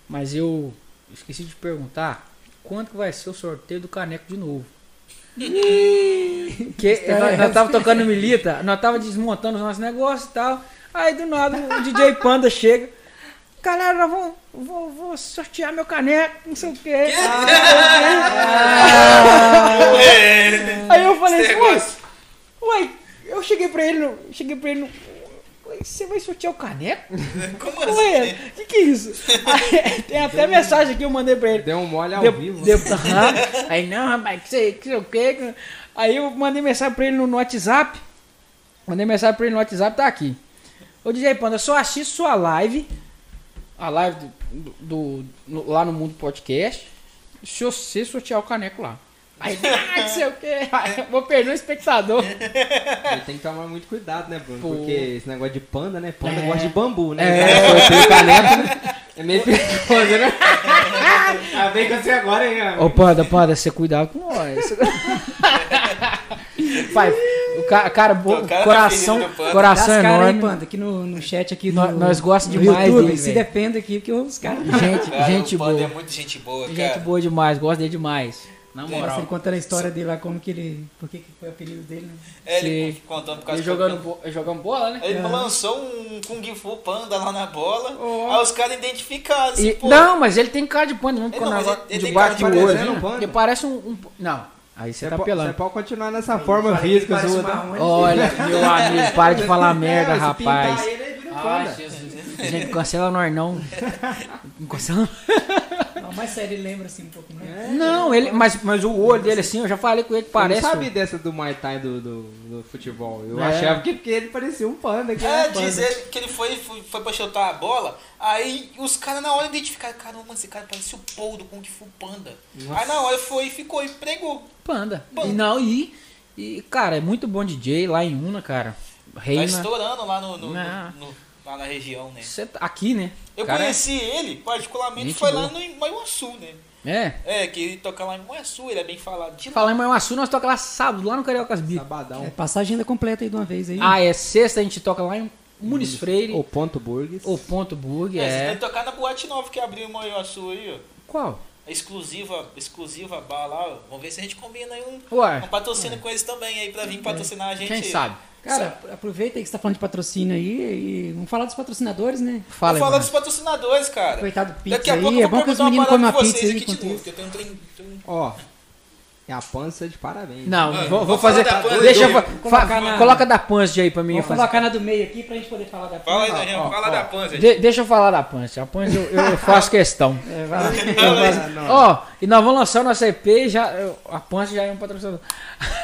S4: Mas eu esqueci de perguntar quanto que vai ser o sorteio do caneco de novo. que nós, nós tava tocando milita, nós tava desmontando os nossos negócios e tal. Aí do nada o DJ Panda chega. Galera, nós vamos- vou, vou sortear meu caneco, não sei o quê. Ah, não sei o quê.
S5: É.
S4: Aí eu falei
S5: Esse
S4: assim, uai, uai, eu cheguei pra ele, no- cheguei pra ele, no- uai, você vai sortear o caneco?
S1: Como
S4: É. Ué,
S1: assim?
S4: o que que é isso? Aí, tem até mensagem que eu mandei pra ele.
S3: Deu um mole ao
S4: De-
S3: vivo.
S4: de- Aham. Aí, não, rapaz, que sei, que sei o quê. que- Aí eu mandei mensagem pra ele no, no WhatsApp. Mandei mensagem pra ele no WhatsApp, tá aqui. Ô DJ Panda, eu só assisto sua live. A live do, do- no- lá no Mundo Podcast. Se você sortear o caneco lá. Aí, ah, não sei o quê. Aí, eu Vou perder o espectador.
S3: Ele tem que tomar muito cuidado, né, Bruno?
S4: Pô.
S3: Porque esse negócio de panda, né? Panda
S4: É.
S3: gosta de bambu, né?
S4: É.
S3: Então, foi pro caneco, né? É meio perigoso, né? ah, vem com você agora, hein, amigo?
S4: Ô Panda, Panda, você cuidado com nós. Pai, o ca- cara, bo-
S1: O cara tá
S4: coração,
S1: ferido do Panda.
S2: Dá as
S4: coração é
S2: caras aí,
S4: enorme.
S2: Panda, que no, no chat aqui
S4: Nó-
S2: do,
S4: nós gosta
S2: do
S4: demais
S2: YouTube,
S4: dele,
S2: Se
S4: velho.
S2: defenda aqui, que os caras...
S4: Gente,
S1: Cara,
S4: gente
S1: o Panda
S4: boa.
S1: é muito gente boa, cara.
S4: Gente boa demais, gosto dele demais. Na
S2: Nossa, ele tá
S4: moral.
S2: contando a história dele lá, como que ele... Por que que foi o apelido dele, né?
S1: É, ele
S4: Sim.
S1: contando por
S4: Ele
S1: causa
S4: jogando, bo- jogando bola, né?
S1: Aí Ele lançou um Kung Fu Panda lá na bola. Aí os caras identificaram assim,
S4: E-
S1: pô.
S4: não, mas ele tem cara de panda mesmo,
S1: Ele
S4: com
S1: não,
S4: o
S1: mas
S4: negócio
S1: ele- tá ele tem
S4: debaixo do
S3: cara de
S4: olho.
S3: parecendo um panda.
S4: Ele parece um, um- Não, aí você é tá
S3: po-
S4: apelando.
S3: Você pode continuar nessa forma risca
S2: Parece
S3: sua.
S2: um
S3: tá?
S2: marrom, ele-
S4: Olha, meu amigo, para de falar merda,
S3: se pintar
S4: rapaz.
S3: ele, ele vira um
S4: Ai,
S3: panda.
S4: Jesus. Gente, não cancela nós não. Não cancela
S2: Não, mas sério, ele lembra assim um pouco, né?
S4: Não, ele, mas, mas o olho dele assim, eu já falei com ele que
S3: Parece.
S4: parece. um-
S3: Eu não sabia dessa do Muay Thai do, do, do futebol. Eu
S4: É.
S3: achava que, que ele parecia um panda. Que
S1: É,
S3: era um panda.
S1: diz ele que ele foi, foi, foi pra chutar a bola, aí os caras na hora identificaram, caramba, esse cara parece o Paul do Kung Fu Panda. Aí na hora foi e ficou e pregou. Tá
S4: Panda.
S1: Panda.
S4: E não, e, e, cara, é muito bom DJ lá em Una, cara.
S1: Tá
S4: Reina.
S1: estourando lá no, no-
S4: Não.
S1: no- lá na região, né?
S4: Cê tá- aqui, né?
S1: Eu
S4: Cara,
S1: conheci ele, particularmente,
S4: Gente
S1: foi lá
S4: boa.
S1: no Maiuaçu, né?
S4: É.
S1: É, que ele toca lá em Maiuaçu, ele é bem falado de lá.
S4: Falar em Manhuaçu, nós toca lá sábado, lá no Cariocas Beat.
S2: É,
S3: Sabadão.
S2: passar a agenda completa aí de uma vez aí.
S4: Ah, é sexta, a gente toca lá em Muniz Freire,
S3: O Ponto Burgers.
S4: ou Ponto Burg,
S1: Mas
S4: é.
S1: Ele tocar na boate nova que é abriu em Maiuaçu aí, ó. É
S4: Qual?
S1: exclusiva, exclusiva bar lá. ó. Vamos ver se a gente combina aí um,
S4: Ué.
S1: um patrocínio com eles também aí pra vir patrocinar a gente.
S4: Quem
S1: aí.
S4: sabe?
S2: Cara, aproveita aí que você tá falando de patrocínio aí e vamos falar dos patrocinadores, né?
S4: Fala aí,
S1: Vou falar
S4: mano.
S1: dos patrocinadores, cara.
S2: Coitado do
S1: Daqui
S2: pizza
S1: a pouco
S2: aí,
S1: eu
S2: é
S1: vou
S2: bom que os
S1: perguntar uma
S2: meninos comem
S1: parada pra
S2: uma
S1: vocês
S2: pizza aí
S1: aqui de
S2: enquanto
S1: novo,
S2: isso.
S1: que eu tenho um trem- tenho
S3: Ó, é a pança de parabéns.
S4: Não,
S5: Mano,
S4: vou, vou
S5: vamos
S4: fazer.
S5: falar da Punch,
S4: Deixa eu.
S5: Diego.
S4: fa- fa-
S2: Colocar na-
S4: Coloca da Punch aí pra mim.
S2: Vamos
S4: fazer.
S2: colocar na do meio aqui pra gente poder falar da
S1: um- Fala aí,
S3: Ó,
S1: Daniel,
S3: ó,
S1: fala
S3: ó.
S1: da Panzer.
S4: De- deixa eu falar da Punch. A Punch eu, eu faço questão.
S2: É, vai lá.
S3: Não, não, não.
S4: Ó, e nós vamos lançar o nosso EP e já. eu- A Punch já é um patrocinador.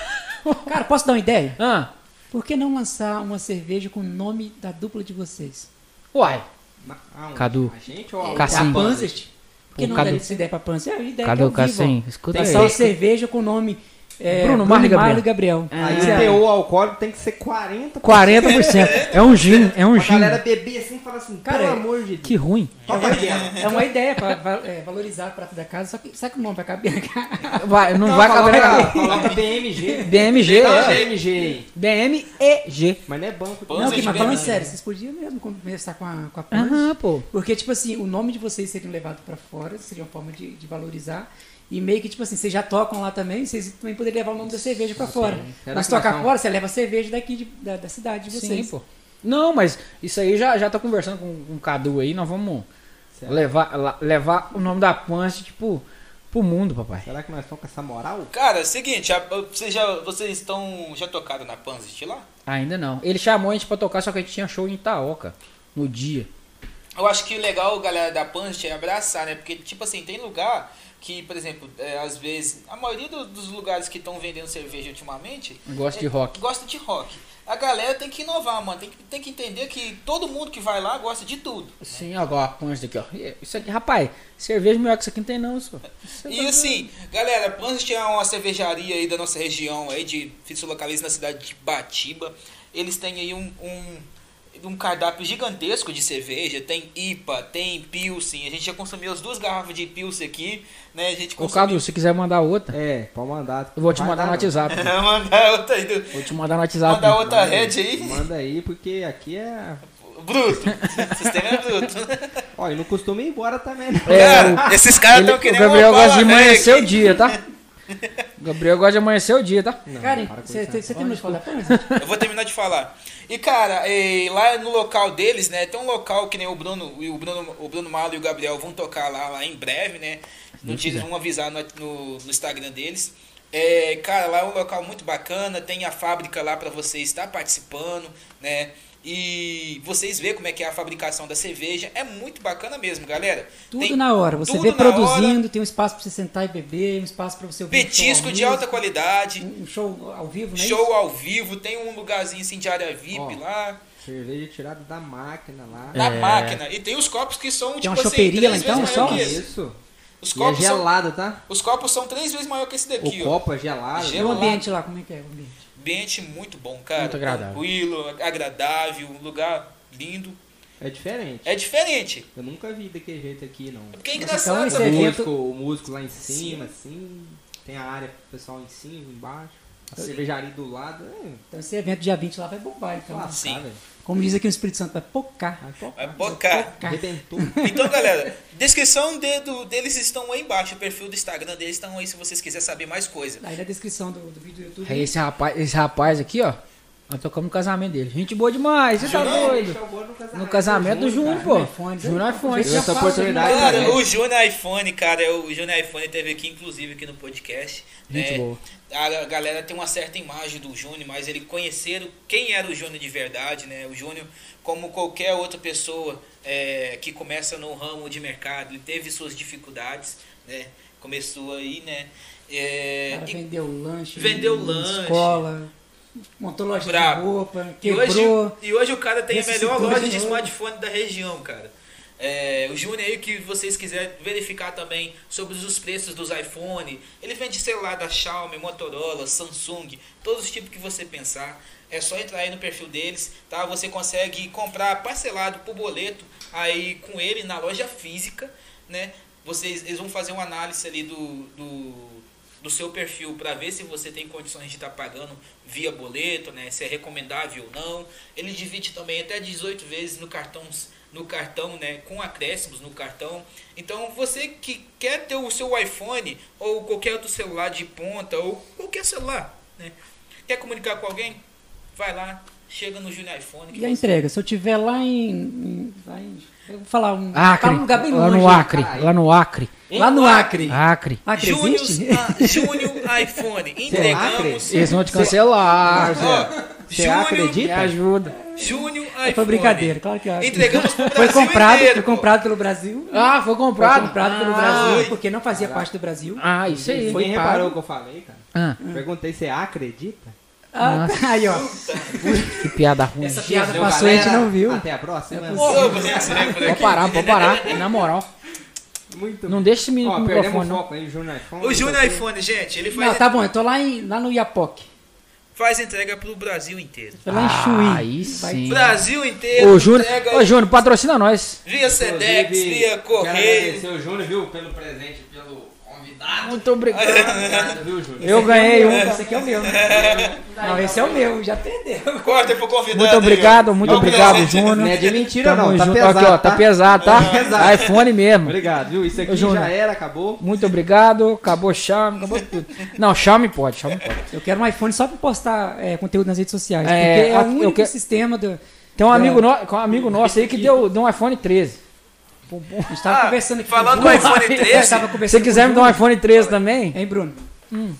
S2: Cara, posso dar uma ideia?
S4: Ah,
S2: Por que não lançar uma cerveja com o nome da dupla de vocês? É
S4: uai.
S3: Ma- aonde?
S4: Cadu.
S3: A gente ou a-
S4: Cassim.
S2: A Panzest. Por que
S4: O
S2: não
S4: Cadu-
S2: daria essa ideia pra Panzest? É uma ideia
S4: Cadê
S2: que eu
S4: o
S2: vi,
S4: Cassim?
S2: vó.
S4: Escuta aí.
S2: Lançar uma cerveja com o nome é,
S4: Bruno,
S2: Bruno,
S4: Marlon e
S2: Marlon e Gabriel.
S4: Gabriel. Ah. É.
S2: é,
S3: Aí
S2: Você
S3: o teor alcoólico tem que ser 40.
S4: 40%. É um gin, é um
S3: Pra
S4: gin.
S3: galera beber assim e falar assim,
S2: Cara,
S3: pelo
S2: é-
S3: amor de Deus.
S4: Que ruim.
S3: Toca aquela.
S2: É uma ideia pra va- é, valorizar o prato da casa, só que será que o nome vai caber na cara?
S4: Vai, não, vai
S3: coloca-
S4: caber na cabeça.
S3: Coloca BMG.
S4: BMG,
S3: Dá um
S4: é.
S3: BMG aí.
S4: BMG.
S3: Mas não é banco.
S1: Pô,
S2: Não,
S1: vocês
S2: que, mas falando
S1: tiveram-
S2: sério, vocês podiam mesmo conversar com a, com a Pange.
S4: Aham, pô.
S2: Porque, tipo assim, o nome de vocês seriam levado pra fora, seria uma forma de, de valorizar. E meio que, tipo assim, vocês já tocam lá também, vocês também poderiam levar o nome da cerveja pra fora.
S3: Será
S2: Mas
S3: que nós
S2: tocar
S3: não-
S2: fora, você leva a cerveja daqui de- da, da cidade de vocês.
S4: Sim, pô. Não, mas isso aí já, já tá conversando com, com o Cadu aí, nós vamos
S3: Certo.
S4: levar, la- levar o nome da Punch, tipo, pro mundo, papai.
S3: Será que nós estamos com essa moral?
S1: Cara, é o seguinte, a- vocês já vocês estão já tocaram na Panzer lá?
S4: Ainda não. Ele chamou a gente pra tocar, só que a gente tinha show em Itaoca no dia.
S1: Eu acho que o legal, galera da Punch, é abraçar, né? Porque, tipo assim, tem lugar que, por exemplo, é, às vezes, a maioria do- dos lugares que estão vendendo cerveja ultimamente.
S4: Gosta
S1: é,
S4: de rock.
S1: Gosta de rock. A galera tem que inovar, mano. Tem que, tem que entender que todo mundo que vai lá gosta de tudo.
S4: Sim, ó, agora a Punch daqui, ó. E- Isso aqui, rapaz, cerveja melhor que isso aqui não tem não, senhor. Isso
S1: E assim, galera, Panzas é uma cervejaria aí da nossa região, aí de, se localiza na cidade de Batiba. Eles têm aí um, um, um cardápio gigantesco de cerveja, tem IPA, tem Pilsen. A gente já consumiu as duas garrafas de Pilsen aqui, né? A gente
S4: Ô,
S1: consumiu...
S4: Cadu, se quiser mandar outra,
S3: É, pode mandar.
S4: eu vou te
S3: Vai
S4: mandar
S3: dar,
S4: no
S3: não.
S4: WhatsApp.
S1: Mandar outra aí do...
S4: Vou te mandar no WhatsApp.
S1: Mandar outra red aí.
S3: Manda aí, porque aqui é.
S1: Bruto. O sistema é bruto.
S3: Ó, e não costuma ir embora também, né?
S4: É, o-
S1: Cara, esses caras
S4: Ele-
S1: estão querendo
S4: o Gabriel
S1: roubar
S4: gosta de
S1: a Red.
S4: amanhecer o dia, tá? O Gabriel gosta de amanhecer o dia, tá?
S2: Karen,
S3: para com
S2: você
S3: isso,
S2: tem- você tem medo de falar da Pange?
S1: Eu vou terminar de falar. E cara, eh, lá no local deles, né? Tem um local que nem o Bruno e o Bruno, o Bruno Malo e o Gabriel vão tocar lá, lá em breve, né? No dia eles vão avisar no, no, no Instagram deles. É, cara, lá é um local muito bacana, tem a fábrica lá para você estar participando, né? E vocês vê como é que é a fabricação da cerveja. É muito bacana mesmo, galera.
S2: Tudo
S1: Tem
S2: na hora. Você
S1: tudo
S2: vê
S1: na
S2: produzindo, tem um espaço para você sentar e beber, um espaço para você ouvir. um show
S1: Petisco
S2: ao
S1: de
S2: vivo,
S1: alta qualidade,
S2: Um show ao vivo, né?
S1: show ao vivo, tem um lugarzinho assim de área VIP
S3: Ó.
S1: lá,
S3: Cerveja tirada da máquina lá.
S1: na
S4: É.
S1: máquina. E tem os copos que são, tipo
S2: uma
S1: assim,
S2: choperia
S1: três
S2: lá então,
S1: vezes
S2: só?
S1: maior que esse.
S3: Isso.
S1: Os
S3: E é
S1: copos, são,
S3: gelada, tá?
S1: os copos são três vezes maior que esse daqui,
S3: o
S1: ó.
S3: copo é gelado.
S2: E
S1: Gel-
S2: o
S1: lá.
S2: ambiente lá, como é que é o ambiente?
S1: Ambiente muito bom, cara.
S4: Muito agradável.
S1: Tranquilo, agradável, um lugar lindo.
S3: É diferente.
S1: É diferente.
S3: Eu nunca vi daquele jeito aqui, não.
S1: Porque é
S2: Mas
S1: engraçado
S2: então esse
S3: O
S1: também.
S2: evento-
S3: músico, o músico lá em cima, assim. Tem a área pro pessoal em cima, embaixo. A cervejaria do lado. É,
S2: Então esse evento dia 20 lá vai bombar, então.
S3: lascar,
S1: Sim. É
S3: velho.
S2: Como diz aqui no Espírito Santo, vai pocar.
S3: Vai é focar. É
S1: Vai bocar.
S3: Arrebentou.
S1: Então, galera, descrição de- do- deles estão aí embaixo. O perfil do Instagram deles estão aí se vocês quiserem saber mais coisa.
S2: Aí na descrição do, do vídeo do
S3: É
S2: YouTube.
S4: Aí esse rapaz, esse rapaz aqui, ó. Nós tocamos no casamento dele. Gente boa demais, você tá doido? No casamento do Júnior, pô.
S2: tá iPhone,
S4: Júnior é
S2: né?
S4: iPhone.
S3: Essa oportunidade.
S1: Cara,
S3: né?
S1: o Júnior iPhone, cara, é o Júnior iPhone teve aqui, inclusive, aqui no podcast.
S4: Gente
S1: né?
S4: boa.
S1: A galera tem uma certa imagem do Júnior, mas ele conheceram quem era o Júnior de verdade, né? O Júnior, como qualquer outra pessoa é, que começa no ramo de mercado, ele teve suas dificuldades, né? Começou aí, né? É,
S2: Cara,
S1: e-
S2: vendeu lanche.
S1: Vendeu
S2: em
S1: lanche.
S2: Escola. Montou loja
S1: Brabo.
S2: de roupa.
S1: E
S2: Quebrou.
S1: hoje, e hoje o cara tem a melhor
S2: ressuscitou
S1: loja
S2: de
S1: de
S2: novo.
S1: smartphone da região, cara. É, o Júnior aí que vocês quiserem verificar também sobre os preços dos iPhone. Ele vende celular da Xiaomi, Motorola, Samsung, todos os tipos que você pensar. É só entrar aí no perfil deles, tá? Você consegue comprar parcelado por boleto aí com ele na loja física, né? Vocês eles vão fazer uma análise ali do, do, do seu perfil para ver se você tem condições de estar pagando via boleto, né? Se é recomendável ou não. Ele divide também até 18 vezes no cartão, no cartão, né? Com acréscimos no cartão. Então você que quer ter o seu iPhone ou qualquer outro celular de ponta ou qualquer celular, né? Quer comunicar com alguém? Vai lá, chega no Júnior iPhone. que
S2: E a
S1: você-
S2: entrega? Se eu tiver lá em. em- lá em- eu vou falar um.
S4: Acre.
S2: Tá um lugar bem
S4: Lá
S2: longe.
S4: no Acre.
S3: caralho.
S4: Lá no Acre.
S2: Lá no Acre.
S4: Acre.
S2: Acre
S1: Júnior,
S2: existe?
S1: ah, Júnior iPhone. Entregamos.
S4: Eles vão te cancelar.
S1: Ó,
S3: Você acredita?
S4: Me ajuda.
S1: Júnior
S2: É,
S1: iPhone.
S2: Foi brincadeira, claro que eu acho.
S1: Entregamos pro
S2: Foi
S1: Brasil
S2: comprado,
S1: inteiro,
S2: foi
S1: pô.
S2: comprado pelo Brasil.
S4: Ah,
S2: Foi
S4: foi comprado?
S2: comprado pelo
S4: Ah,
S2: Brasil, porque não fazia parte do Brasil.
S4: Ah, isso aí.
S3: Ninguém
S4: pago.
S3: reparou o que eu falei, cara.
S4: Ah,
S3: Perguntei, você acredita?
S2: Ah, aí, ó.
S4: que piada ruim.
S2: Essa piada
S3: Valeu,
S2: passou e a gente
S3: galera.
S2: não viu.
S3: Até a
S4: É
S3: próxima.
S1: Vamos encerrar por
S4: Pode
S1: aqui.
S4: parar, pode parar. Na moral.
S3: Muito
S4: Não deixa esse menino
S3: Ó,
S4: com o
S3: perdemos
S4: microfone,
S3: o
S4: não.
S3: foco aí, o Júnior é iPhone.
S1: O Júnior é iPhone, gente, ele faz,
S2: Não, tá bom, eu tô lá, em, lá no Iapoque.
S1: faz entrega pro Brasil inteiro.
S2: Tô lá em
S4: Ah,
S2: Chuí.
S4: aí
S2: Vai-
S4: sim.
S1: Brasil inteiro,
S4: Ô, Júnior,
S1: entrega
S4: ô, Júnior, patrocina nós.
S1: via Sedex,
S3: Inclusive,
S1: via
S3: Quero
S1: é Correio.
S3: agradecer o Júnior, viu, pelo presente, pelo convidado.
S4: Muito obrigado.
S3: Obrigado, viu, Júnior?
S4: Eu ganhei um.
S2: Esse aqui é o meu. né? Não, esse é o meu, já perdeu.
S1: Corta pro convidado.
S4: Muito
S1: aí, ó.
S4: obrigado, muito
S1: Ao
S4: obrigado,
S1: presente.
S4: Júnior.
S3: Não é de mentira, não.
S4: Tamo
S3: Tá
S4: junto.
S3: pesado,
S4: Aqui, ó, tá
S3: tá?
S4: pesado, tá?
S3: Pesado.
S4: iPhone mesmo.
S3: Obrigado, viu? Isso
S4: Ô,
S3: aqui
S4: Júnior.
S3: já era, acabou.
S4: Muito obrigado. Acabou o Xiaomi, acabou tudo. Não, Xiaomi pode, Xiaomi pode.
S2: Eu quero um iPhone só pra postar é, conteúdo nas redes sociais.
S4: É,
S2: porque é o
S4: eu
S2: único
S4: quero-
S2: sistema do.
S4: Tem um amigo,
S2: É.
S4: no- um amigo nosso aí que deu, deu um iPhone 13.
S2: A gente tava
S1: Ah,
S2: conversando aqui.
S1: falando
S2: com o
S1: do
S2: Bruno.
S1: iPhone 13,
S2: A gente tava
S4: Se você
S2: conversando
S4: quiser
S2: com
S4: me
S2: o
S4: dar um
S2: Bruno.
S4: iPhone Hum. 13 também,
S2: Hein, Bruno?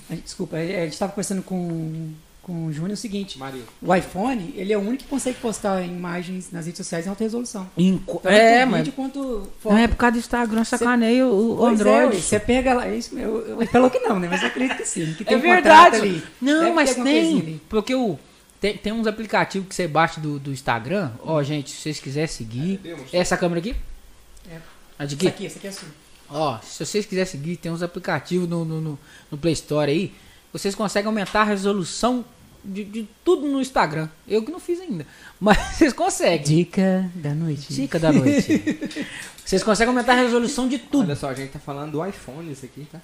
S2: A gente- Desculpa, a a gente tava conversando com, com o Júnior o seguinte.
S3: Mario.
S2: O iPhone, ele é o único que consegue postar imagens nas redes sociais em alta resolução.
S4: Inco-
S2: Tanto
S4: é,
S2: vídeo
S4: mas
S2: quanto foto.
S4: não é por causa do Instagram, sacaneia o, o
S2: Pois é,
S4: Android.
S2: ué, você pega lá, é isso, eu, eu, ele falou que não, né? Mas eu acredito que sim. Que
S4: É
S2: tem um contrato
S4: verdade.
S2: ali.
S4: Não,
S2: Deve ter
S4: mas
S2: alguma
S4: tem.
S2: coisinha ali.
S4: Porque o, tem, tem uns aplicativos que você baixa do, do Instagram. Ó, gente, se vocês quiserem seguir. Essa câmera aqui?
S2: É.
S4: A
S2: Isso
S4: de aqui?
S2: aqui, isso aqui é sua.
S4: Ó, se vocês quiserem seguir, tem uns aplicativos no, no, no- no Play Store aí. Vocês conseguem aumentar a resolução de, de tudo no Instagram. Eu que não fiz ainda. Mas vocês conseguem.
S2: Dica da noite.
S4: Dica da noite. vocês conseguem aumentar a resolução de tudo.
S3: Olha só, a gente tá falando do iPhone isso aqui, tá?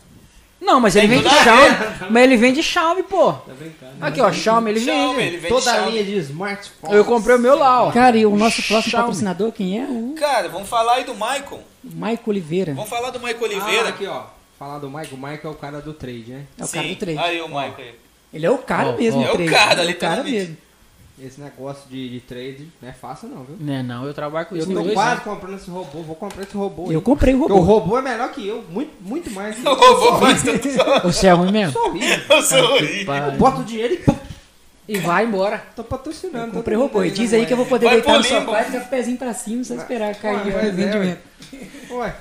S4: Não, mas ele vende Xiaomi. Mas ele vende Xiaomi, pô.
S3: Tá brincando.
S4: Aqui, ó, Xiaomi, ele né?
S1: Xiaomi,
S4: vende.
S1: ele vende
S3: Toda a
S1: Xiaomi.
S3: linha de smartphones.
S4: Eu comprei o meu lá, ó.
S2: Cara, e o nosso próximo
S4: Xiaomi.
S2: patrocinador, quem é? O
S1: Cara, vamos falar aí do Michael.
S2: Maico Oliveira.
S1: Vamos falar do Michael
S3: Ah,
S1: Oliveira.
S3: aqui, ó. Falar do Michael. O Michael é o cara do trade, né?
S2: É o
S1: Sim,
S2: cara do trade.
S1: Aí o Michael.
S2: Ele é o cara
S4: Ó,
S2: mesmo,
S4: ó.
S2: do
S1: É o
S2: trade.
S1: cara,
S2: Ele é o cara
S1: literalmente.
S2: mesmo.
S3: Esse negócio de, de trade não é fácil não, viu?
S8: Não, é não, eu trabalho com
S3: Eu
S8: isso
S3: tô
S8: dois
S3: quase
S8: anos.
S3: comprando esse robô, vou comprar esse robô.
S2: Eu
S3: aí.
S2: comprei o
S3: Porque o
S2: robô.
S3: robô é melhor que eu, muito, muito mais. Que eu.
S1: Roubou mais tanto
S8: Você é ruim mesmo?
S3: Sou horrível.
S1: eu sou ruim.
S2: um
S8: Pai.
S3: Boto o dinheiro e pum,
S8: E vai embora.
S3: tô patrocinando.
S2: Eu
S3: tô
S2: comprei o
S3: todo
S2: robô.
S3: mundo
S2: E
S3: aí
S2: diz
S3: na
S2: aí que eu vou poder
S1: Vai
S2: deitar no
S1: pro limbo.
S2: sofá e ficar com o pezinho pra cima só esperar cair
S3: Ué,
S2: o
S3: mas é,
S2: rendimento.
S3: moeda. Ué,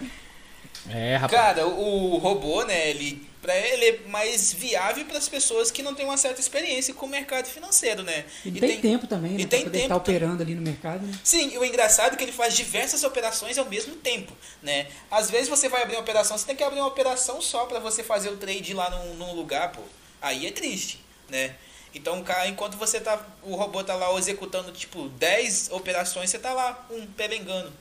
S8: É, rapaz.
S1: Cara, o o robô, né, ele, pra ele é mais viável para as pessoas que não têm uma certa experiência com o mercado financeiro, né?
S2: E tem, tempo também, né?
S1: e
S2: pra
S1: tem
S2: poder
S1: tempo
S2: estar
S1: também.
S2: operando ali no mercado. né?
S1: Sim, e o engraçado é que ele faz diversas operações ao mesmo tempo, né? Às vezes você vai abrir uma operação, você tem que abrir uma operação só para você fazer o trade lá num, num lugar, pô. Aí é triste, né? Então, cara, enquanto você tá, o robô tá lá executando tipo 10 operações, você tá lá um pelengando.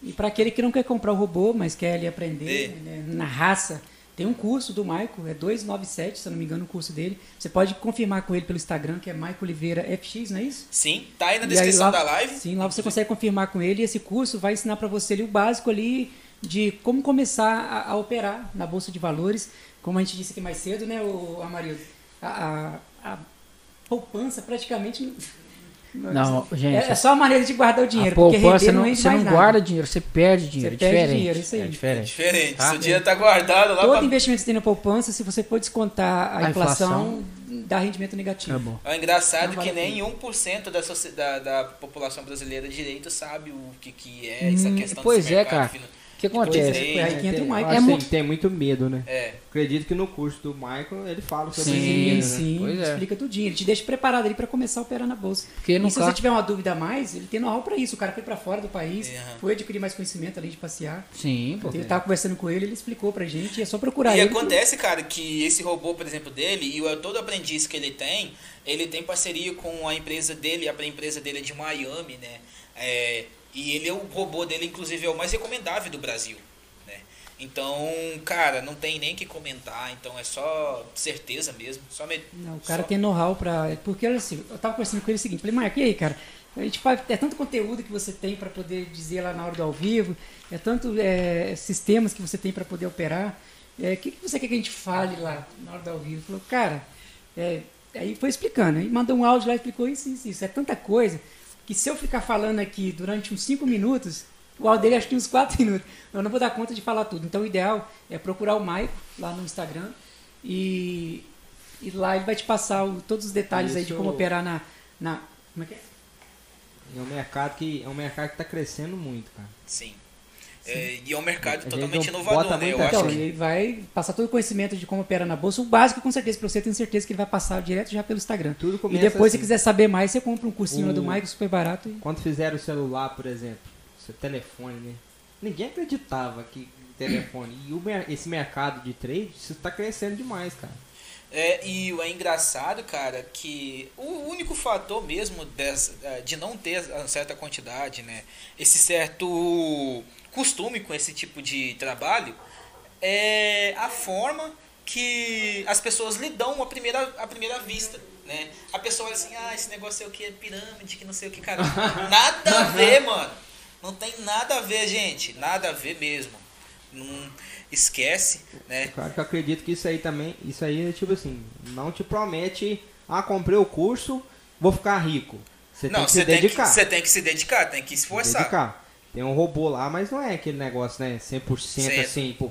S2: E para aquele que não quer comprar o robô, mas quer ali aprender
S1: É.
S2: né, na raça, tem um curso do Maico, é 297, se eu não me engano, o curso dele. Você pode confirmar com ele pelo Instagram, que é Maico Oliveira FX, não é isso?
S1: Sim, tá aí na
S2: E
S1: descrição
S2: lá-
S1: da live.
S2: Sim, lá você consegue confirmar com ele. E esse curso vai ensinar para você ali o básico ali de como começar a, a operar na bolsa de valores. Como a gente disse aqui mais cedo, né, o Amarildo? A, a- a poupança praticamente.
S8: Não, gente.
S2: É, é só a maneira de guardar o dinheiro.
S8: a poupança,
S2: porque
S8: você
S2: render
S8: não,
S2: rende
S8: você
S2: mais
S8: não
S2: nada.
S8: guarda dinheiro, você perde dinheiro.
S2: Você
S8: é
S2: perde
S8: diferente.
S2: dinheiro, isso aí.
S8: É
S1: É
S8: diferente.
S1: diferente,
S8: Tá.
S1: seu dinheiro tá guardado lá
S2: Todo
S1: pra...
S2: investimento que você tem na poupança, se você for descontar a,
S8: A
S2: inflação, dá rendimento negativo.
S8: Tá bom.
S1: É engraçado
S2: Não vale
S1: que
S2: a pena.
S1: nem 1% da, socie- da, da população brasileira direito sabe o que, que é essa
S8: Hum,
S1: questão
S8: pois
S1: desse
S8: é,
S1: mercado
S8: cara.
S1: finan-
S8: O que acontece?
S1: Pois
S2: Foi aí que entra um o
S3: tem-
S2: Maico.
S3: assim,
S8: É muito-
S3: tem muito medo, né?
S1: É.
S3: Acredito que no curso do Michael ele fala sobre
S8: Sim,
S3: esse
S2: Sim, sim,
S3: medo, né?
S8: Pois é.
S2: assim, explica tudinho. Ele te deixa preparado ali para começar a operar na bolsa.
S8: Porque
S2: E
S8: no
S2: se você
S8: caso.
S2: tiver uma dúvida a mais, ele tem know-how pra isso. O cara foi pra fora do país,
S1: É, aham.
S2: foi adquirir mais conhimento além de passear.
S8: Sim, pô. é.
S2: Eu tava conversando com ele, ele explicou pra gente. É só procurar
S1: E
S2: ele.
S1: acontece, cara, que esse robô, por exemplo, dele e o todo aprendiz que ele tem, ele tem parceria com a empresa dele, a empresa dele é de Miami, né? É, e ele é o robô dele, inclusive, é o mais recomendável do Brasil, né? Então, cara, não tem nem que comentar, então é só certeza mesmo. Só me...
S2: Não, o cara
S1: só-
S2: tem know-how pra. Porque olha assim, eu tava conversando com ele o seguinte, falei, Marco, e aí, cara? A gente faz, é tanto conteúdo que você tem pra poder dizer lá na hora do ao vivo, é tanto é, sistemas que você tem pra poder operar. O que, que você quer que a gente fale lá na hora do ao vivo? Ele Falou, cara, é, aí foi explicando, aí mandou um áudio lá e explicou isso, isso, isso. É tanta coisa que se eu ficar falando aqui durante uns 5 minutos, o áudio dele acho que uns 4 minutos, eu não vou dar conta de falar tudo. Então o ideal é procurar o Maico lá no Instagram e e lá ele vai te passar o- todos os detalhes aí de
S3: Isso.
S2: como operar na. na como é que é?
S3: É um mercado que é um mercado que tá crescendo muito, cara.
S1: Sim. É, e é um mercado
S3: gente
S1: totalmente
S3: não
S1: inovador,
S3: bota
S1: né? Eu
S3: muita
S1: acho
S2: Então,
S3: fé.
S1: que...
S2: ele vai passar todo o conhecimento de como operar na bolsa. O básico, com certeza, pra você, eu tenho certeza que ele vai passar direto já pelo Instagram.
S3: Tudo
S2: E
S3: começa
S2: depois, se
S3: assim.
S2: quiser saber mais, você compra um cursinho lá do
S3: O-
S2: Michael, super barato. E...
S3: Quando fizeram o celular, por exemplo, seu telefone, né? Ninguém acreditava que telefone. E o mer- esse mercado de trade, isso tá crescendo demais, cara.
S1: É, e o- é engraçado, cara, que o único fator mesmo dessa, eh, de não ter a certa quantidade, né? Esse certo costume com esse tipo de trabalho é a forma que as pessoas lhe dão à primeira, à primeira vista, né? A pessoa assim, ah, esse negócio é o que? É pirâmide, que não sei o que, cara. Nada a ver, mano. Não tem nada a ver, gente. Nada a ver mesmo. Não esquece, né?
S3: É Claro que eu acredito que isso aí também, isso aí é tipo assim, não te promete, ah, comprei o curso, vou ficar rico. Você tem
S1: Não,
S3: que se
S1: você tem, que,
S3: dedicar.
S1: você tem que se dedicar, tem que
S3: se
S1: esforçar.
S3: dedicar. Tem um robô lá, mas não é aquele negócio, né? 100%
S1: Certo.
S3: assim, pô,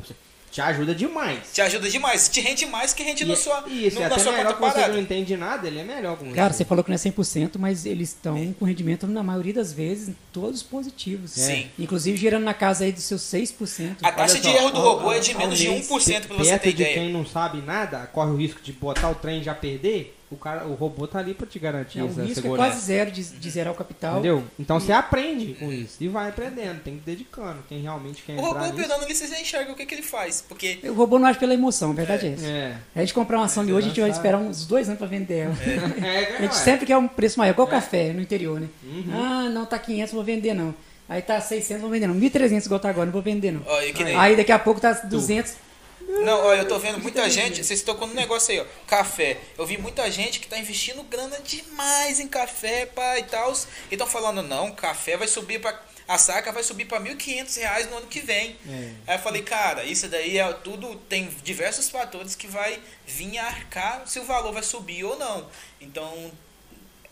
S3: te ajuda demais.
S1: Te ajuda demais, te rende mais que rende
S3: E-
S1: na sua,
S3: isso,
S1: no-
S3: é
S1: na
S3: até
S1: sua
S3: melhor
S1: conta
S3: que você que não
S1: parada.
S3: entende nada, ele é melhor com
S2: Cara, você falou que não é 100%, mas eles
S3: É.
S2: estão com rendimento, na maioria das vezes, todos positivos.
S3: É.
S1: Sim.
S2: Inclusive, girando na casa aí dos seus 6%.
S3: Ah,
S1: A taxa de
S3: só,
S1: erro do
S3: ao-
S1: robô é
S3: ao-
S1: de
S3: ao
S1: menos de
S3: mês,
S1: 1%, pra você
S3: perto
S1: ter
S3: de
S1: ideia.
S3: quem não sabe nada, corre o risco de botar o trem e já perder, o, cara, o robô tá ali pra te garantir
S2: É, o
S3: essa
S2: risco é
S3: segurança.
S2: quase zero de, de zerar o capital.
S3: Entendeu? Então você aprende com isso e vai aprendendo, tem que dedicando, quem realmente quer
S1: O robô é
S3: entrar nisso.
S1: operando ali, você já enxerga o que, que ele faz. Porque
S2: O robô não age pela emoção, a verdade é, essa.
S3: É.
S2: A gente comprar uma ação de
S3: Você
S2: hoje, a gente vai
S3: não sabe.
S2: esperar uns dois anos pra vender ela.
S3: É,
S2: A gente
S3: ué.
S2: sempre quer um preço maior,
S1: É.
S2: igual café no interior, né?
S1: Uhum.
S2: Ah, não, tá 500, vou vender não. Aí tá 600, vou vender não. 1.300 igual tá agora, não vou vender não.
S1: Ó, e que nem-
S2: Aí daqui a pouco tá 200.
S1: Não, olha, eu tô vendo muita gente. Vocês estão com um negócio aí, ó. Café. Eu vi muita gente que tá investindo grana demais em café, pá, e tal. E estão falando, não, café vai subir pra. A saca vai subir pra R$ 1.500 reais no ano que vem. Aí eu falei, cara, isso daí é tudo. Tem diversos fatores que vai vir a arcar se o valor vai subir ou não. Então.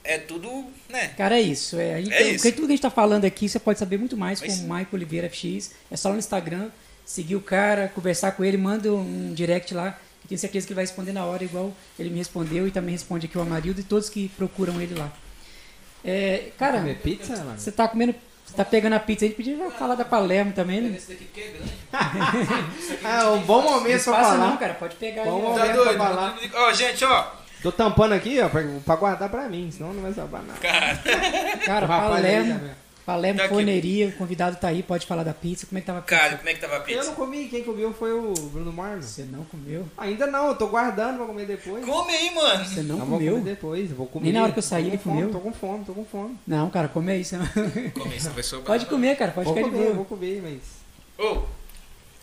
S1: é tudo, né?
S2: Cara, é isso. É, a gente-
S1: É isso.
S2: porque Tudo que a gente tá falando aqui, você pode saber muito mais
S1: É
S2: com o
S1: isso.
S2: Michael Oliveira FX. É só lá no Instagram, seguir o cara, conversar com ele, manda um direct lá. que tenho certeza que ele vai responder na hora, igual ele me respondeu e também responde aqui o Amarildo e todos que procuram ele lá. É, cara,
S3: Comer pizza, mano?
S2: você tá comendo. Você tá pegando a pizza, a gente podia falar da Palermo também, né?
S1: Esse daqui que é grande.
S3: Ah, um bom
S2: Não
S3: momento pra
S2: passa não,
S3: falar.
S2: cara. Pode pegar aí.
S3: Vamos
S2: ó.
S5: Tá
S3: Roberto
S5: doido?
S3: vai lá.
S1: Ó, gente, ó.
S3: Tô tampando aqui, ó, pra, pra guardar pra mim, senão não vai sobrar nada.
S2: Cara,
S3: O rapaz ali
S2: Palermo.
S3: também.
S2: Palermo
S1: Tá aqui.
S2: Forneria, o convidado tá aí, pode falar da pizza. Como é que tava a pizza?
S1: Cara, como é que tava a
S3: Eu não
S1: pizza?
S3: comi, quem comeu foi o Bruno Marlos.
S2: Você não comeu?
S3: Ainda não, eu tô guardando pra comer depois.
S1: Come aí, mano.
S2: Você não
S3: Eu vou
S2: comeu?
S3: comer depois, eu vou comer.
S2: Nem na hora que eu saí,
S3: Tô com
S2: ele
S3: fome,
S2: comeu?
S3: Tô com fome, tô com fome.
S2: Não, cara, come aí. Você não...
S1: Come isso, vai sobrar.
S2: Pode comer, cara, pode
S3: vou
S2: ficar
S3: comer,
S2: é de
S3: vou
S2: boa.
S3: comer, mas...
S1: Ô.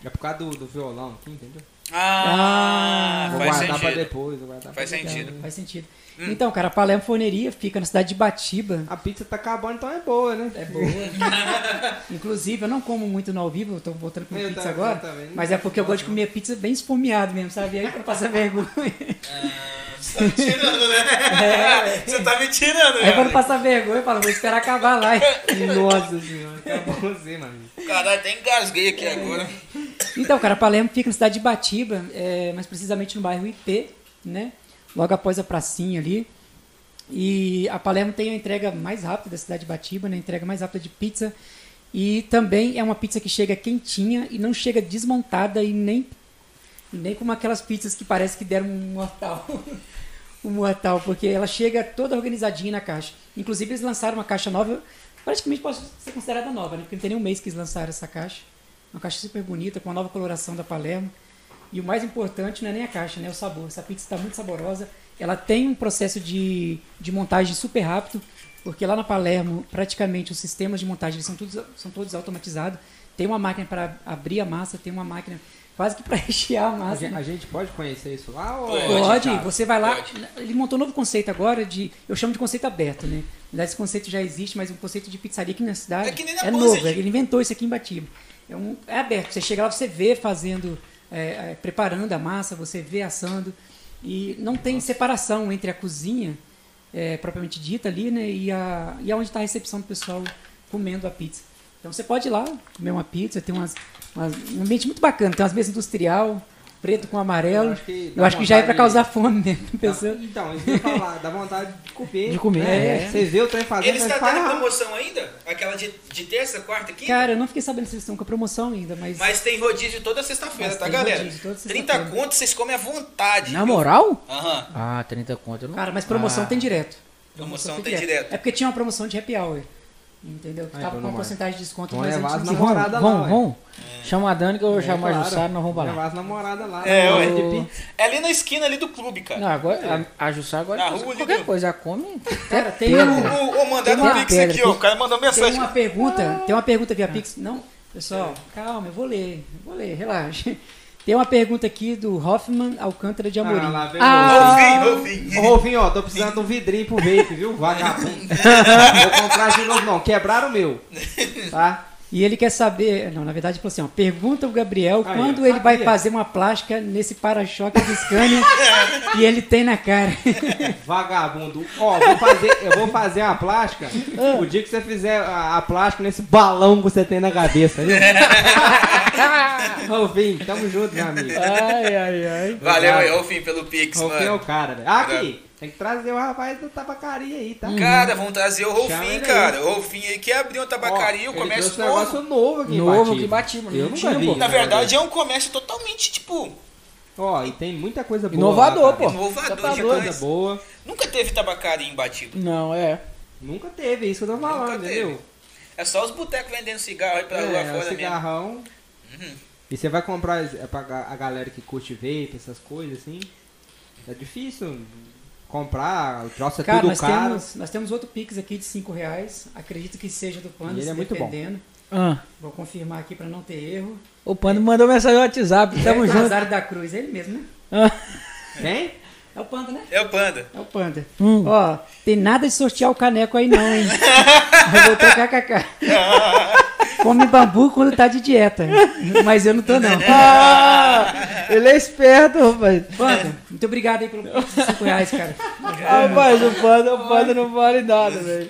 S3: É por causa do, do violão aqui, entendeu?
S1: Ah,
S3: vou
S1: faz
S3: guardar pra
S1: sentido.
S3: depois, vou guardar
S1: Faz
S3: pra depois.
S1: sentido.
S2: Faz sentido.
S3: Hum.
S2: Então, cara, a Palermo Forneria fica na cidade de Batiba.
S3: A pizza tá acabando, então é boa, né?
S2: É boa. Inclusive, eu não como muito no ao vivo, eu tô voltando com
S3: Eu
S2: pizza
S3: também,
S2: agora.
S3: eu também.
S2: Mas é porque eu gosto de comer pizza bem esfomeado mesmo, sabe? Aí pra passar vergonha.
S1: Você tá me tirando, né?
S3: É.
S1: Você tá me tirando,
S2: Aí pra não
S1: velho.
S2: passar vergonha, eu falo, vou esperar acabar lá.
S3: Nossa senhora, acabou você, mano.
S1: Caralho, até engasguei aqui agora.
S2: Então, cara, Palermo fica na cidade de Batiba, é, mas precisamente no bairro IP, né? Logo após a pracinha ali. E a Palermo tem a entrega mais rápida da cidade de Batiba, né? A entrega mais rápida de pizza. E também é uma pizza que chega quentinha e não chega desmontada e nem, nem como aquelas pizzas que parece que deram um mortal. um mortal, porque ela chega toda organizadinha na caixa. Inclusive, eles lançaram uma caixa nova, praticamente pode ser considerada nova, né? Porque não tem nem um mês que eles lançaram essa caixa. Uma caixa super bonita, com uma nova coloração da Palermo. E o mais importante não é nem a caixa, né? O sabor. Essa pizza está muito saborosa. Ela tem um processo de, de montagem super rápido, porque lá na Palermo, praticamente, os sistemas de montagem eles são, todos, são todos automatizados. Tem uma máquina para abrir a massa, tem uma máquina quase que para rechear a
S3: A
S2: massa.
S3: gente, a gente pode conhecer isso lá ou...
S1: Pode.
S2: Assim. Pode,
S3: Tá.
S2: você vai lá. Ele montou um novo conceito agora de. Eu chamo de conceito aberto, né? Na verdade, esse conceito já existe, mas um conceito de pizzaria aqui na cidade.
S1: É que nem na
S2: novo,
S1: Buzzard.
S2: ele inventou isso aqui em Batiba. É, um, é aberto. Você chega lá, você vê fazendo, é, é, preparando a massa, você vê assando. E não tem separação entre a cozinha, é, propriamente dita ali, né? E, a, e aonde está a recepção do pessoal comendo a pizza. Então você pode ir lá comer uma pizza, tem umas, umas- um ambiente muito bacana, tem umas mesas industrial, preto com amarelo.
S3: Eu acho que dá
S2: Eu acho que já é pra
S3: vontade-
S2: causar fome né? mesmo,
S3: Dá-
S2: pensando.
S3: Então, isso que eu ia falar, dá vontade de comer.
S8: De comer,
S3: né?
S8: é.
S3: Você vê o trem fazendo,
S1: Eles
S3: mas
S1: estão
S3: faz
S1: tendo
S3: rápido.
S1: promoção ainda? Aquela de, de terça, quarta, quinta?
S2: Cara, eu não fiquei sabendo se eles estão com a promoção ainda, mas.
S1: Mas tem rodízio toda sexta-feira,
S2: Mas
S1: tá,
S2: tem
S1: galera?
S2: rodízio toda
S1: 30
S2: sexta-feira.
S1: contos, vocês comem à vontade.
S8: Na moral?
S1: Aham.
S8: Ah, 30 conto. eu não-
S2: Cara, mas promoção
S8: Ah.
S2: tem direto.
S1: Promoção
S2: Promoção
S1: tem direto.
S2: É porque tinha uma promoção de happy hour. Entendeu? Que
S3: Ah,
S2: tava
S3: então é
S2: com
S3: não
S2: uma
S3: vai.
S2: porcentagem de desconto,
S3: Vão
S2: mas
S3: levar as
S2: antes
S8: Vamos,
S2: não.
S3: namoradas lá,
S8: vamos,
S3: ué.
S8: vamos. Chama a Dani que eu vou
S3: É,
S8: chamar
S3: claro.
S8: o Jussara, nós vamos pra lá.
S3: Levar as namoradas lá.
S1: É,
S3: né?
S1: ué.
S3: De pizza.
S1: É ali na esquina ali do clube,
S8: Não,
S1: cara.
S2: é.
S8: agora, a, a Jussara agora
S1: Na
S8: faz
S1: rua,
S8: qualquer
S1: viu?
S8: coisa, ela come.
S2: Cara, tem,
S8: Pedra.
S2: um-
S1: Ô, ô, mandaram
S2: Tem
S1: um
S2: uma
S1: pix
S2: pedra
S1: aqui,
S2: aqui.
S1: ó. O cara mandou
S2: tem
S1: mensagem.
S2: uma
S3: Ah.
S2: pergunta. Tem uma pergunta via Pix. Não, pessoal, calma, eu vou ler. Eu vou ler, relaxa. Tem uma pergunta aqui do Hoffman Alcântara de Amorim.
S3: Ah, lá vem o
S1: Ouvi,
S3: Ô,
S1: ouvi.
S3: Rolfinho, ó, tô precisando de um vidrinho pro vape, viu? Vagabundo. Vou comprar de novo, não. Quebraram o meu. Tá?
S2: E ele quer saber, não, na verdade ele falou assim, ó, pergunta o Gabriel
S3: Aí,
S2: quando
S3: ó,
S2: ele vai
S3: sabia.
S2: fazer uma plástica nesse para-choque de Scania que ele tem na cara.
S3: Tá Vagabundo. Ó, vou fazer, eu vou fazer a plástica.
S1: Ah.
S3: O dia que você fizer a, a plástica nesse balão que você tem na cabeça, viu? Rolfinho, tamo junto, meu amigo.
S1: Ah,
S8: Ai, ai, ai.
S1: Valeu aí, ô, Fim, pelo pix,
S3: Rolfinho é o
S1: mano.
S3: cara, velho. Aqui, tem que trazer o rapaz do tabacaria aí, tá?
S1: Cara, vão trazer o
S3: Chama
S1: Rolfim,
S3: ele aí.
S1: cara. O Rolfim aí que abriu uma
S3: Ó,
S1: tabacaria, o
S3: ele
S1: comércio
S3: trouxe um
S1: novo.
S3: negócio novo aqui em
S8: Novo
S3: Batiba.
S8: aqui em Batiba, não
S3: Eu nunca
S8: tinha,
S3: vi. né?
S8: pô.
S1: Na verdade, é um comércio totalmente, tipo,
S3: Ó, e tem muita coisa boa.
S8: Inovador,
S3: lá,
S8: pô.
S3: cara.
S1: inovador
S8: tá
S3: Muita coisa
S1: demais.
S3: boa.
S1: Nunca teve tabacaria em Batiba.
S8: Não, é.
S3: Nunca teve, é isso que eu tô falando,
S1: Nunca
S3: entendeu?
S1: É só os botecos vendendo cigarro aí pra rua
S3: É, o
S1: fora mesmo. Uhum.
S3: cigarrão. E você vai comprar é, pra ga- a galera que curte vape, essas coisas assim. É difícil comprar, o troço é
S2: Cara,
S3: tudo
S2: nós
S3: caro.
S2: temos, nós temos outro Pix aqui de 5 reais, acredito que seja do Panda,
S3: E ele
S2: se
S3: é muito bom.
S2: dependendo.
S8: Ah,
S2: Vou confirmar aqui pra não ter erro.
S8: o Pando mandou mensagem no WhatsApp, tamo
S2: é o
S8: junto.
S2: Nazário da Cruz, é ele mesmo, né?
S8: Ah,
S3: Tem?
S2: É o Panda, né?
S1: É o Panda.
S2: É o Panda.
S8: Hum.
S2: Ó, tem nada de sortear o caneco aí não, hein? Eu vou tocar cacá. Come bambu quando tá de dieta. Mas eu não tô, não.
S4: Ah, ele é esperto, rapaz.
S2: Panda, muito obrigado aí pelo pix de 5 reais, cara.
S4: Rapaz, o panda, o panda não vale nada, velho.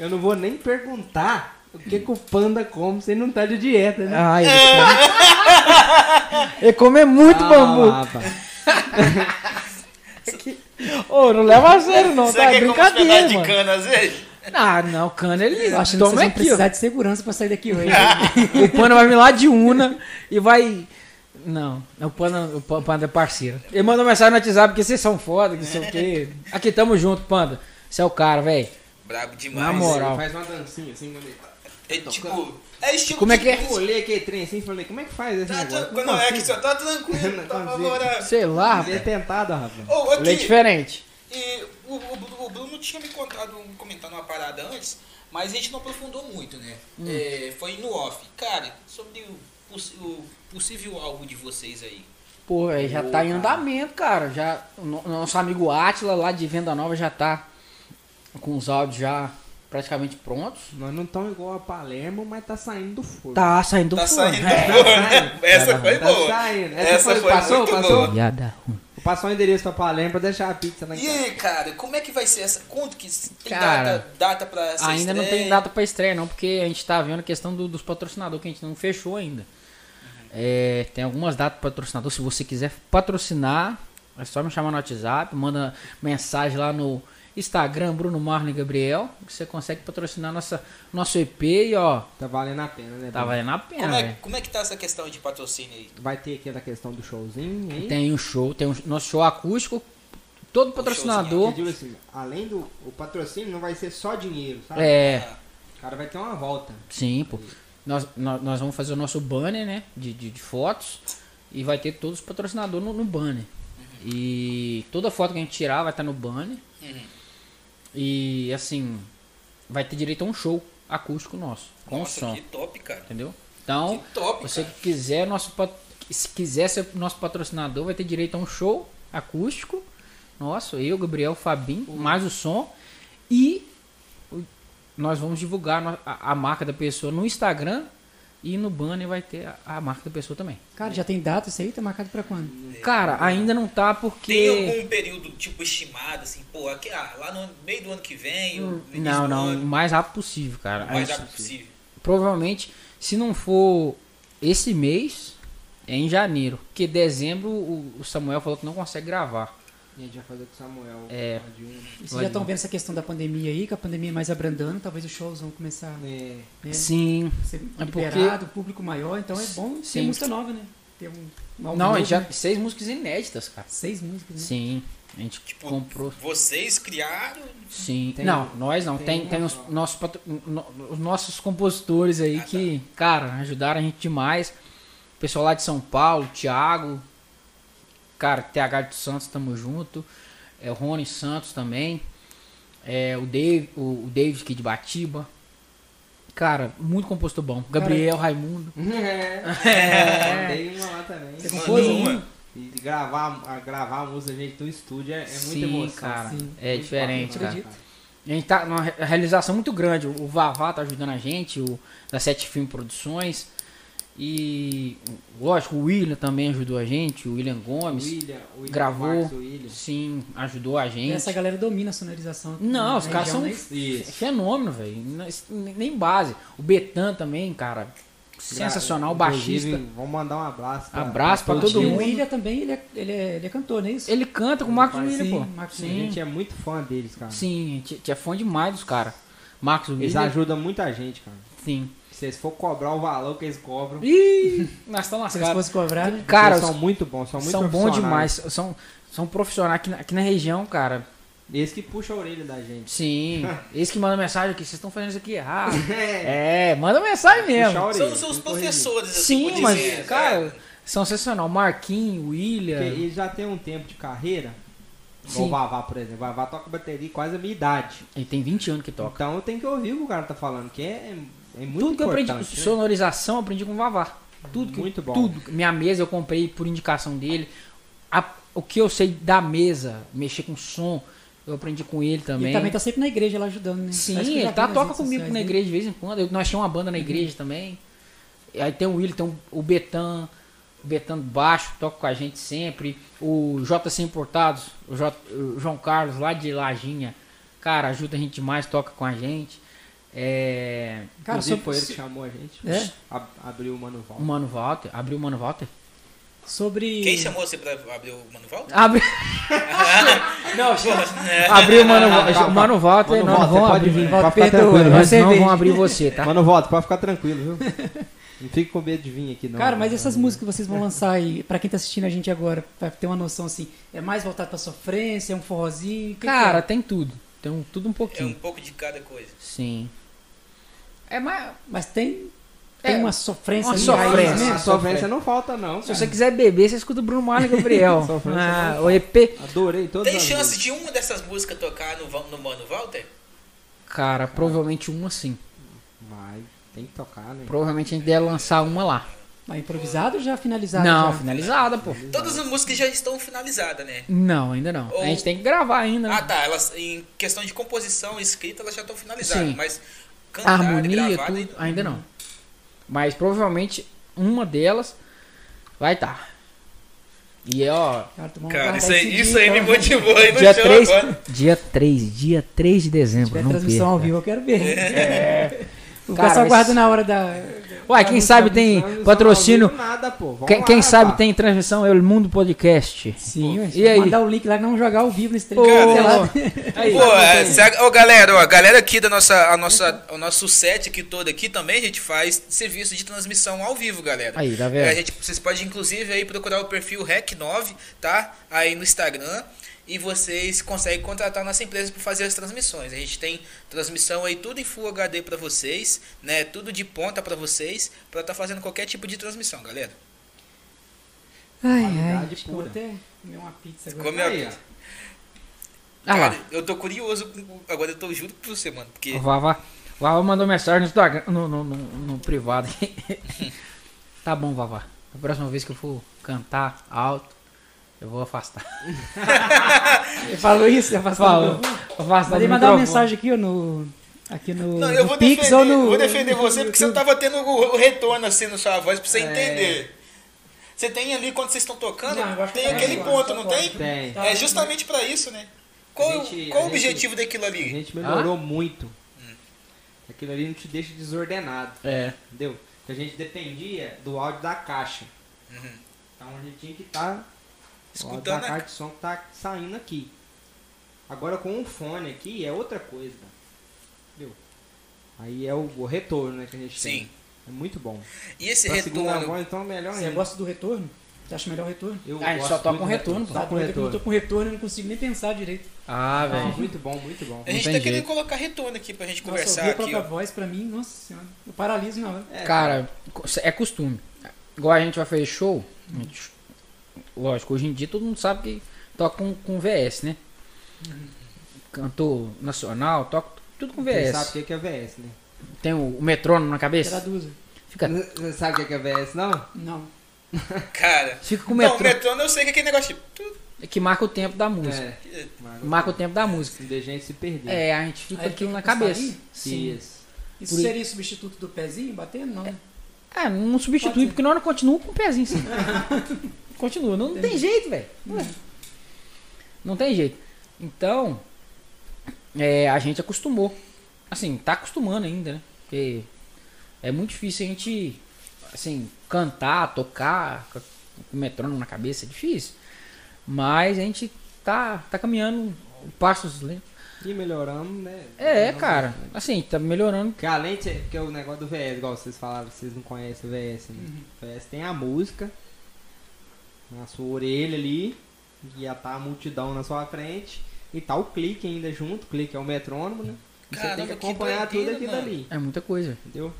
S3: Eu não vou nem perguntar o que, que o panda come se ele não tá de dieta, né?
S4: Ai, ele come, ele come muito
S3: Ah,
S4: bambu.
S3: lá, rapaz.
S4: Ô, não leva a sério, não,
S1: Será
S4: tá?
S1: que
S4: É
S1: é como os pedaços
S4: brincadeira,
S1: de
S4: mano.
S1: cana às vezes?
S4: Ah, não, cana ele
S2: Eu acho que vocês
S4: toma
S2: vão
S4: aqui, ó.
S2: precisar de segurança pra sair daqui hoje. né?
S4: O Panda vai vir lá de Una e vai. Não, o Panda, o Pa- Panda é parceiro. Ele mandou mensagem no WhatsApp que vocês são foda, que não sei o quê. Aqui tamo junto, Panda. Você é o cara, velho.
S1: Brabo demais.
S4: Na moral.
S3: Faz uma dancinha assim, quando ele tá.
S1: É tipo. É estilo
S4: Como é que é?
S3: Eu olhei aquele trem assim e falei, como é que faz esse
S1: Tá
S3: negócio? assim?
S1: tranquilo, não, é que só tá tranquilo,
S3: Não
S1: tá
S3: consigo.
S1: favorável.
S4: Sei lá,
S3: Ele é
S4: rapaz.
S3: tentado, rapaz.
S1: Ô,
S4: Ele é
S1: aqui,
S4: diferente.
S1: E o, o- o Bruno tinha me contado, um- comentado uma parada antes, mas a gente não aprofundou muito, né? É, foi no off. Cara, sobre o, poss- o possível alvo de vocês aí.
S4: Pô, véi, já tá em andamento, cara. Já, o no- nosso amigo Atila lá de Venda Nova já tá com os áudios já praticamente prontos.
S3: Nós não estamos igual a Palermo, mas tá saindo do forno.
S4: Tá saindo do
S1: tá
S4: forno.
S1: saindo
S4: né?
S1: boa, né?
S3: saindo.
S1: Essa foi
S3: Tá
S1: boa.
S3: saindo. Essa
S1: Essa
S3: foi-
S1: foi
S3: passou,
S1: muito
S3: passou?
S1: boa.
S4: Piada ruim.
S3: Vou passar o endereço pra Palermo pra deixar a pizza na
S1: E
S3: casa.
S1: aí, cara, como é que vai ser essa? Quanto que tem
S4: Cara,
S1: data, data pra essa
S4: Ainda não tem
S1: estreia?
S4: data pra estreia, não, porque a gente tá vendo a questão do- dos patrocinadores que a gente não fechou ainda. É, tem algumas datas para patrocinador. Se você quiser patrocinar, é só me chamar no WhatsApp, manda mensagem lá no Instagram, Bruno Marlon e Gabriel, que você consegue patrocinar nossa, nosso EP e ó,
S3: Tá valendo a pena, né?
S4: tá valendo a pena,
S1: Como é,
S4: velho.
S1: como é que tá essa questão de patrocínio aí?
S3: Vai ter aqui a questão do showzinho, hein?
S4: Tem um show, tem um nosso show acústico, todo patrocinador.
S3: Eu digo assim, além do o patrocínio, não vai ser só dinheiro, sabe?
S4: É,
S1: né?
S3: O cara vai ter uma volta.
S4: Sim, pô. Nós, nós, nós vamos fazer o nosso banner, né? De, de, de fotos. E vai ter todos os patrocinadores no, no banner.
S1: Uhum.
S4: E toda foto que a gente tirar vai estar no banner. E assim, vai ter direito a um show acústico nosso. Com
S1: Nossa,
S4: som.
S1: que top, cara.
S4: Entendeu? Então,
S1: Que top,
S4: você
S1: cara.
S4: que quiser, nosso, pat- se quiser ser nosso patrocinador, vai ter direito a um show acústico. Nosso, eu, Gabriel, Fabinho, mais o som. E o- nós vamos divulgar no- a, a marca da pessoa no Instagram e no banner vai ter a, a marca da pessoa também.
S2: Cara, já tem data isso aí? Tá marcado pra quando?
S1: É,
S4: Cara, ainda não tá
S1: Tem
S4: porque.
S1: algum período, tipo, estimado, assim, pô, aqui, ah, lá no meio do ano que vem? ou início
S4: Não,
S1: do
S4: não, o
S1: ano,
S4: mais rápido possível, cara. É.
S1: mais
S4: Aí,
S1: rápido possível.
S4: Provavelmente, se não for esse mês, é em janeiro. Porque dezembro o o Samuel falou que não consegue gravar.
S3: A gente vai fazer com o Samuel.
S4: É.
S3: uma de uma.
S2: E Vocês
S4: Olha.
S2: já estão vendo essa questão da pandemia aí, que a pandemia é mais abrandando, talvez os shows vão começar a
S3: É.
S2: né,
S4: Sim.
S2: ser
S4: É porque-
S2: liberado, público maior, então é bom ter
S4: Sim.
S2: música nova, né? Ter um, um álbum
S4: Não, a
S2: novo,
S4: gente já
S2: né?
S4: seis músicas inéditas, cara.
S2: Seis músicas, né?
S4: Sim. A gente
S1: Tipo,
S4: comprou.
S1: Vocês criaram.
S4: Sim.
S3: tem-
S4: não, nós não. Tem, um
S3: tem
S4: tem
S3: uma
S4: os,
S3: só.
S4: nossos, patro- no- os nossos compositores aí que, cara, ajudaram a gente demais. O pessoal lá de São Paulo, Thiago. Cara, TH de Santos, tamo junto. É, o Rony Santos também. É, o, Dave, o, o David aqui de Batiba. Cara, muito compositor bom. Gabriel, Raimundo.
S3: Mandei É. uma lá também.
S2: Você
S1: Mandou
S2: compôs
S1: uma.
S2: um?
S3: E gravar a, gravar a música, gente, do estúdio é, é muita
S4: Sim,
S3: emoção.
S4: cara.
S3: Muito
S4: É diferente,
S3: bacana,
S4: cara. A gente tá numa re- realização muito grande. O Vavá tá ajudando a gente, o da Sete Filme Produções. E, lógico, o William também ajudou a gente, o William Gomes.
S3: William, William,
S4: Gravou.
S3: Marcos, William.
S4: Sim, ajudou a gente.
S2: Essa galera domina a sonorização. aqui
S4: Não,
S2: na
S4: os caras
S2: região,
S4: são
S2: né?
S4: f-
S3: Isso.
S4: fenômeno, velho. Não- isso Nem nem base. O Betan também, cara. Sensacional,
S3: Inclusive,
S4: baixista.
S3: Vamos mandar um abraço.
S4: Abraço pra todo
S2: E o
S4: mundo.
S2: William também, ele é, ele, é, ele é cantor, não é isso?
S4: Ele canta com o Marcos
S3: Sim,
S4: William, pô.
S2: Marcos
S3: A gente é é muito fã deles, cara.
S4: Sim, é- a gente, a gente é fã demais dos caras. Marcos
S3: Eles
S4: William,
S3: ajudam muita gente, cara.
S4: sim.
S3: Se vocês for cobrar o valor que eles cobram,
S4: Ih, nós estamos
S2: Se eles
S4: lascados.
S2: fossem cobrar, né?
S4: é Cara,
S3: eles são muito bons, são muito
S4: são bons
S3: profissionais.
S4: demais. São, são profissionais aqui na, aqui na região, cara.
S3: Eles que puxam a orelha da gente.
S4: Sim. Eles que mandam mensagem aqui. Vocês estão fazendo isso aqui errado.
S3: É,
S4: é, manda mensagem mesmo.
S3: puxar a orelha.
S1: São, são os
S3: tem que corrigir.
S1: professores, assim,
S4: Sim,
S1: por
S4: mas,
S1: dizer,
S4: cara,
S1: né?
S4: sensacional. Marquinhos,
S3: Porque
S4: William.
S3: eles já têm um tempo de carreira. Igual
S4: Sim.
S3: o Vavá, por exemplo. O Vavá toca bateria quase a minha idade.
S4: Ele tem 20 anos que toca.
S3: Então eu tenho que ouvir o que o cara tá falando, que é, é muito
S4: Tudo que eu
S3: importante. né?
S4: aprendi, sonorização, eu aprendi com o Vavá. Tudo que eu-
S3: Muito bom.
S4: Tudo. Minha mesa eu comprei por indicação dele. A- o que eu sei da mesa, mexer com som, eu aprendi com ele também.
S2: Ele também tá sempre na igreja lá ajudando, né?
S4: Sim,
S2: Parece que eu já
S4: ele
S2: vi
S4: tá,
S2: nas
S4: toca
S2: redes
S4: comigo
S2: sociais
S4: na
S2: dele.
S4: igreja de vez em quando. Eu- nós tínhamos uma banda na igreja também. Aí tem o Willi, tem o Betan, o Betan do baixo, toca com a gente sempre. O JC Importados, o, J- o João Carlos lá de Lajinha, cara, ajuda a gente demais, toca com a gente. É,
S2: Cara,
S3: Inclusive,
S2: sobre-
S3: foi ele que chamou a gente.
S2: É?
S3: Ab- abriu o Mano Val.
S4: o Mano Walter, abriu o Mano Walter?
S2: Sobre.
S1: Quem chamou você pra abrir o Mano Walter?
S4: Abre,
S1: Não,
S4: abriu o Mano
S3: Calma,
S4: Walter.
S3: calma.
S4: Mano
S3: Mano
S4: Walter, não
S3: Walter,
S4: vão
S3: pode
S4: abrir.
S3: vir,
S4: Walter,
S3: pode ficar
S4: perdoa,
S3: tranquilo,
S4: nós
S2: vai
S4: não
S2: servir.
S4: vão abrir você, tá?
S3: Mano Volta, pode ficar tranquilo, viu? Não fique com medo de vir aqui, não.
S2: Cara, mas essas músicas que vocês vão lançar aí, pra quem tá assistindo a gente agora, pra ter uma noção assim, é mais voltado pra sofrência, é um forrozinho? O que que
S4: Cara,
S2: é?
S4: tem tudo. Tem um- tudo
S1: É
S4: um
S1: um
S4: pouquinho.
S1: pouco de cada coisa.
S4: Sim. É mais.
S2: mas tem, tem
S4: É,
S2: uma sofrência
S4: uma
S2: ali,
S4: sofrência.
S2: raiz mesmo?
S3: A sofrência não falta, não.
S4: Se
S3: cara.
S4: você quiser beber, você escuta o Bruno Marley e Gabriel.
S3: Sofrência
S4: Ah,
S3: não
S4: o EP.
S3: Adorei todas
S1: Tem
S3: as
S1: chance
S3: músicas.
S1: de uma dessas músicas tocar no, Va- no Mano Walter?
S4: Cara, provavelmente uma sim.
S3: Vai, tem que tocar, né?
S4: Provavelmente a gente deve lançar uma lá.
S2: Mas improvisado ou já finalizado?
S4: Não,
S2: já?
S4: finalizada, pô.
S1: Todas as músicas já estão finalizadas, né?
S4: Não, ainda não. A gente tem que gravar ainda. né?
S1: Ah, tá. Elas, em questão de composição e escrita, elas já estão finalizadas.
S4: Sim.
S1: Mas cantada,
S4: Harmonia,
S1: gravada,
S4: tudo, ainda não. Mas provavelmente uma delas vai estar. Tá. E é, ó,
S2: Cara, tu vamos
S1: Cara,
S2: guardar
S1: isso aí,
S2: esse
S1: isso
S2: dia,
S1: aí me
S2: então.
S1: motivou aí no
S4: dia
S1: show
S4: 3,
S1: agora.
S4: dia 3, dia 3 de
S2: Se
S4: dezembro,
S2: tiver
S4: não
S2: transmissão ao
S4: perca.
S2: vivo, eu quero ver. É. O
S4: Cara,
S2: pessoal
S4: mas-
S2: guarda na hora da.
S4: Uai, quem sabe tem
S3: Não, não
S4: patrocínio,
S3: ouviu Nada, pô. Vamos
S4: quem,
S3: lá,
S4: quem sabe
S3: rapaz.
S4: tem transmissão, é o Mundo Podcast.
S2: Sim, ué,
S4: e aí?
S2: mandar o link lá e não jogar ao vivo nesse treino.
S4: Ô,
S2: sei lá.
S4: tá aí,
S1: Pô, é, se a- ô, galera, ó, a galera aqui da nossa, a nossa, o nosso set aqui todo aqui também a gente faz serviço de transmissão ao vivo, galera.
S4: Aí, tá vendo?
S1: É, a gente, vocês podem inclusive aí procurar o perfil Rec9, tá? Aí no Instagram e vocês conseguem contratar a nossa empresa para fazer as transmissões. A gente tem transmissão aí tudo em Full HD para vocês, né? Tudo de ponta para vocês, para estar fazendo qualquer tipo de transmissão, galera.
S2: Ai, ai.
S3: Qualidade
S2: Acho que eu vou
S3: pura.
S2: até comer uma pizza agora.
S1: Como
S3: Aí,
S1: é,
S3: ó.
S4: Ah
S1: cara,
S4: lá,
S1: eu tô curioso com- agora eu tô juro pra você, mano, porque
S4: o Vava, o Vava mandou mensagem no, Instagram- no, no, no, no privado. tá bom, Vava. A próxima vez que eu for cantar alto, eu vou afastar.
S2: Ele falou isso, já passou.
S4: Falou. Afastar
S2: Mandei
S4: do
S2: mandar uma
S4: microfone.
S2: mensagem aqui, ó, no. Aqui no,
S1: Não, eu
S2: no
S1: vou
S2: Pix
S1: defender,
S2: ou no.
S1: vou defender você porque você não
S2: tá.
S1: tava tendo o o retorno assim na sua voz pra você entender. Você tem ali quando vocês estão tocando,
S2: Não, eu acho que
S1: tem
S2: tá
S1: aquele
S2: bom,
S1: ponto,
S2: tá
S1: não
S2: bom.
S1: tem?
S3: Tem.
S1: É justamente pra isso, né? Qual,
S3: gente-
S1: qual
S3: a
S1: o
S3: gente-
S1: objetivo daquilo
S3: A
S1: ali?
S3: gente melhorou muito. Aquilo ali não te deixa desordenado.
S4: É.
S3: Entendeu? Porque a gente dependia do áudio da caixa. Então a gente tinha que estar
S1: Uhum. Escutando
S3: da
S1: a-
S3: caixa de som que tá saindo aqui. Agora com o fone aqui é outra coisa. Entendeu? Aí é o, o retorno né, que a gente
S1: Sim.
S3: tem. É muito bom.
S1: E esse
S3: Pra segunda
S1: retorno.
S3: voz, então, melhor
S2: Você
S3: ainda.
S2: gosta Ah, do retorno? Você acha melhor o retorno?
S3: Eu
S4: Ah, a gente
S3: gosto
S4: só toca
S3: muito
S4: um
S3: do
S4: retorno, pô.
S2: Tá
S3: Só com
S2: doido que eu não tô
S3: retorno.
S2: com retorno, eu não consigo nem pensar direito.
S4: Ah,
S3: Não,
S4: velho.
S3: muito bom, muito bom.
S1: A gente
S4: tem
S1: tá querendo
S4: jeito.
S1: colocar retorno aqui pra gente
S2: nossa,
S1: conversar
S2: ouvir a
S1: aqui.
S2: própria
S1: ó.
S2: voz pra mim, nossa senhora. Eu paraliso na hora.
S4: É.
S3: É.
S4: Cara, é costume. Igual a gente vai fazer show, a gente- lógico, hoje em dia todo mundo sabe que toca com, com VS, né? Cantor nacional, toca tudo com
S3: Você sabe o
S4: VS.
S3: que que é VS, né?
S4: Tem o, o metrônomo na cabeça?
S2: Traduza.
S4: Fica,
S3: Não sabe o que que é VS, não?
S2: Não.
S1: Cara.
S4: fica com o
S1: Não, o
S4: metrônomo
S1: retorno eu sei que é aquele negócio tipo. tu-
S4: É que marca o tempo da música.
S3: É. Mas-
S4: Marca o tempo da música.
S3: Se deixa a gente se perder.
S4: É, a gente fica
S2: Aí
S4: aquilo
S2: fica
S4: na
S2: com
S4: cabeça.
S2: sarinho?
S4: Sim.
S3: Isso.
S2: Isso
S4: Por i-
S2: seria substituto do pezinho batendo? Não. né?
S4: É, não substitui, porque nós não continuamos com o pezinho. Assim. continua, não, não tem jeito, velho. Ué. Não tem jeito. Então, é, a gente acostumou. Assim, tá acostumando ainda, né? Porque é muito difícil a gente, assim, cantar, tocar com o metrônomo na cabeça, é difícil. Mas a gente tá, tá caminhando passos lentos.
S3: E melhoramos, né?
S4: É,
S3: Melhoramos
S4: cara, assim, tá melhorando.
S3: Porque além de ser, porque o negócio do VS, igual vocês falaram, vocês não conhecem o VS,
S1: Uhum.
S3: né? VS tem a música na sua orelha ali, e já tá a multidão na sua frente, e tá o clique ainda junto, o clique é o metrônomo, né? E você tem
S1: Caramba,
S3: que
S1: que
S3: acompanhar tudo
S1: doideira,
S3: aqui
S1: mano.
S3: dali,
S4: É muita coisa.
S3: entendeu?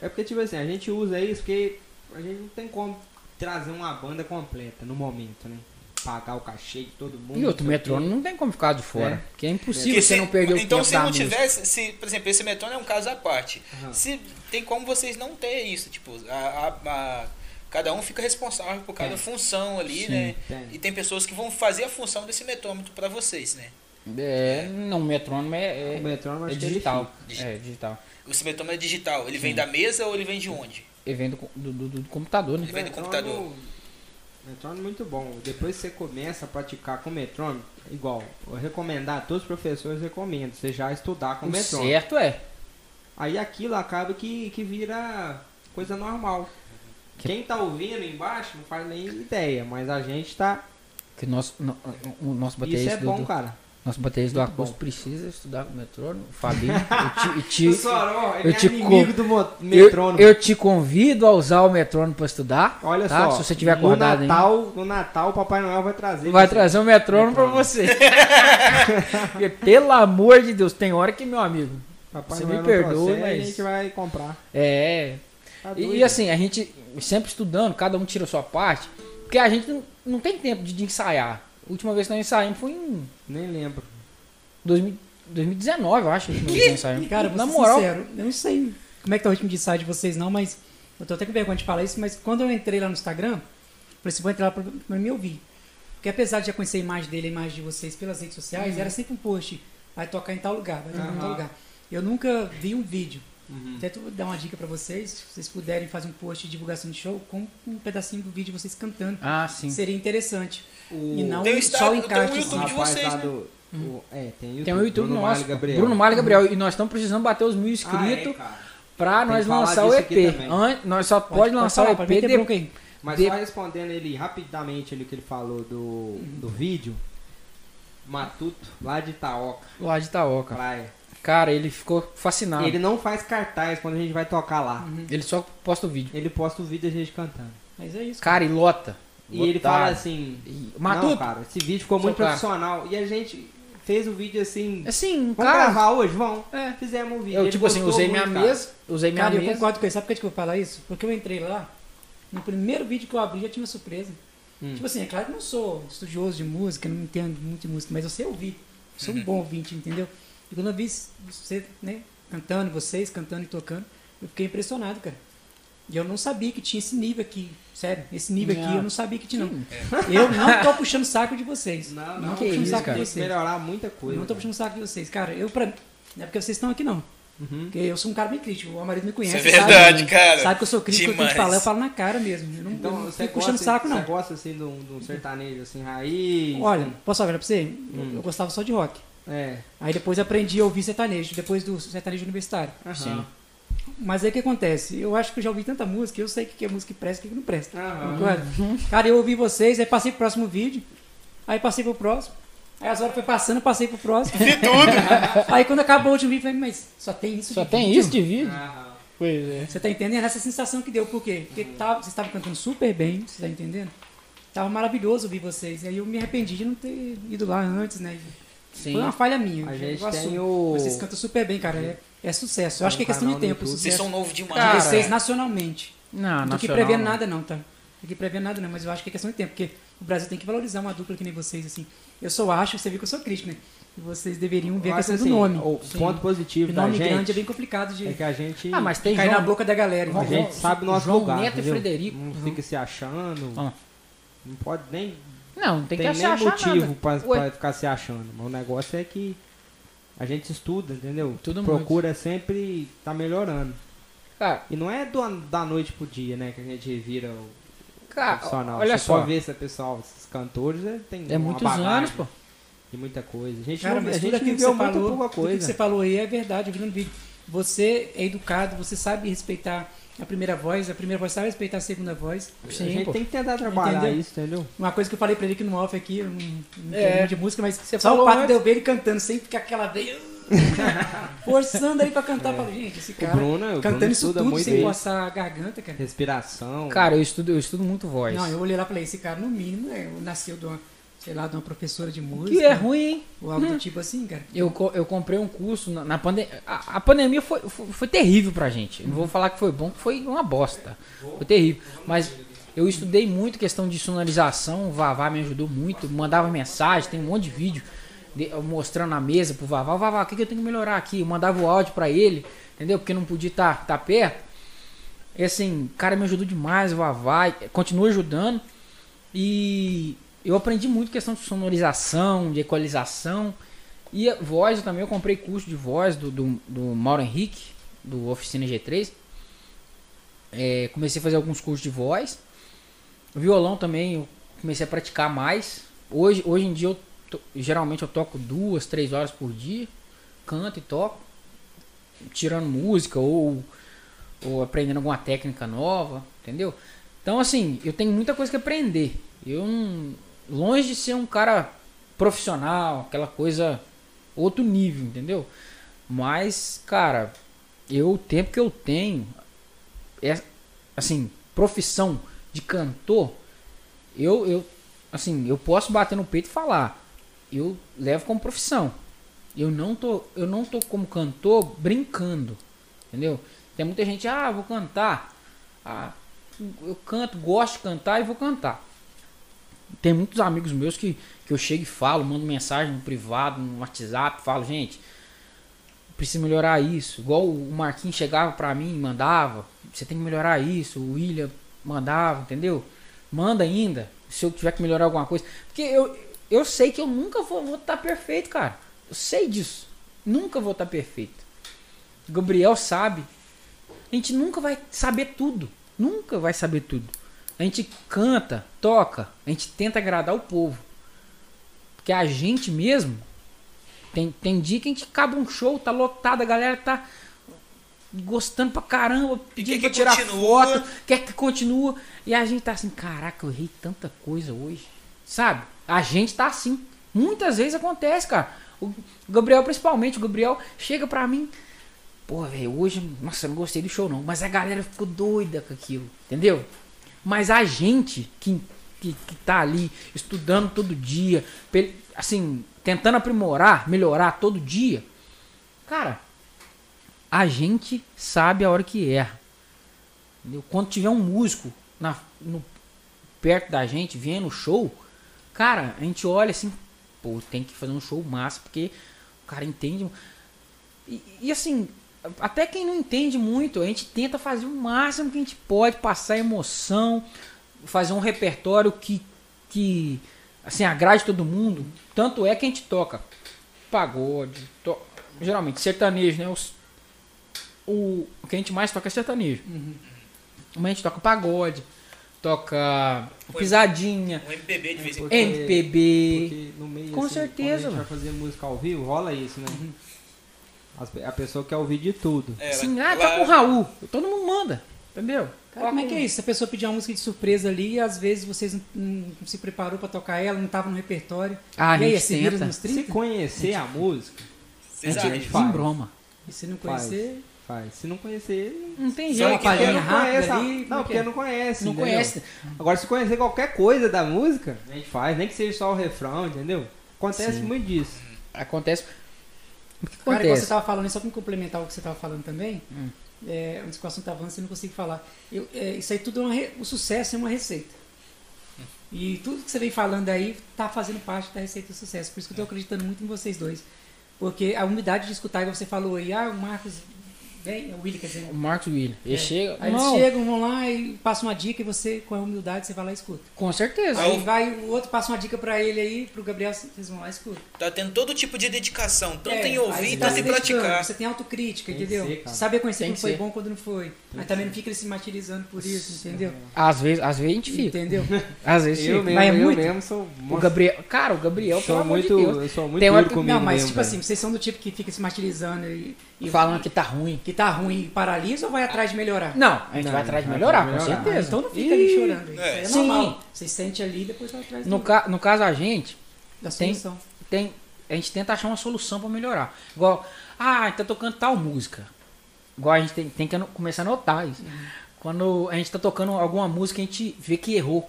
S3: É porque, tipo assim, a gente usa isso porque a gente não tem como trazer uma banda completa no momento, né? Pagar o cachê de todo mundo.
S4: E outro
S3: não sei o quê.
S4: metrônomo não tem como ficar de fora.
S3: É.
S4: Porque é impossível
S1: Porque
S4: você
S1: se-
S4: não perder o tempo
S1: Então se
S4: da
S1: não
S4: música.
S1: tivesse, se, por exemplo, esse metrônomo é um caso à parte.
S3: Aham.
S1: Se tem como vocês não terem isso, tipo, a, a- a- cada um fica responsável por cada
S3: Tem.
S1: função ali,
S4: Sim,
S1: né?
S3: tem.
S1: E tem pessoas que vão fazer a função desse metrômetro pra vocês, né?
S4: É, não, o metrônomo é, é,
S3: O metrônomo
S4: é
S3: acho que ele
S4: digital.
S1: fica.
S4: É, digital.
S1: O metrômetro é digital, ele vem da mesa ou ele vem de onde?
S4: Ele vem do, co- do, do- do computador, né?
S1: Ele vem do computador.
S3: Metrônomo é muito bom. Depois que você começa a praticar com metrônomo, igual, eu recomendar a todos os professores, recomendo, você já estudar com
S4: O
S3: metrônomo.
S4: certo é.
S3: Aí aquilo acaba que, que vira coisa normal. Quem tá ouvindo embaixo não faz nem ideia, mas a gente tá.
S4: Que nosso, no- o nosso
S3: Isso
S4: baterista
S3: é
S4: do,
S3: bom,
S4: do-
S3: cara.
S4: nosso baterista do
S3: Muito
S4: acústico
S3: bom.
S4: precisa estudar com o metrônomo. O Fabinho, eu te,
S3: O
S4: eu te,
S3: Soró,
S4: eu
S3: ele é
S4: te
S3: inimigo do mo-
S4: eu-
S3: metrônomo.
S4: eu te convido a usar o metrônomo pra estudar.
S3: Olha
S4: tá?
S3: só,
S4: Se você tiver acordado
S3: no
S4: ainda.
S3: Natal, no Natal, o Papai Noel vai trazer.
S4: Vai
S3: você.
S4: trazer o metrônomo pra você. Porque, pelo amor de Deus, tem hora que, meu amigo.
S3: Papai
S4: Você
S3: Noel
S4: me
S3: não trouxe,
S4: perdoa,
S3: aí
S4: mas-
S3: A gente vai comprar.
S4: É.
S3: Tá
S4: E, e
S3: doido.
S4: assim, a gente sempre estudando, cada um tira a sua parte. Porque a gente não, não tem tempo de, de ensaiar. A última vez que nós ensaiamos foi em
S3: Nem lembro.
S4: 2000 2019, eu acho. a última vez que nós ensaiamos.
S2: Cara, vou
S4: na
S2: ser
S4: moral,
S2: sincero, eu não sei como é que tá o ritmo de site de vocês não, mas eu tô até com vergonha de falar isso, mas quando eu entrei lá no Instagram, falei assim, vou entrar lá pra, pra me ouvir. Porque apesar de já conhecer a imagem dele, a imagem de vocês pelas redes sociais, era sempre um post, vai tocar em tal lugar, vai tocar em
S3: Aham.
S2: tal lugar. Eu nunca vi um vídeo. Até tu dar uma dica pra vocês, se vocês puderem fazer um post de divulgação de show com um pedacinho do vídeo de vocês cantando.
S4: Ah, sim.
S2: Seria interessante.
S3: O-
S2: E não
S1: Tem o
S2: só o
S1: Instagram, tem o
S2: encarte.
S1: YouTube
S2: assim.
S1: de
S3: rapaz
S1: vocês,
S3: lá
S1: né?
S3: do- o- é, tem o YouTube,
S4: Tem o YouTube
S3: Bruno
S4: nosso.
S3: Mário e Gabriel.
S4: Bruno Mário e Gabriel. E nós estamos precisando bater os mil
S3: Ah, é,
S4: inscritos
S3: cara.
S4: pra
S3: Tem que
S4: nós
S3: falar
S4: lançar o
S3: disso aqui
S4: EP.
S3: também.
S4: An- Nós só pode, lançar
S2: falar,
S4: o EP
S2: meter
S4: de-
S2: bronca aí.
S3: Mas
S4: De-
S3: só respondendo ele rapidamente ali o que ele falou do, do vídeo. Matuto, lá de Itaoca,
S4: lá de Itaoca. Ah.
S3: praia.
S4: Cara, ele ficou fascinado.
S3: Ele
S4: Ele,
S3: não faz cartaz quando a gente vai tocar lá.
S4: Uhum. só posta o vídeo.
S3: Ele posta o vídeo da gente cantando.
S2: Mas é isso.
S4: Cara, e lota.
S3: E ele
S4: Lotado.
S3: fala assim:
S4: E-
S3: Não,
S4: Matuto,
S3: cara, esse vídeo ficou muito
S4: Seu cara.
S3: profissional. E a gente fez o vídeo assim.
S4: assim, um
S3: Vamos
S4: cara.
S3: gravar hoje? Vamos.
S4: É.
S3: Fizemos o vídeo.
S4: Eu,
S3: Ele
S4: tipo assim,
S3: gostou
S4: usei
S3: muito,
S4: minha
S3: cara.
S4: mesa, usei minha
S2: Cara, eu
S4: mesa.
S2: concordo com ele. Sabe por que eu vou falar isso? Porque eu entrei lá, no primeiro vídeo que eu abri já tinha uma surpresa.
S4: Hum.
S2: Tipo assim, é claro que eu não sou estudioso de música, não entendo muito de música, mas eu sei ouvir. Eu
S4: Uhum.
S2: sou um bom ouvinte, entendeu? E quando eu vi você, né, cantando, vocês cantando e tocando, eu fiquei impressionado, cara. E eu não sabia que tinha esse nível aqui, sério, esse nível aqui
S4: Não.
S2: eu não sabia que tinha, não. Eu não tô puxando o saco de vocês.
S3: Não,
S2: não
S3: não,
S2: tô
S4: que
S2: puxando o
S4: isso,
S2: saco de
S4: cara.
S3: Tem que
S2: vocês.
S3: melhorar muita coisa. né?
S2: Eu não tô puxando o saco de vocês, cara. Eu pra. Não é porque vocês estão aqui, não. Porque eu sou um cara bem crítico. O marido me conhece.
S1: Uhum. Isso é verdade,
S2: sabe,
S1: cara.
S2: Sabe que eu sou crítico, eu tenho que
S1: Demais.
S2: falar, eu falo na cara mesmo. Eu não, eu
S3: Então,
S2: não
S3: você
S2: fico
S3: gosta,
S2: puxando saco,
S3: Você
S2: não.
S3: gosta assim de um, de um sertanejo assim, raiz?
S2: Olha, posso falar pra você?
S3: Hum.
S2: Eu gostava só de rock.
S3: É.
S2: Aí depois aprendi a ouvir sertanejo, depois do sertanejo universitário.
S3: aham.
S4: Sim.
S2: Mas aí o que acontece? Eu acho que eu já ouvi tanta música, eu sei o que que é música que presta e o que que não presta.
S3: Aham.
S2: Agora, cara, eu ouvi vocês, aí passei pro próximo vídeo, aí passei pro próximo. Aí as horas foi passando, eu passei pro próximo. Vi tudo! aí quando acabou o último vídeo, eu falei, mas só tem isso
S4: Só
S2: de
S4: tem
S2: vídeo?
S4: isso de vídeo?
S3: Aham.
S4: Pois é.
S2: Você tá entendendo? Essa sensação que deu, por quê? Porque tá, tava- vocês estavam cantando super bem, você tá entendendo? Tava maravilhoso ouvir vocês. E aí eu me arrependi de não ter ido lá antes, né?
S4: Sim.
S2: Foi uma falha minha.
S3: A
S2: eu
S3: gente
S2: assumo.
S3: tem o-
S2: Vocês cantam super bem, cara. É, é sucesso. Eu acho que
S3: Tem
S2: é
S3: um
S2: questão de
S3: canal no
S2: tempo,
S3: YouTube.
S1: Vocês
S2: sucesso.
S1: são novos
S2: de
S1: demais.
S2: vocês nacionalmente.
S4: Não,
S2: não tô aqui
S4: nacional, né?
S2: prevendo
S4: não.
S2: nada, não, tá? Não tô aqui prevendo nada, não, mas eu acho que é questão de tempo, porque o Brasil tem que valorizar uma dupla que nem vocês, assim. Eu só acho, você viu que eu sou crítico, né? E vocês deveriam ver
S3: Eu
S2: a
S3: acho
S2: questão do
S3: assim,
S2: nome.
S3: O ponto positivo
S2: Porque
S3: da
S2: nome
S3: gente
S2: grande é bem complicado de
S3: é que a gente,
S4: Ah, mas tem
S2: cair na
S4: João,
S2: boca da galera.
S3: a
S4: Vamos-
S2: entendeu?
S3: gente sabe o nosso
S4: João
S3: lugar.
S4: Neto e
S3: entendeu?
S4: Frederico.
S3: Não
S4: Uhum.
S3: fica se achando.
S4: Ah.
S3: Não pode nem.
S4: Não, não tem,
S3: Tem,
S4: que
S3: nem
S4: achar
S3: motivo
S4: nada.
S3: pra,
S4: Ué,
S3: pra ficar se achando. Mas o negócio é que a gente estuda, entendeu?
S4: Tudo
S3: Procura sempre tá melhorando.
S4: Cara,
S3: E não é do, da noite pro dia, né? Que a gente vira o
S4: cara
S2: Ah,
S3: profissional.
S4: olha
S3: Você
S4: só.
S3: pode ver esse pessoal, esses cantores, né, tem
S4: É
S3: uma
S4: muitos
S3: bagagem
S4: anos, pô.
S3: E muita coisa. A gente,
S2: Cara,
S3: não, a
S2: mas tudo
S3: gente
S2: aquilo que
S3: viveu
S2: você
S3: muito
S2: falou, tudo
S3: pouca
S2: que
S3: coisa.
S2: você falou aí é verdade, eu vi no vídeo. Você é educado, você sabe respeitar a primeira voz, a primeira voz sabe respeitar a segunda voz.
S3: a
S4: Sim,
S3: gente
S4: pô.
S3: tem que tentar trabalhar
S2: Entendeu?
S3: isso, entendeu?
S2: Uma coisa que eu falei pra ele aqui no off aqui, eu não, não
S4: É.
S2: entendo muito de música, mas
S4: Você
S2: só
S4: falou
S2: o fato
S4: antes.
S2: de eu ver ele cantando sem ficar aquela veia uh, forçando ele pra cantar. Eu falo, gente, esse cara
S3: Bruno- É. o Bruno
S2: cantando isso
S3: estuda
S2: tudo
S3: muito
S2: sem
S3: ele.
S2: coçar a garganta, cara.
S3: Respiração.
S4: Cara, eu estudo, eu estudo muito voz.
S2: Não, eu olhei lá e falei, esse cara no mínimo né, nasceu de uma, sei lá, de uma professora de música.
S4: Que é ruim, hein?
S2: Ou algo do tipo assim, cara.
S4: Eu, co- eu comprei um curso na, na pandemia. A, a pandemia foi, foi, foi terrível pra gente. Não vou falar que foi bom, que foi uma bosta. Foi terrível. Mas eu estudei muito questão de sonorização. O Vavá me ajudou muito. Mandava mensagem, tem um monte de vídeo de- eu mostrando na mesa pro Vavá. Vavá, o que, que eu tenho que melhorar aqui? Eu mandava o áudio pra ele, entendeu? Porque não podia estar tá, tá perto. E assim, o cara me ajudou demais, o Vavá. e Continua ajudando. E eu aprendi muito questão de sonorização, de equalização. E a voz eu também, eu comprei curso de voz do, do, do Mauro Henrique, do Oficina G3. É, comecei a fazer alguns cursos de voz. O violão também eu comecei a praticar mais. Hoje, hoje em dia eu to- geralmente eu toco duas, três horas por dia, canto e toco, tirando música ou, ou aprendendo alguma técnica nova, entendeu? Então assim, eu tenho muita coisa que aprender. Eu não- longe de ser um cara profissional, aquela coisa outro nível, entendeu? Mas, cara, eu o tempo que eu tenho é assim, profissão de cantor, eu, eu, assim, eu posso bater no peito e falar, eu levo como profissão. Eu não tô, eu não tô como cantor brincando, entendeu? Tem muita gente, ah, vou cantar, ah, eu canto, gosto de cantar e vou cantar. Tem muitos amigos meus que, que eu chego e falo, mando mensagem no privado, no WhatsApp, falo, gente, preciso melhorar isso. Igual o Marquinhos chegava pra mim e mandava, você tem que melhorar isso. O William mandava, entendeu? Manda ainda, se eu tiver que melhorar alguma coisa. Porque eu, eu sei que eu nunca vou estar perfeito, cara. Eu sei disso. Nunca vou estar perfeito. O Gabriel sabe. A gente nunca vai saber tudo. Nunca vai saber tudo. A gente canta, toca, a gente tenta agradar o povo. Porque a gente mesmo tem, tem dia que a gente acaba um show, tá lotado, a galera tá gostando pra caramba, pedindo
S1: que
S4: pra tirar
S1: continua.
S4: foto, quer que continua. E a gente tá assim, caraca, eu errei tanta coisa hoje. Sabe? A gente tá assim. Muitas vezes acontece, cara. O Gabriel, principalmente, o Gabriel chega pra mim. Pô, velho, hoje, nossa, eu não gostei do show não. Mas a galera ficou doida com aquilo, entendeu? Mas a gente que, que, que tá ali estudando todo dia, pe- assim, tentando aprimorar, melhorar todo dia, cara, a gente sabe a hora que erra. Entendeu? Quando tiver um músico na, no- perto da gente, vendo o show, cara, a gente olha assim, pô, tem que fazer um show massa, porque o cara entende. E, e assim, até quem não entende muito, a gente tenta fazer o máximo que a gente pode, passar emoção, fazer um repertório que, que assim, agrade todo mundo. Tanto é que a gente toca pagode, to- geralmente sertanejo, né? Os- o, o que a gente mais toca é sertanejo.
S3: Uhum.
S4: Mas a gente toca pagode, toca pisadinha,
S1: Um MPB de vez em quando.
S3: Porque-
S4: MPB.
S3: Porque no meio,
S4: Com
S3: assim,
S4: certeza,
S3: Quando a gente vai fazer música ao vivo, rola isso, né?
S2: Uhum.
S3: As pe- a pessoa quer ouvir de tudo.
S1: É,
S4: Sim,
S1: ela-
S4: ah, tá
S1: ela-
S4: com o Raul. Todo mundo manda, entendeu?
S2: Cara, como é que é isso? Se a pessoa pedir uma música de surpresa ali, às vezes vocês não, não se preparou pra tocar ela, não tava no repertório.
S4: Ah, a
S2: e aí,
S4: gente
S2: se vira
S4: tenta.
S2: nos
S3: Se
S2: 30?
S3: conhecer a música,
S4: É,
S1: Vocês
S3: Gente,
S1: acham?
S3: faz.
S4: Broma.
S2: E se não
S3: Faz.
S2: conhecer,
S3: faz. Se não conhecer,
S4: Não é tem
S2: só
S4: jeito.
S2: uma palhinha
S3: não conhece.
S2: rápida
S3: a-
S2: ali. como
S3: Não,
S2: é que
S3: porque
S2: é?
S3: não conhece.
S4: Não
S3: entendeu?
S4: conhece.
S3: Agora, se conhecer qualquer coisa da música, a gente faz, nem que seja só o refrão, entendeu? Acontece muito disso.
S4: Acontece. O que
S2: Cara, igual
S4: acontece? Hum.
S2: você tava falando, só pra me complementar o que você tava falando também, é, antes que o assunto avança, eu não consigo falar. Eu- é, isso aí tudo é uma re- o sucesso é uma receita. E tudo que você vem falando aí tá fazendo parte da receita do sucesso. Por isso
S4: É.
S2: que eu tô acreditando muito em vocês dois. Porque a humildade de escutar, igual você falou aí, ah, o Marcos vem, o Willy, quer dizer,
S4: O Marcos William. Ele
S2: É.
S4: chega.
S2: Aí
S4: não,
S2: eles chegam, vão lá e passam uma dica e você, com a humildade, você vai lá e escuta.
S4: Com certeza.
S2: Aí vai, o outro passa uma dica pra ele aí, pro Gabriel, vocês vão lá e escuta.
S1: Tá tendo todo tipo de dedicação, tanto em
S2: É, aí
S1: ouvir,
S2: você
S1: tanto
S2: tá se
S1: em
S2: dedicando,
S1: praticar.
S2: Você tem autocrítica,
S3: Tem que
S2: entendeu?
S3: ser, cara.
S2: Saber conhecer
S4: Tem
S2: quando
S4: que
S2: foi
S4: ser.
S2: bom quando não foi. Mas também não fica se martirizando por isso, entendeu?
S3: É
S4: Às vezes, às vezes a gente fica.
S2: Entendeu?
S4: Às vezes
S3: Eu
S4: fica.
S3: mesmo,
S2: Mas é
S3: eu
S2: muito.
S3: mesmo sou
S4: O
S3: monstro.
S4: Gabriel. Cara, o Gabriel, pelo
S3: Sou
S4: amor
S3: muito,
S4: de Deus.
S3: eu sou muito
S4: Tem hora
S3: duro
S4: que-
S3: comigo
S2: não, mas
S3: mesmo,
S2: tipo
S3: velho.
S2: assim, vocês são do tipo que fica se martirizando e, e
S4: Falando que tá ruim.
S2: que tá ruim e paralisa ou vai atrás de melhorar?
S4: Não, a gente
S3: Não,
S4: vai atrás de
S3: vai
S4: melhorar,
S3: atrás de
S4: com
S3: melhorar.
S4: certeza.
S2: Então não fica ali chorando. Isso aí é
S4: Sim.
S2: normal. Vocês sentem ali e depois vai atrás
S4: No,
S2: do-
S4: ca- no caso, a gente
S2: da
S4: tem-
S2: solução.
S4: tem. A gente tenta achar uma solução pra melhorar. Igual, ah, tá tocando tal música. Igual a gente tem, tem que ano- começar a notar isso.
S3: Uhum.
S4: Quando a gente tá tocando alguma música, a gente vê que errou.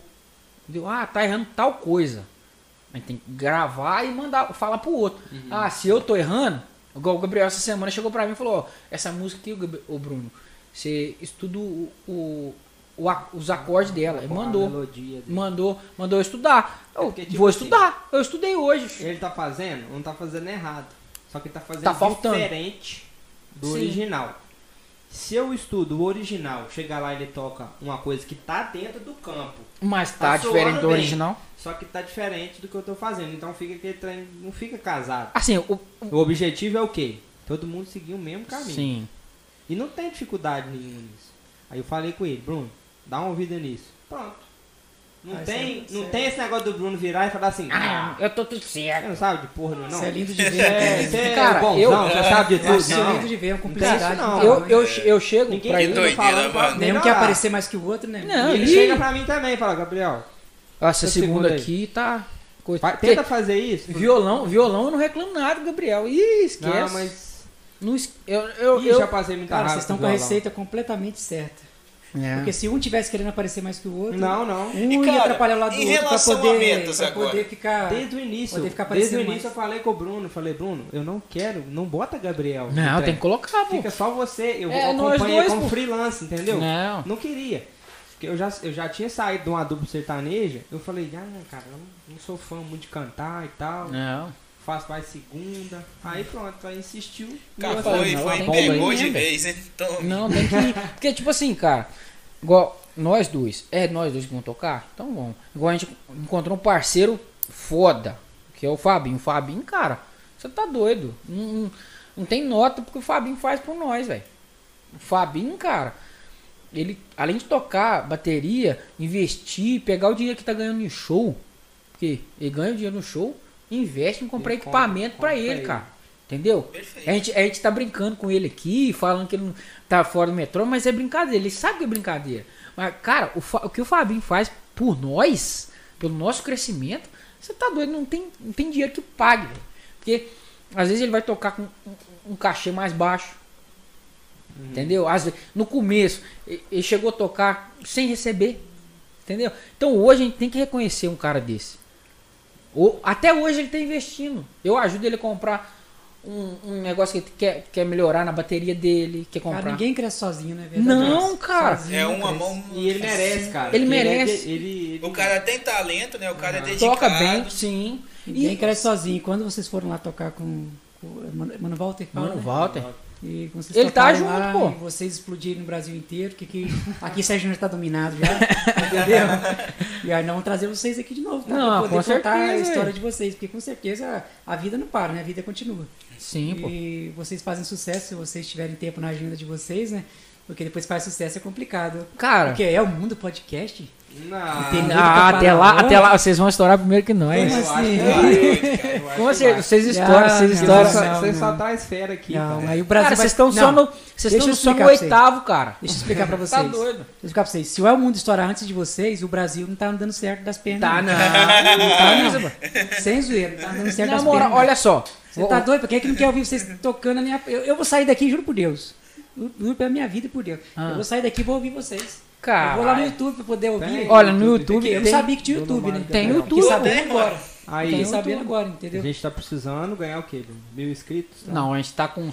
S4: Entendeu? Ah, tá errando tal coisa. A gente tem que gravar e mandar, falar pro outro.
S3: Uhum.
S4: Ah, se eu tô errando, igual o Gabriel essa semana chegou pra mim e falou, ó, essa música aqui, o, Gabri- o Bruno, você estuda o, o- o a- os acordes dela. E
S3: A
S4: mandou.
S3: melodia dele.
S4: Mandou, mandou eu estudar. Eu
S3: porque, tipo
S4: vou
S3: assim,
S4: estudar. Eu estudei hoje.
S3: Ele tá fazendo, não tá fazendo errado. Só que ele tá fazendo
S4: Tá faltando.
S3: diferente do
S4: Sim.
S3: original. Se eu estudo o original, chegar lá e ele toca uma coisa que tá dentro do campo,
S4: Mas tá,
S3: Tá suando
S4: diferente do
S3: bem.
S4: original.
S3: só que tá diferente do que eu tô fazendo. Então fica aquele trem, não fica casado.
S4: Assim, o, o-
S3: O objetivo é o quê? Todo mundo seguir o mesmo caminho.
S4: Sim.
S3: E não tem dificuldade nenhuma nisso. Aí eu falei com ele, Bruno, dá uma ouvida nisso. Pronto. Não,
S2: Ah,
S3: tem,
S2: isso é-
S3: não
S2: isso é-
S3: tem esse negócio do Bruno virar e falar assim, ah,
S4: eu tô tudo certo.
S3: você não sabe de porra, não.
S2: Isso é lindo de
S3: É,
S2: ver.
S3: você é
S4: Cara,
S3: bonzão,
S4: eu-
S3: você sabe de
S2: Eu acho
S3: tudo.
S2: isso
S3: Não.
S2: lindo de ver, é uma
S3: Não tem
S2: cumplicidade.
S3: isso, não.
S2: do
S4: Eu,
S2: tamanho.
S4: eu, che- eu chego
S3: É. Ninguém
S4: pra
S3: que
S4: ele.
S3: tá
S9: doideira,
S3: falando pra
S9: mano.
S2: Nenhum
S3: melhorar.
S2: quer aparecer mais que o outro, né?
S4: Não,
S3: Ele
S4: Ih.
S3: chega pra mim também e fala, Gabriel,
S4: Ó, Essa
S3: Essa
S4: segunda
S3: segunda aí.
S4: aqui tá. Coisa.
S3: vai-
S4: Porque
S3: tenta fazer isso.
S4: violão, violão eu não reclamo nada, Gabriel. Ih, esquece.
S3: Não, mas...
S4: Não es- eu, eu,
S3: Ih,
S4: eu-
S3: já passei muita
S2: Cara,
S3: raiva
S2: vocês estão com a
S3: violão.
S2: receita completamente certa.
S4: É.
S2: Porque se um tivesse querendo aparecer mais que o outro,
S3: Não, não.
S2: um
S1: E,
S2: ia
S1: cara,
S2: atrapalhar o lado do
S1: em
S2: outro pra
S1: relação a
S2: poder,
S1: metas
S2: pra
S1: agora?
S2: poder ficar...
S3: Desde o início,
S2: Poder ficar
S3: desde o
S2: parecendo
S3: início
S2: mais.
S3: eu falei com o Bruno, falei, Bruno, eu não quero, não bota Gabriel. no
S4: Não,
S3: trem.
S4: tem que colocar, pô.
S3: Fica só você, eu
S4: É, nós
S3: acompanhei
S4: dois,
S3: como
S4: pô.
S3: freelance, entendeu?
S4: Não.
S3: Não queria. Porque eu já, eu já tinha saído de uma dupla sertaneja, eu falei, ah, cara, eu não, não sou fã muito de cantar e tal,
S4: Não.
S3: faço mais segunda. Aí pronto, aí insistiu. e
S1: Cara,
S3: eu
S1: foi,
S3: falei,
S4: não,
S1: foi,
S4: tem
S1: pegou de
S4: problema, velho. Hum.
S1: vez, hein? Então,
S4: Não, tem que. Porque, tipo assim, cara, igual nós dois, é nós dois que vamos tocar? Então vamos. Igual a gente encontrou um parceiro foda, que é o Fabinho. O Fabinho, cara, você tá doido. Não, não- não tem nota porque o Fabinho faz por nós, velho. O Fabinho, cara, ele, além de tocar bateria, investir, pegar o dinheiro que tá ganhando em show, porque ele ganha o dinheiro no show, investe em comprar
S3: Ele compra-
S4: equipamento pra
S3: compra
S4: ele,
S3: ele.
S4: cara. Entendeu?
S1: Perfeito.
S4: A gente, a gente tá brincando com ele aqui, falando que ele não tá fora do metrô, mas é brincadeira, ele sabe que é brincadeira. Mas, cara, o, Fa- o que o Fabinho faz por nós, pelo nosso crescimento, você tá doido, não tem, não tem dinheiro que pague, velho. Porque às vezes ele vai tocar com um, um cachê mais baixo. Entendeu? Às vezes, no começo, e- ele chegou a tocar sem receber. Entendeu? Então hoje a gente tem que reconhecer um cara desse. O- até hoje ele está investindo. Eu ajudo ele a comprar um, um negócio que ele quer, quer melhorar na bateria dele, quer comprar.
S2: Cara, ninguém cresce sozinho, né? Verdade
S4: Não,
S2: essa.
S4: cara.
S2: Sozinho
S1: é
S2: não
S1: uma
S2: cresce.
S1: mão.
S3: E ele merece, cara.
S4: Ele
S3: porque é
S4: merece.
S3: de- ele, ele-
S1: O cara tem talento, né? O cara é dedicado.
S4: Toca bem, sim.
S2: né? Ninguém
S4: E,
S2: cresce sozinho. Quando vocês foram lá tocar com... com o Mano Mano Walter, fala,
S4: mano,
S2: né?
S4: Walter.
S2: E quando vocês
S4: Ele tá
S2: tocarem lá
S4: junto, pô.
S2: e vocês explodirem no Brasil inteiro, que aqui, aqui Sérgio já tá dominado já, entendeu? E aí não vamos trazer vocês aqui de novo, tá?
S4: Não,
S2: pra poder
S4: com
S2: contar a
S4: certeza,
S2: história
S4: ué.
S2: de vocês, porque com certeza a vida não para, né? A vida continua.
S4: Sim, pô.
S2: E vocês fazem sucesso se vocês tiverem tempo na agenda de vocês, né? Porque depois faz sucesso é complicado.
S4: Cara.
S2: Porque é o mundo podcast.
S3: Não,
S2: Tem nada
S4: Ah,
S2: pra
S4: até
S2: falar,
S4: lá,
S2: não.
S4: até lá, vocês vão estourar primeiro que
S3: eu
S4: nós.
S2: Como
S3: acho
S2: assim?
S3: que vai, cara, eu acho
S4: Com
S3: que
S4: certeza,
S3: vai.
S4: vocês estouram,
S2: Ah,
S4: vocês
S2: que
S4: estouram.
S2: você-
S3: Só- Você
S2: não,
S3: só
S2: não.
S3: tá a esfera aqui,
S2: Não,
S3: cara.
S2: Então, aí o Brasil
S4: Ah,
S2: vai-
S4: Cara, vocês estão
S2: Não,
S4: só no, vocês
S2: deixa
S4: estão
S2: eu
S4: só no
S2: explicar pra vocês.
S4: oitavo, cara.
S2: Deixa eu explicar pra vocês.
S4: Tá doido.
S2: Deixa eu explicar pra vocês. Se o El Mundo estourar antes de vocês, o Brasil não tá andando certo das pernas.
S4: Tá,
S2: Não
S4: não.
S2: tá, não. Sem zoeira, não tá andando certo
S4: Na
S2: das
S4: moral,
S2: pernas.
S4: olha só.
S2: Você tá doido? Pra quem é que não quer ouvir vocês tocando a minha. Eu, eu vou sair daqui, juro por Deus. Juro juro pela minha vida e por Deus.
S4: Ah.
S2: Eu vou sair daqui e vou ouvir vocês.
S4: Caralho.
S2: Eu vou lá no YouTube pra poder ouvir.
S3: Tem.
S4: Olha, no
S2: Porque
S4: YouTube
S2: eu não
S4: tem-
S2: sabia que tinha
S3: Bruno
S2: YouTube, né?
S3: Mars,
S4: tem
S3: Gabriel.
S4: YouTube.
S2: Fiquei sabendo agora.
S3: Aí,
S2: Fiquei
S4: Tem
S2: sabendo
S4: YouTube.
S2: agora,
S3: a
S2: entendeu?
S3: gente tá precisando ganhar o quê? Bruno? Mil inscritos? tá?
S4: Não, a gente tá com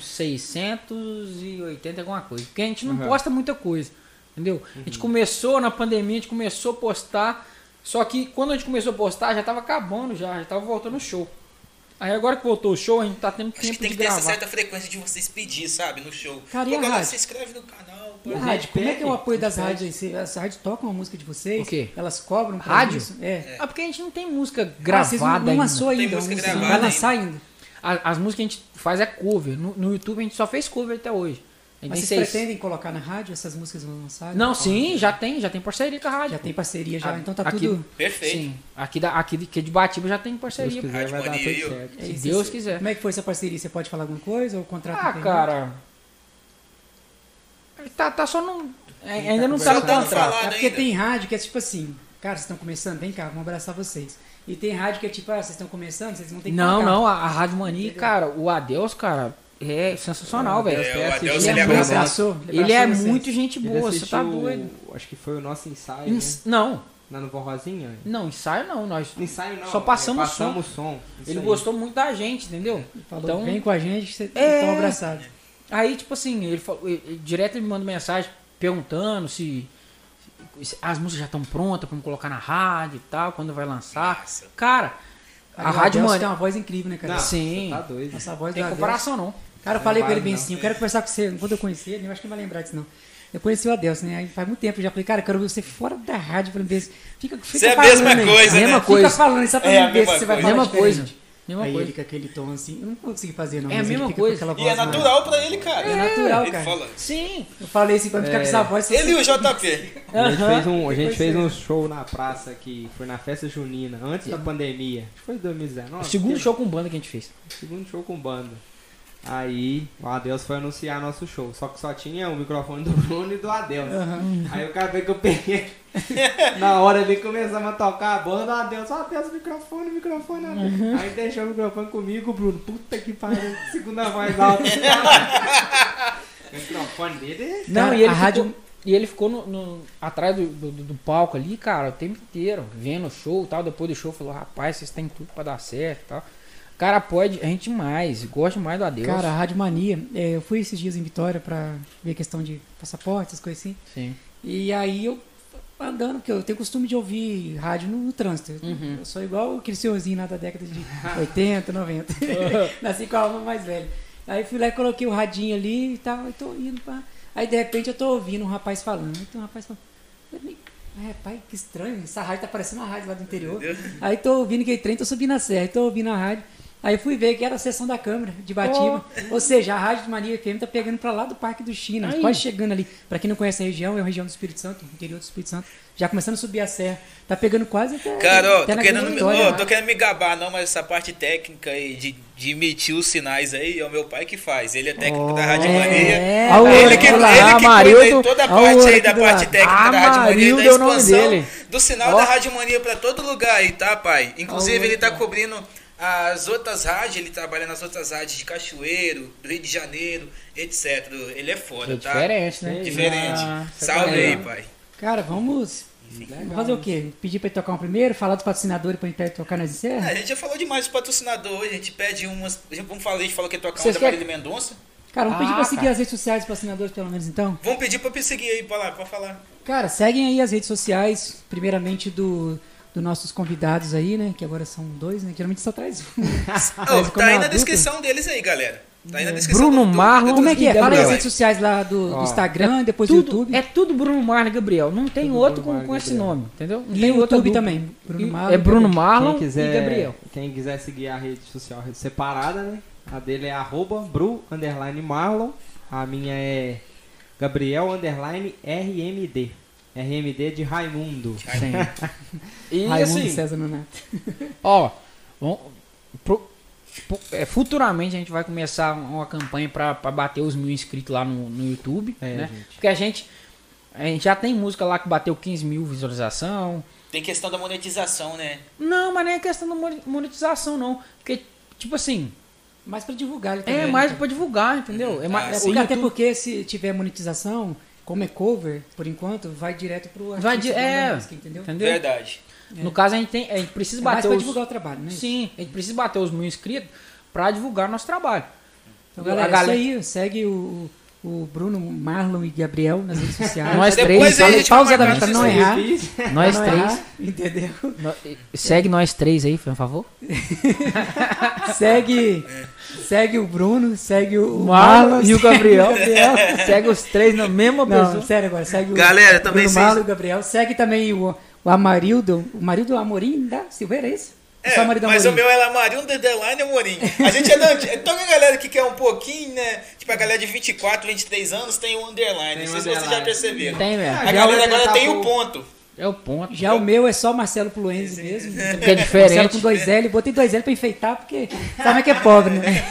S4: 680 e alguma coisa. Porque a gente não
S3: Uhum.
S4: posta muita coisa. Entendeu? A gente começou na pandemia, a gente começou a postar. Só que quando a gente começou a postar, já tava acabando já, já tava voltando o show. Aí agora que voltou o show, a gente tá tendo
S1: Acho
S4: tempo
S1: que tem
S4: de
S1: que ter essa
S4: gravar.
S1: certa frequência de vocês pedir, sabe, no show.
S2: Cara, e
S1: Pô,
S2: a
S1: galera,
S2: rádio?
S1: se inscreve no canal. pô.
S2: E a rádio, como é que é o
S3: Pede,
S2: apoio das rádios aí? Se As rádios tocam a música de vocês?
S4: O quê?
S2: Elas cobram? pra
S4: Rádio?
S2: isso? É.
S4: Ah, porque a gente não tem música
S2: Ah, vocês não-
S4: gravada
S2: não
S4: ainda.
S2: lançou
S1: Tem
S2: ainda.
S1: música
S2: não-
S1: gravada
S2: Vai
S1: ainda.
S2: lançar ainda.
S4: A- As músicas que a gente faz é cover. No, no YouTube a gente só fez cover até hoje. A gente
S2: Mas
S4: tem
S2: vocês
S4: seis-
S2: pretendem colocar na rádio essas músicas vão lançar?
S4: Não, sim, já tem, já tem parceria com a rádio.
S2: Já tem parceria já,
S4: A-
S2: então tá
S4: aqui-
S2: tudo.
S1: Perfeito.
S4: Sim, aqui, da, aqui, de- que é de Batiba já tem
S3: Se Deus
S4: parceria.
S3: quiser, vai dar
S1: Rádio
S3: tudo
S1: Mania,
S3: certo.
S2: É
S4: Se
S2: isso,
S4: Deus
S2: isso.
S4: quiser.
S2: Como é que foi essa parceria? Você pode falar alguma coisa? Ou o contrato
S4: Ah,
S2: tem-
S4: cara. Tá, tá só não. é- ainda não tá
S1: Só
S4: no
S1: tá no
S4: contrato.
S1: falado
S2: É porque
S1: ainda.
S2: tem rádio que é tipo assim, cara, vocês estão começando, vem cá, vamos abraçar vocês. E tem rádio que é tipo, ah, vocês estão começando, vocês não têm que
S4: Não,
S2: colocar.
S4: não, a, a Rádio Mania, cara, o Adeus, cara, é sensacional,
S1: É,
S4: velho.
S1: o Adeus,
S4: Ele é
S1: ele
S4: muito-
S1: abraça.
S2: abraçou.
S4: Ele é
S2: abraçou vocês.
S4: muito gente
S3: Ele
S4: boa, você tá
S3: assistiu-
S4: doido.
S3: Acho que foi o nosso ensaio, né?
S4: Ins- Não,
S3: Na Nova Rosinha.
S4: não, ensaio não, nós.
S3: Ensaio não.
S4: Só passamos
S3: é, passamos som. Isso
S4: Ele
S3: aí.
S4: gostou muito da gente, entendeu?
S2: Falou,
S4: Então-
S2: vem com a gente, vocês
S4: É.
S2: estão abraçados.
S4: Aí, tipo assim, ele, falou, ele- ele- direto ele me manda mensagem perguntando se, se as músicas já estão prontas pra me colocar na rádio e tal, quando vai lançar.
S1: Nossa.
S4: Cara, a, Rádio
S2: Mano. tem
S4: Mania.
S2: uma voz incrível, né, cara?
S3: Não,
S4: Sim.
S3: Você tá doido.
S2: Essa voz
S4: Não tem
S2: da
S4: comparação, não.
S2: Cara, eu falei
S3: Não
S2: com ele
S3: vale,
S2: bem
S3: não.
S2: assim, eu quero conversar com você, quando eu conhecer ele, eu acho que ele vai lembrar disso não. Eu conheci o Adelson, né? Aí faz muito tempo eu já falei, cara, eu quero ouvir você fora da rádio, falando desse. Fica, fica
S1: Isso é a
S2: falando,
S1: mesma
S2: né?
S1: coisa,
S4: Mesma
S1: né?
S4: coisa.
S2: Fica falando, só pra
S1: É
S2: mim
S1: a
S2: ver
S1: mesma
S2: se você vai
S1: coisa.
S2: falar
S4: Mesma
S2: diferente.
S4: coisa. É Mesma
S2: aí
S4: coisa.
S2: ele com aquele tom assim, eu não consegui fazer não.
S4: É a
S2: mas ele
S4: mesma
S2: fica com
S4: coisa.
S2: aquela
S10: E é
S2: voz lá.
S10: natural pra ele, cara.
S2: É natural,
S10: Ele
S2: cara.
S10: fala.
S4: Sim.
S2: Eu falei assim, pra ficar com essa voz...
S10: Ele e o
S2: assim,
S10: JP.
S3: A gente
S4: Aham. é.
S3: fez um, a gente
S2: Depois
S3: fez
S2: você-
S3: um show na praça que foi na festa junina, antes da pandemia. Acho que foi em 2019.
S4: O segundo
S3: porque-
S4: show com banda que a gente fez.
S3: Segundo show com banda. Aí o Adeus foi anunciar nosso show. Só que só tinha o microfone do Bruno e do Adeus. Aí o cara veio que eu peguei. Na hora ali começamos a tocar a banda, Adeus, Adeus, microfone, microfone, Adeus. Aí deixou o microfone comigo, Bruno. Puta que pariu, segunda voz alta. o microfone dele. é
S4: Não,
S2: Cara,
S4: e ele
S2: a
S4: ficou,
S2: rádio-
S4: e ele ficou no- no- atrás do, do- do palco ali, cara, o tempo inteiro, vendo o show e tal. Depois do show falou, rapaz, vocês têm tudo pra dar certo e tal. Cara, pode, a gente mais, gosta mais do Adeus.
S2: Cara, a Rádio Mania, é, eu fui esses dias em Vitória pra ver a questão de passaporte, essas coisas assim.
S4: Sim.
S2: E aí eu andando, porque eu tenho costume de ouvir rádio no, no trânsito. Eu- Eu sou igual aquele senhorzinho lá da década de 80, 90. Nasci com a alma mais velha. Aí fui lá e coloquei o radinho ali e tal, e tô indo pra... Aí de repente eu tô ouvindo um rapaz falando. Aí tem um rapaz falando. eu falei, É, pai, que estranho. Essa rádio tá parecendo uma rádio lá do interior. Aí tô ouvindo que trem, tô subindo a serra, aí tô ouvindo a rádio. Aí fui ver que era a sessão da câmera de Batiba. Ou seja, a Rádio de Maria FM tá pegando pra lá do Parque do China,
S4: Oh. Aí.
S2: quase chegando ali. Pra quem não conhece a região, é a região do Espírito Santo, interior do Espírito Santo. Já começando a subir a serra. Tá pegando quase até.
S1: Cara, ó,
S2: até
S1: tô
S2: na
S1: querendo,
S2: Grande
S1: me,
S2: Vitória
S1: ó,
S2: lá.
S1: tô querendo me gabar, não, mas essa parte técnica aí de, de emitir os sinais aí é o meu pai que faz. Ele é técnico da Rádio Mania.
S2: É,
S4: Aô,
S1: ele que,
S4: olha lá,
S1: ele que cuida aí
S4: Amarildo,
S1: toda a
S4: olha Ah, o
S1: parte
S4: outro
S1: aí
S4: aqui
S1: da
S4: do
S1: parte
S4: lado.
S1: técnica da Rádio Mania
S4: Amarildo
S1: da
S4: é o nome
S1: expansão
S4: dele.
S1: do sinal
S4: Ó.
S1: da Rádio Mania pra todo lugar aí, tá, pai? Inclusive,
S2: Olha o
S1: ele tá
S2: outro.
S1: cobrindo as outras rádios, ele trabalha nas outras rádios de Cachoeiro, do Rio de Janeiro, etc. Ele é foda,
S4: É
S1: tá?
S4: diferente, né?
S1: Diferente.
S4: Ah,
S1: Salve
S4: legal.
S1: aí, pai.
S2: Cara, vamos. Vamos fazer o quê? Pedir pra ele tocar um primeiro, falar dos patrocinadores pra ele pe- tocar nas
S1: É,
S2: serras?
S1: a gente já falou demais do patrocinador, hoje, a gente pede umas. Vamos falar, a gente falou que ia tocar
S4: Vocês
S1: um da
S4: querem-
S1: Marília Mendonça.
S2: Cara, vamos pedir
S4: Ah,
S2: pra seguir
S4: cara.
S2: as redes sociais dos patrocinadores, pelo menos então.
S1: Vamos pedir pra me seguir aí, pra lá, pra falar.
S2: Cara, seguem aí as redes sociais, primeiramente do dos nossos convidados aí, né? Que agora são dois, né? Geralmente só traz um.
S4: Ah,
S1: Ô,
S2: como
S1: tá
S2: é
S1: aí na
S2: uma dupla-
S1: descrição deles aí, galera. Tá aí na descrição.
S4: É. Bruno
S1: do- do-
S4: Marlon.
S2: Como é que é?
S4: E
S2: Fala aí as
S4: Gabriel.
S2: redes sociais lá do, do
S3: Ó,
S2: Instagram, depois do
S4: tudo,
S2: YouTube.
S4: É tudo Bruno Marlon e Gabriel. Não tem
S3: Tudo
S4: outro
S3: Bruno Mars e
S4: com, com esse
S3: Gabriel.
S4: nome, entendeu? Não
S2: e
S4: tem
S2: o
S4: outro
S2: YouTube
S4: du-
S2: também. Bruno
S4: E-
S2: Marlon.
S4: é Bruno
S2: Gabriel.
S4: Marlon
S3: Quem quiser,
S4: e Gabriel.
S3: quem quiser seguir a rede social separada, né? A dele é arroba bru, underline marlon. A minha é gabriel, underline rmd. RMD de Raimundo. é
S4: Sim. E
S2: Raimundo
S4: assim,
S2: César Nonato.
S4: Ó, vamos- pro- pro- é, futuramente a gente vai começar um, uma campanha pra pra bater os mil inscritos lá no, no YouTube,
S3: É,
S4: né?
S3: gente.
S4: Porque a gente, a gente já tem música lá que bateu 15 mil visualização.
S1: Tem questão da monetização, né?
S4: Não, mas nem é questão da mone- monetização, não. Porque, tipo assim,
S2: Mas pra divulgar ele também.
S4: é mais pra divulgar, entendeu? É
S2: É,
S4: mais,
S2: porque-
S4: o
S2: até
S4: YouTube-
S2: porque se tiver monetização, como é cover, por enquanto, vai direto pro
S4: Vai
S2: artista
S4: di-
S2: dono da
S4: é.
S2: música, entendeu?
S4: entendeu?
S1: Verdade.
S4: No caso, a gente, tem, a gente precisa
S2: É mais
S4: bater
S2: pra
S4: os...
S2: divulgar o trabalho, né?
S4: Sim, a gente precisa bater os mil inscritos pra divulgar nosso trabalho.
S2: Então,
S4: A
S2: galera,
S4: galera-
S2: é isso aí. Segue o, o Bruno, Marlon e Gabriel nas redes sociais.
S4: Nós
S1: Depois
S4: três,
S1: aí a gente vai
S2: pausadamente
S1: marcar
S2: pra não
S1: vocês aí.
S2: errar.
S4: nós
S2: Pra não
S4: três.
S2: errar, Entendeu?
S4: no- segue nós três aí, por favor.
S2: Segue, segue o Bruno, segue Ah, o
S4: O
S2: Marlon.
S4: Marlon e o Gabriel. segue os três na mesma
S2: Não,
S4: pessoa.
S2: sério agora, segue o
S10: Galera, também
S2: Bruno
S10: vocês-
S2: Marlon e o Gabriel. Segue também o, o Amarildo, o Amarildo Amorim da Silveira, é isso?
S1: É,
S2: Só Amarildo
S1: mas o
S2: Amorim.
S1: meu é Marinho Dedeline Amorim. A gente é da anti- Então a galera que quer um pouquinho, né? Tipo, a galera de 24, 23 anos tem o underline.
S3: Tem
S1: não sei se
S3: o
S1: vocês já
S3: underline.
S1: perceberam.
S4: Tem, velho.
S1: A
S3: Já
S1: galera
S3: vai
S1: agora
S3: tentar
S1: tem o
S3: pôr-
S1: ponto.
S4: É o ponto.
S2: Já o meu é só Marcelo Pluenzi mesmo.
S4: Que é
S2: Marcelo com
S4: diferente.
S2: dois L, botei dois L pra enfeitar, porque sabe como é que é pobre, né?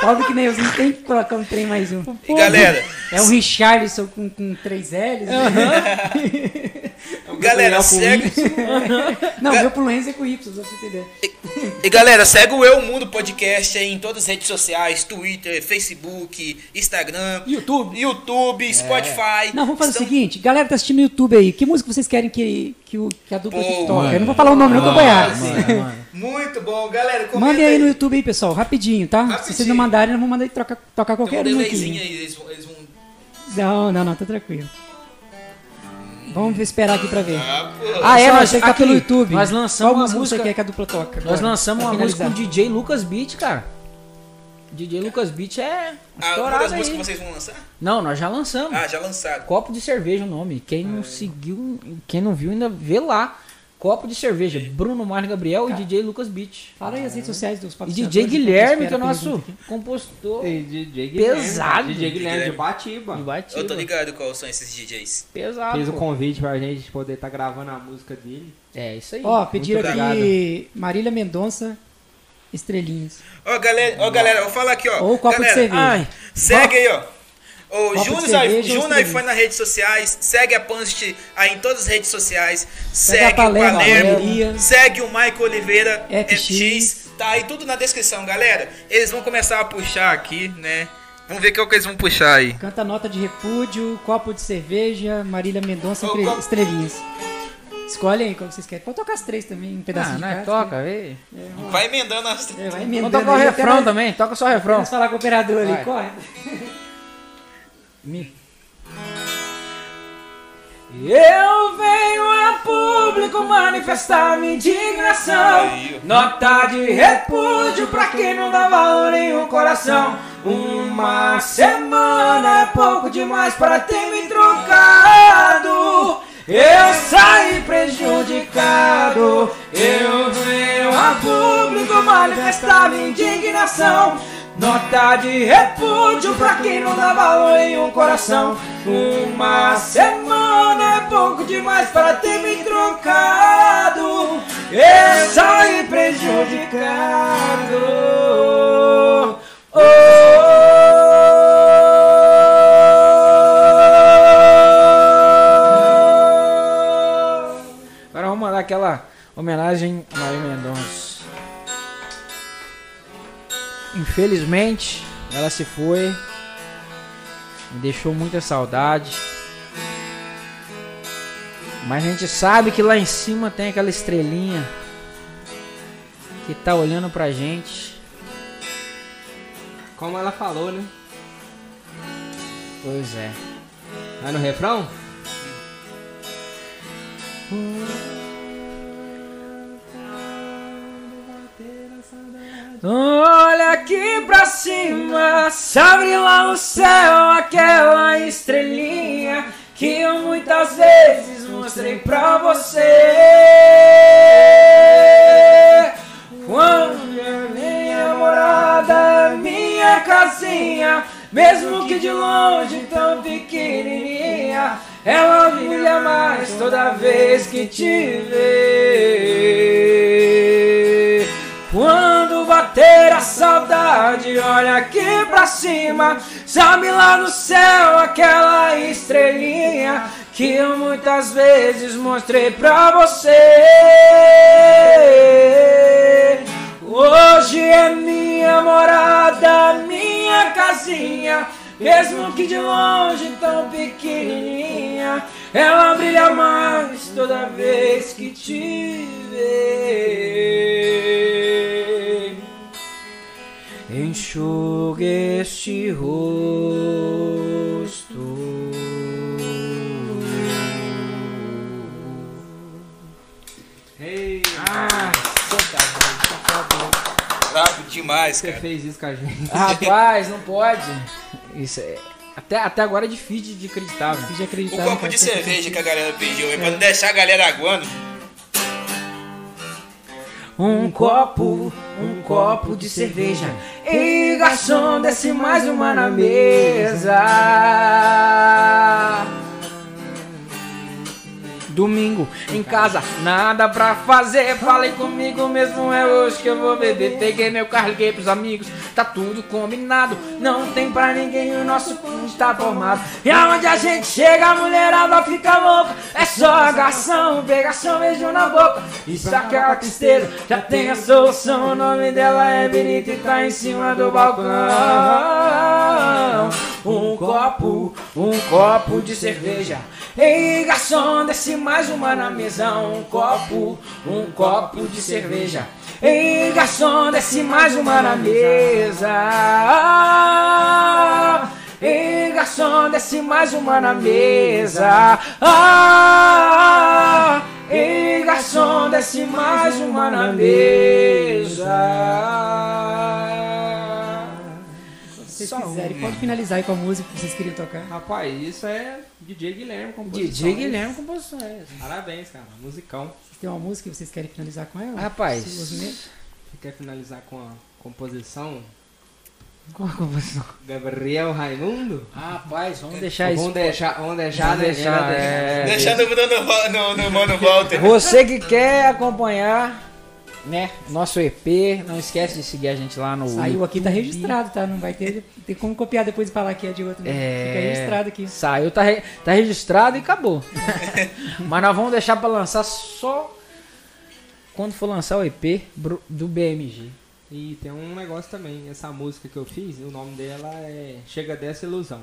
S2: Pobre que nem eu, não tem que colocar um trem mais um.
S1: E galera,
S2: É um Richarlison com, com três L's. né?
S1: galera,
S3: Gabriel com
S1: segue.
S2: Não, meu Pluenzi é com Y, só pra você entender.
S1: E galera, segue o Eu Mundo Podcast aí em todas as redes sociais, Twitter, Facebook, Instagram,
S4: YouTube.
S1: YouTube, Spotify.
S2: Não, vamos fazer
S1: Estamos-
S2: o seguinte, galera que tá assistindo no YouTube aí, que música vocês querem que, que, o- que a dupla
S1: Pô,
S2: aqui toque?
S4: mano.
S2: Eu não vou falar o nome, não, que eu vou errar.
S1: Muito bom, galera. Comenta
S2: Mandem aí no YouTube aí, pessoal, rapidinho, tá? Se vocês
S1: Rapidinho.
S2: não mandarem, nós vamos mandar ele trocar, tocar
S1: Tem um
S2: qualquer um
S1: delayzinho
S2: aqui.
S1: aí, eles vão. Eles vão...
S2: Não, não, não, tá tranquilo. Vamos esperar aqui pra ver.
S1: Ah, pô.
S4: Ah, é,
S2: Pessoal,
S4: nós,
S2: você que tá
S4: aqui,
S2: pelo YouTube.
S4: nós lançamos
S2: Qual
S4: uma
S2: música, você
S4: música.
S2: quer que é a dupla toca?
S4: Nós
S2: agora,
S4: lançamos
S2: pra
S4: uma música
S2: finalizar?
S4: com o DJ Lucas Beat, cara. DJ Lucas Beat é
S1: Ah, uma das
S4: estourado
S1: músicas
S4: aí.
S1: que vocês vão lançar?
S4: Não, nós já lançamos.
S1: Ah, já lançaram.
S4: é Copo de cerveja o nome. Quem não seguiu, quem não viu ainda vê lá. Copo de cerveja,
S1: É.
S4: Bruno Mar Gabriel
S2: Cara.
S4: e DJ Lucas Beach.
S2: Fala aí as redes sociais dos
S4: E
S2: patrocinadores.
S4: DJ
S2: enquanto espera
S4: Guilherme,
S2: um
S4: que é o
S2: a pergunta
S4: nosso
S2: aqui.
S4: compositor
S3: Tem DJ Guilherme,
S4: Pesado.
S3: DJ Guilherme de Batiba.
S4: de
S1: Eu tô
S4: batida.
S1: ligado qual são esses DJs.
S4: Pesado.
S3: Fez o
S4: pô.
S3: convite pra gente poder estar gravando a música dele.
S4: É isso aí.
S2: Ó, pediram
S3: Muito
S2: aqui Marília Mendonça, estrelinhas.
S1: Ó, galera, ó, galera, eu vou falar aqui, ó.
S2: Ou copo de
S1: galera,
S2: cerveja.
S4: Ai,
S1: Segue aí, ó. O
S2: de
S1: Junos,
S2: cerveja é
S1: aí-
S2: ou
S1: Juno aí
S2: cerveja?
S1: foi nas redes sociais, segue a Punch aí em todas as redes sociais,
S2: Segue a
S1: segue o
S2: Palermo,
S1: Palermo,
S2: Galeria.
S1: segue o Maico Oliveira
S2: FX.
S1: FX, tá aí tudo na descrição, galera. Eles vão começar a puxar aqui, né? Vamos ver qual que eles vão puxar aí.
S2: Canta nota de repúdio, copo de cerveja, Marília Mendonça,
S1: Ô,
S2: entre-
S1: copo-
S2: estrelinhas. Escolhe aí qual que vocês querem. Pode tocar as três também, um pedacinho
S4: ah,
S2: de
S4: né?
S2: cada.
S4: Toca, vê.
S1: Vai emendando as.
S2: É, vai
S4: Vamos
S2: emendando
S4: tocar o
S2: aí, até
S4: refrão
S2: nós-
S4: também, toca só o refrão.
S2: Vamos falar com o operador
S4: Vai.
S2: ali, corre.
S4: Me- Eu venho a público manifestar minha indignação. Nota de repúdio pra quem não dá valor em um coração. Uma semana é pouco demais para ter me trocado. Eu saí prejudicado. Eu venho a público manifestar minha indignação. Nota de repúdio pra quem não dá valor em um coração. Uma semana é pouco demais para ter me trocado. Eu saí prejudicado. Oh, oh. Agora vamos mandar aquela homenagem a Maria Mendonça. Infelizmente, ela se foi. Me deixou muita saudade. Mas a gente sabe que lá em cima tem aquela estrelinha que tá olhando pra gente.
S3: Como ela falou, né?
S4: Pois é.
S3: Aí no refrão?
S4: Olha aqui pra cima, sabe lá o céu aquela estrelinha que eu muitas vezes mostrei pra você. Quando eu minha morada, minha casinha, mesmo que de longe tão pequenininha, ela brilha mais toda vez que te vê. Quando bater a saudade, olha aqui pra cima. Sabe lá no céu aquela estrelinha que eu muitas vezes mostrei pra você. Hoje é minha morada, minha casinha. Mesmo que de longe tão pequenininha, ela brilha mais toda vez que te vê. Enxugue este rosto.
S3: Ei,
S4: Ah,
S1: Bravo demais,
S3: você
S1: cara.
S3: fez isso com a gente.
S4: Rapaz, não pode. Isso é. Até, até agora é difícil de acreditar, né? velho.
S2: Podia
S1: O
S2: acreditar.
S1: copo de cerveja que a galera pediu, hein? Pra não deixar a galera aguando.
S4: Um copo, um copo de cerveja. E garçom, desce mais uma na mesa. Domingo em casa, nada pra fazer. Falei comigo mesmo, é hoje que eu vou beber. Peguei meu carro, liguei pros amigos, tá tudo combinado. Não tem pra ninguém, o nosso conto tá formado. E aonde a gente chega, a mulherada fica louca. É só garçom, pegação, beijo na boca. Isso aquela tristeza, já tem a solução. O nome dela é Benita e tá em cima do balcão. Um copo, um copo de cerveja. Ei, garçom, desce mais uma na mesa. Um copo, um copo de cerveja. Ei, garçom, desce mais uma na mesa. Ei, garçom, desce mais uma na mesa. Ah, ei, garçom, desce mais uma na mesa.
S2: vocês
S4: Só
S2: quiserem.
S4: um.
S2: Pode finalizar aí com a música que vocês queriam tocar.
S3: Rapaz, isso é DJ Guilherme composição.
S4: DJ
S3: hein?
S4: Guilherme composição é essa.
S3: Parabéns, cara. Musicão.
S2: Tem uma música que vocês querem finalizar com ela?
S4: Rapaz,
S3: Você quer finalizar com a composição?
S4: qual a composição?
S3: Gabriel Raimundo? é
S4: Rapaz,
S2: É,
S4: vamos deixar isso.
S3: Vamos deixar, vamos deixar,
S4: Vamos deixar,
S3: né?
S4: é.
S1: Deixar no, no, no, no Mano Walter.
S4: Você que quer acompanhar, né, nosso EP, não esquece de seguir a gente lá no
S2: Saiu aqui, tá registrado, tá? Não vai ter, ter como copiar depois e falar que é de outro. não. Fica registrado aqui.
S4: Saiu, tá, re- tá registrado e acabou. Mas nós vamos deixar pra lançar só quando for lançar o EP bro- do BMG.
S3: E tem um negócio também, essa música que eu fiz, o nome dela é Chega Dessa Ilusão,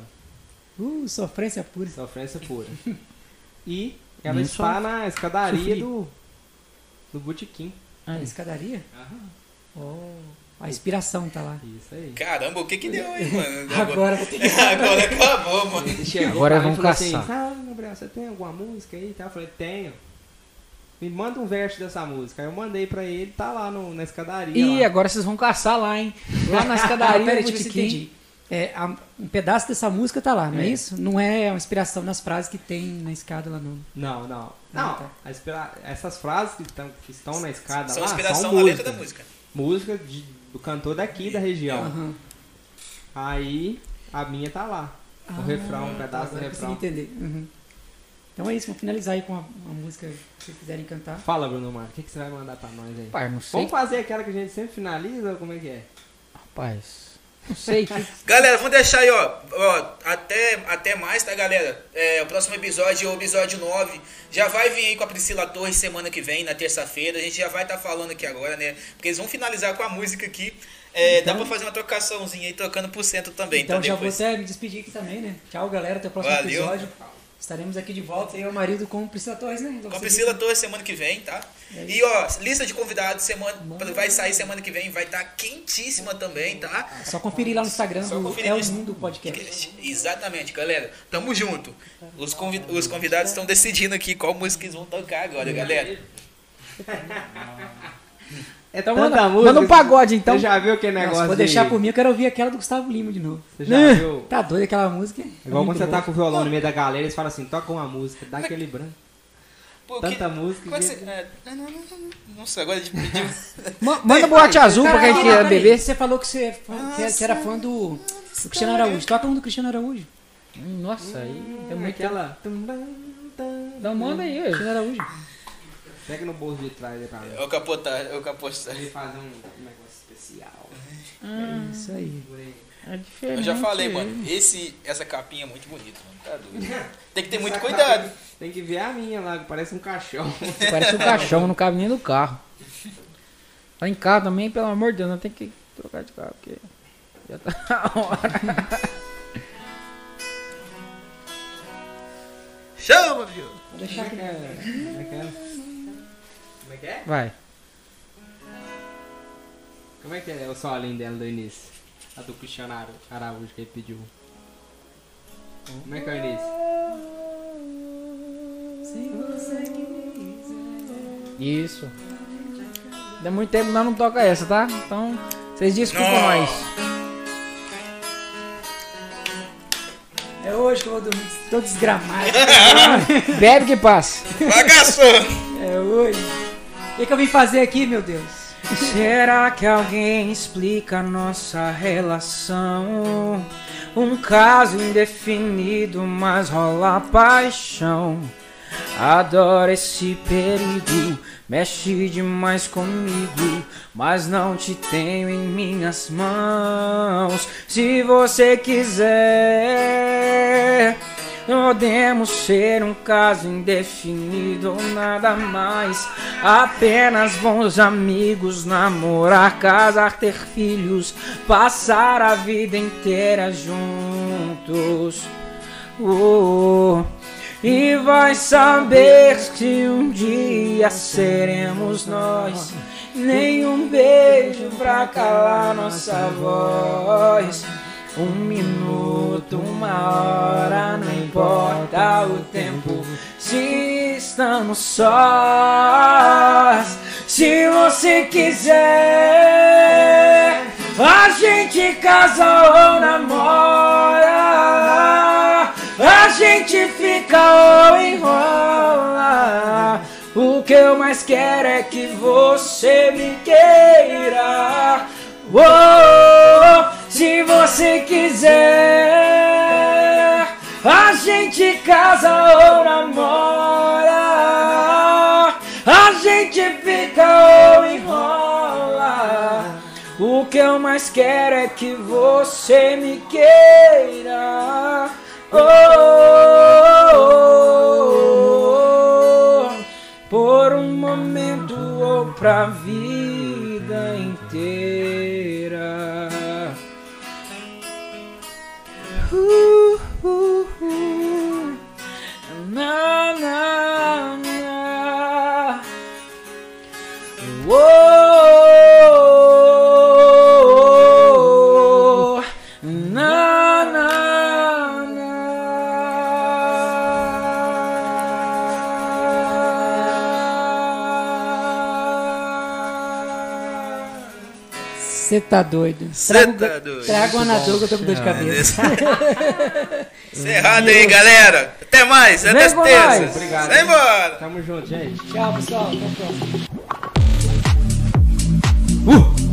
S2: Uh, sofrência pura.
S3: Sofrência Pura. E ela
S4: Isso.
S3: está na escadaria
S4: Sofri.
S3: do, do Botequim.
S4: Ah,
S2: A escadaria? Oh, a inspiração tá lá.
S3: Isso aí.
S1: Caramba, o que que deu aí, mano?
S2: Agora vou ter que.
S1: Agora acabou, mano.
S3: Ele chegou
S4: Agora
S3: pra mim e
S4: vamos
S3: falou
S4: caçar.
S3: Assim, ah, Gabriel, você tem alguma música aí? e tal?" Eu falei, tenho. Me manda um verso dessa música. Aí eu mandei pra ele, tá lá no, na escadaria.
S4: E
S3: lá.
S4: agora vocês vão caçar lá, hein? Lá na escadaria
S2: Peraí,
S4: do
S2: deixa eu ver se eu
S4: Botequim.
S2: entendi. É, a- um pedaço dessa música tá lá, não é, isso? Não é uma inspiração nas frases que tem na escada lá no.
S3: Não, não.
S2: Ah,
S3: Não,
S2: tá.
S3: a inspira- essas frases que, tão- que estão na escada
S2: um
S1: São
S3: lá
S1: inspiração
S3: são
S1: na
S3: músicas.
S1: letra da música.
S3: Música de- do cantor daqui da região.
S2: Aham.
S3: Aí a minha tá lá. O refrão, um pedaço do
S2: Agora eu consegui
S3: refrão.
S2: entender. Uhum. Então é isso, vamos finalizar aí com uma, uma música que vocês quiserem cantar.
S3: Fala, Bruno Mars, o que, que você vai mandar pra nós aí?
S4: Rapaz, não sei.
S3: Vamos fazer aquela que a gente sempre finaliza? ou Como é que é?
S4: Rapaz, não sei. que-
S1: Galera, vamos deixar aí, ó. ó até, até mais, tá, galera? É, o próximo episódio é o episódio 9. Já vai vir aí com a Priscila Torres semana que vem, na terça-feira. A gente já vai estar falando aqui agora, né? Porque eles vão finalizar com a música aqui. É, dá pra fazer uma trocaçãozinha aí, trocando por cento também.
S2: Então
S1: Então,
S2: já vou
S1: depois.
S2: até me despedir aqui também, né? Tchau, galera. Até o próximo
S1: Valeu.
S2: episódio. Estaremos aqui de volta. Eu e o marido com Priscila Torres, né?
S1: Com a Priscila Torres Então, semana que vem, tá?
S3: É
S1: E ó, lista de convidados semana, vai sair semana que vem, vai estar quentíssima também, tá?
S2: Só conferir lá no Instagram
S1: Só
S2: do
S1: conferir
S2: É
S1: no
S2: o
S1: Insta-
S2: Mundo Podcast.
S1: Exatamente, galera. Tamo junto. Os, convi- os convidados estão decidindo aqui qual música eles vão tocar agora, galera.
S3: É
S4: Então manda- manda um pagode, então.
S3: Você já viu aquele
S2: Nossa,
S3: negócio
S2: vou deixar
S3: de...
S2: por mim, eu quero ouvir aquela do Gustavo Lima de novo.
S3: Você já viu?
S2: Tá doido aquela música? É
S3: Igual quando
S2: muito
S3: você tá
S2: boa.
S3: com o violão no meio da galera, eles falam assim, toca uma música, dá aquele branco.
S1: Pô,
S3: Tanta música.
S1: quando
S3: que-
S1: você- é, não, não, não, não. Nossa, agora é de, de-
S4: Ma- Manda boate azul pra
S2: Cara,
S4: quem
S2: Ah, peraí,
S4: queira
S2: peraí,
S4: beber.
S2: Você falou que você, é fã- que você era fã do, do Cristiano Araújo. Toca um do Cristiano Araújo.
S4: Hum, Nossa, aí é
S3: Como é
S4: muito.
S3: aquela?
S4: Então manda aí, ué.
S2: Cristiano Araújo.
S3: Pega no bolso de trás aí pra mim.
S1: Eu capotar, eu capotar.
S3: Ele fazer um negócio especial.
S2: Isso aí.
S4: É diferente.
S1: Eu já falei, mano. Esse, essa capinha é muito bonita, mano. Tá doido. Tem que ter muito cuidado.
S3: Tem que ver a minha lá, que parece um caixão.
S4: Parece um caixão, não cabe nem no carro. Tá em casa também, pelo amor de Deus, não tem que trocar de carro, porque já tá na hora.
S1: Chama, viu?
S3: Como é que é? Como é que é? Como é que é?
S4: Vai.
S3: Como é que é o solinho dela do início? A do Cristiano Ara- Araújo que ele pediu. Como é que é o início?
S4: Isso. Dá muito tempo nós não toca essa, tá? Então, vocês desculpam
S1: Não.
S4: nós.
S2: É hoje que eu vou dormir. Tô desgramado.
S4: Bebe que passa.
S1: Bagaçou!
S2: É hoje. O que, que eu vim fazer aqui, meu Deus?
S4: Será que alguém explica nossa relação? Um caso indefinido, mas rola paixão. Adoro esse período, mexe demais comigo, mas não te tenho em minhas mãos. Se você quiser, podemos ser um caso indefinido ou nada mais. Apenas bons amigos, namorar, casar, ter filhos, passar a vida inteira juntos. Oh, e vai saber que um dia seremos nós. Nenhum beijo pra calar nossa voz. Um minuto, uma hora, não importa o tempo. Se estamos sós, se você quiser, a gente gente casa ou namora, a gente fica ou enrola. O que eu mais quero é que você me queira. Oh, se você quiser, a gente casa ou namora, a gente fica ou enrola. O que eu mais quero é que você me queira. Oh, oh, oh, oh, por um momento ou pra vida inteira. Uh, uh, uh. Na, na, na. Uou! Na, na, na.
S2: Você tá doido.
S1: Cê
S2: Traga
S1: tá
S2: o-
S1: doido.
S2: Traga o anador que eu tô com
S3: Ah,
S2: dor de cabeça.
S1: Encerrado aí, é galera. Até mais. Até
S4: Vem com
S1: terça.
S4: nós.
S3: Obrigado.
S1: Vai embora.
S3: Tamo junto, gente.
S2: Tchau, pessoal. Até a próxima.
S4: Uh!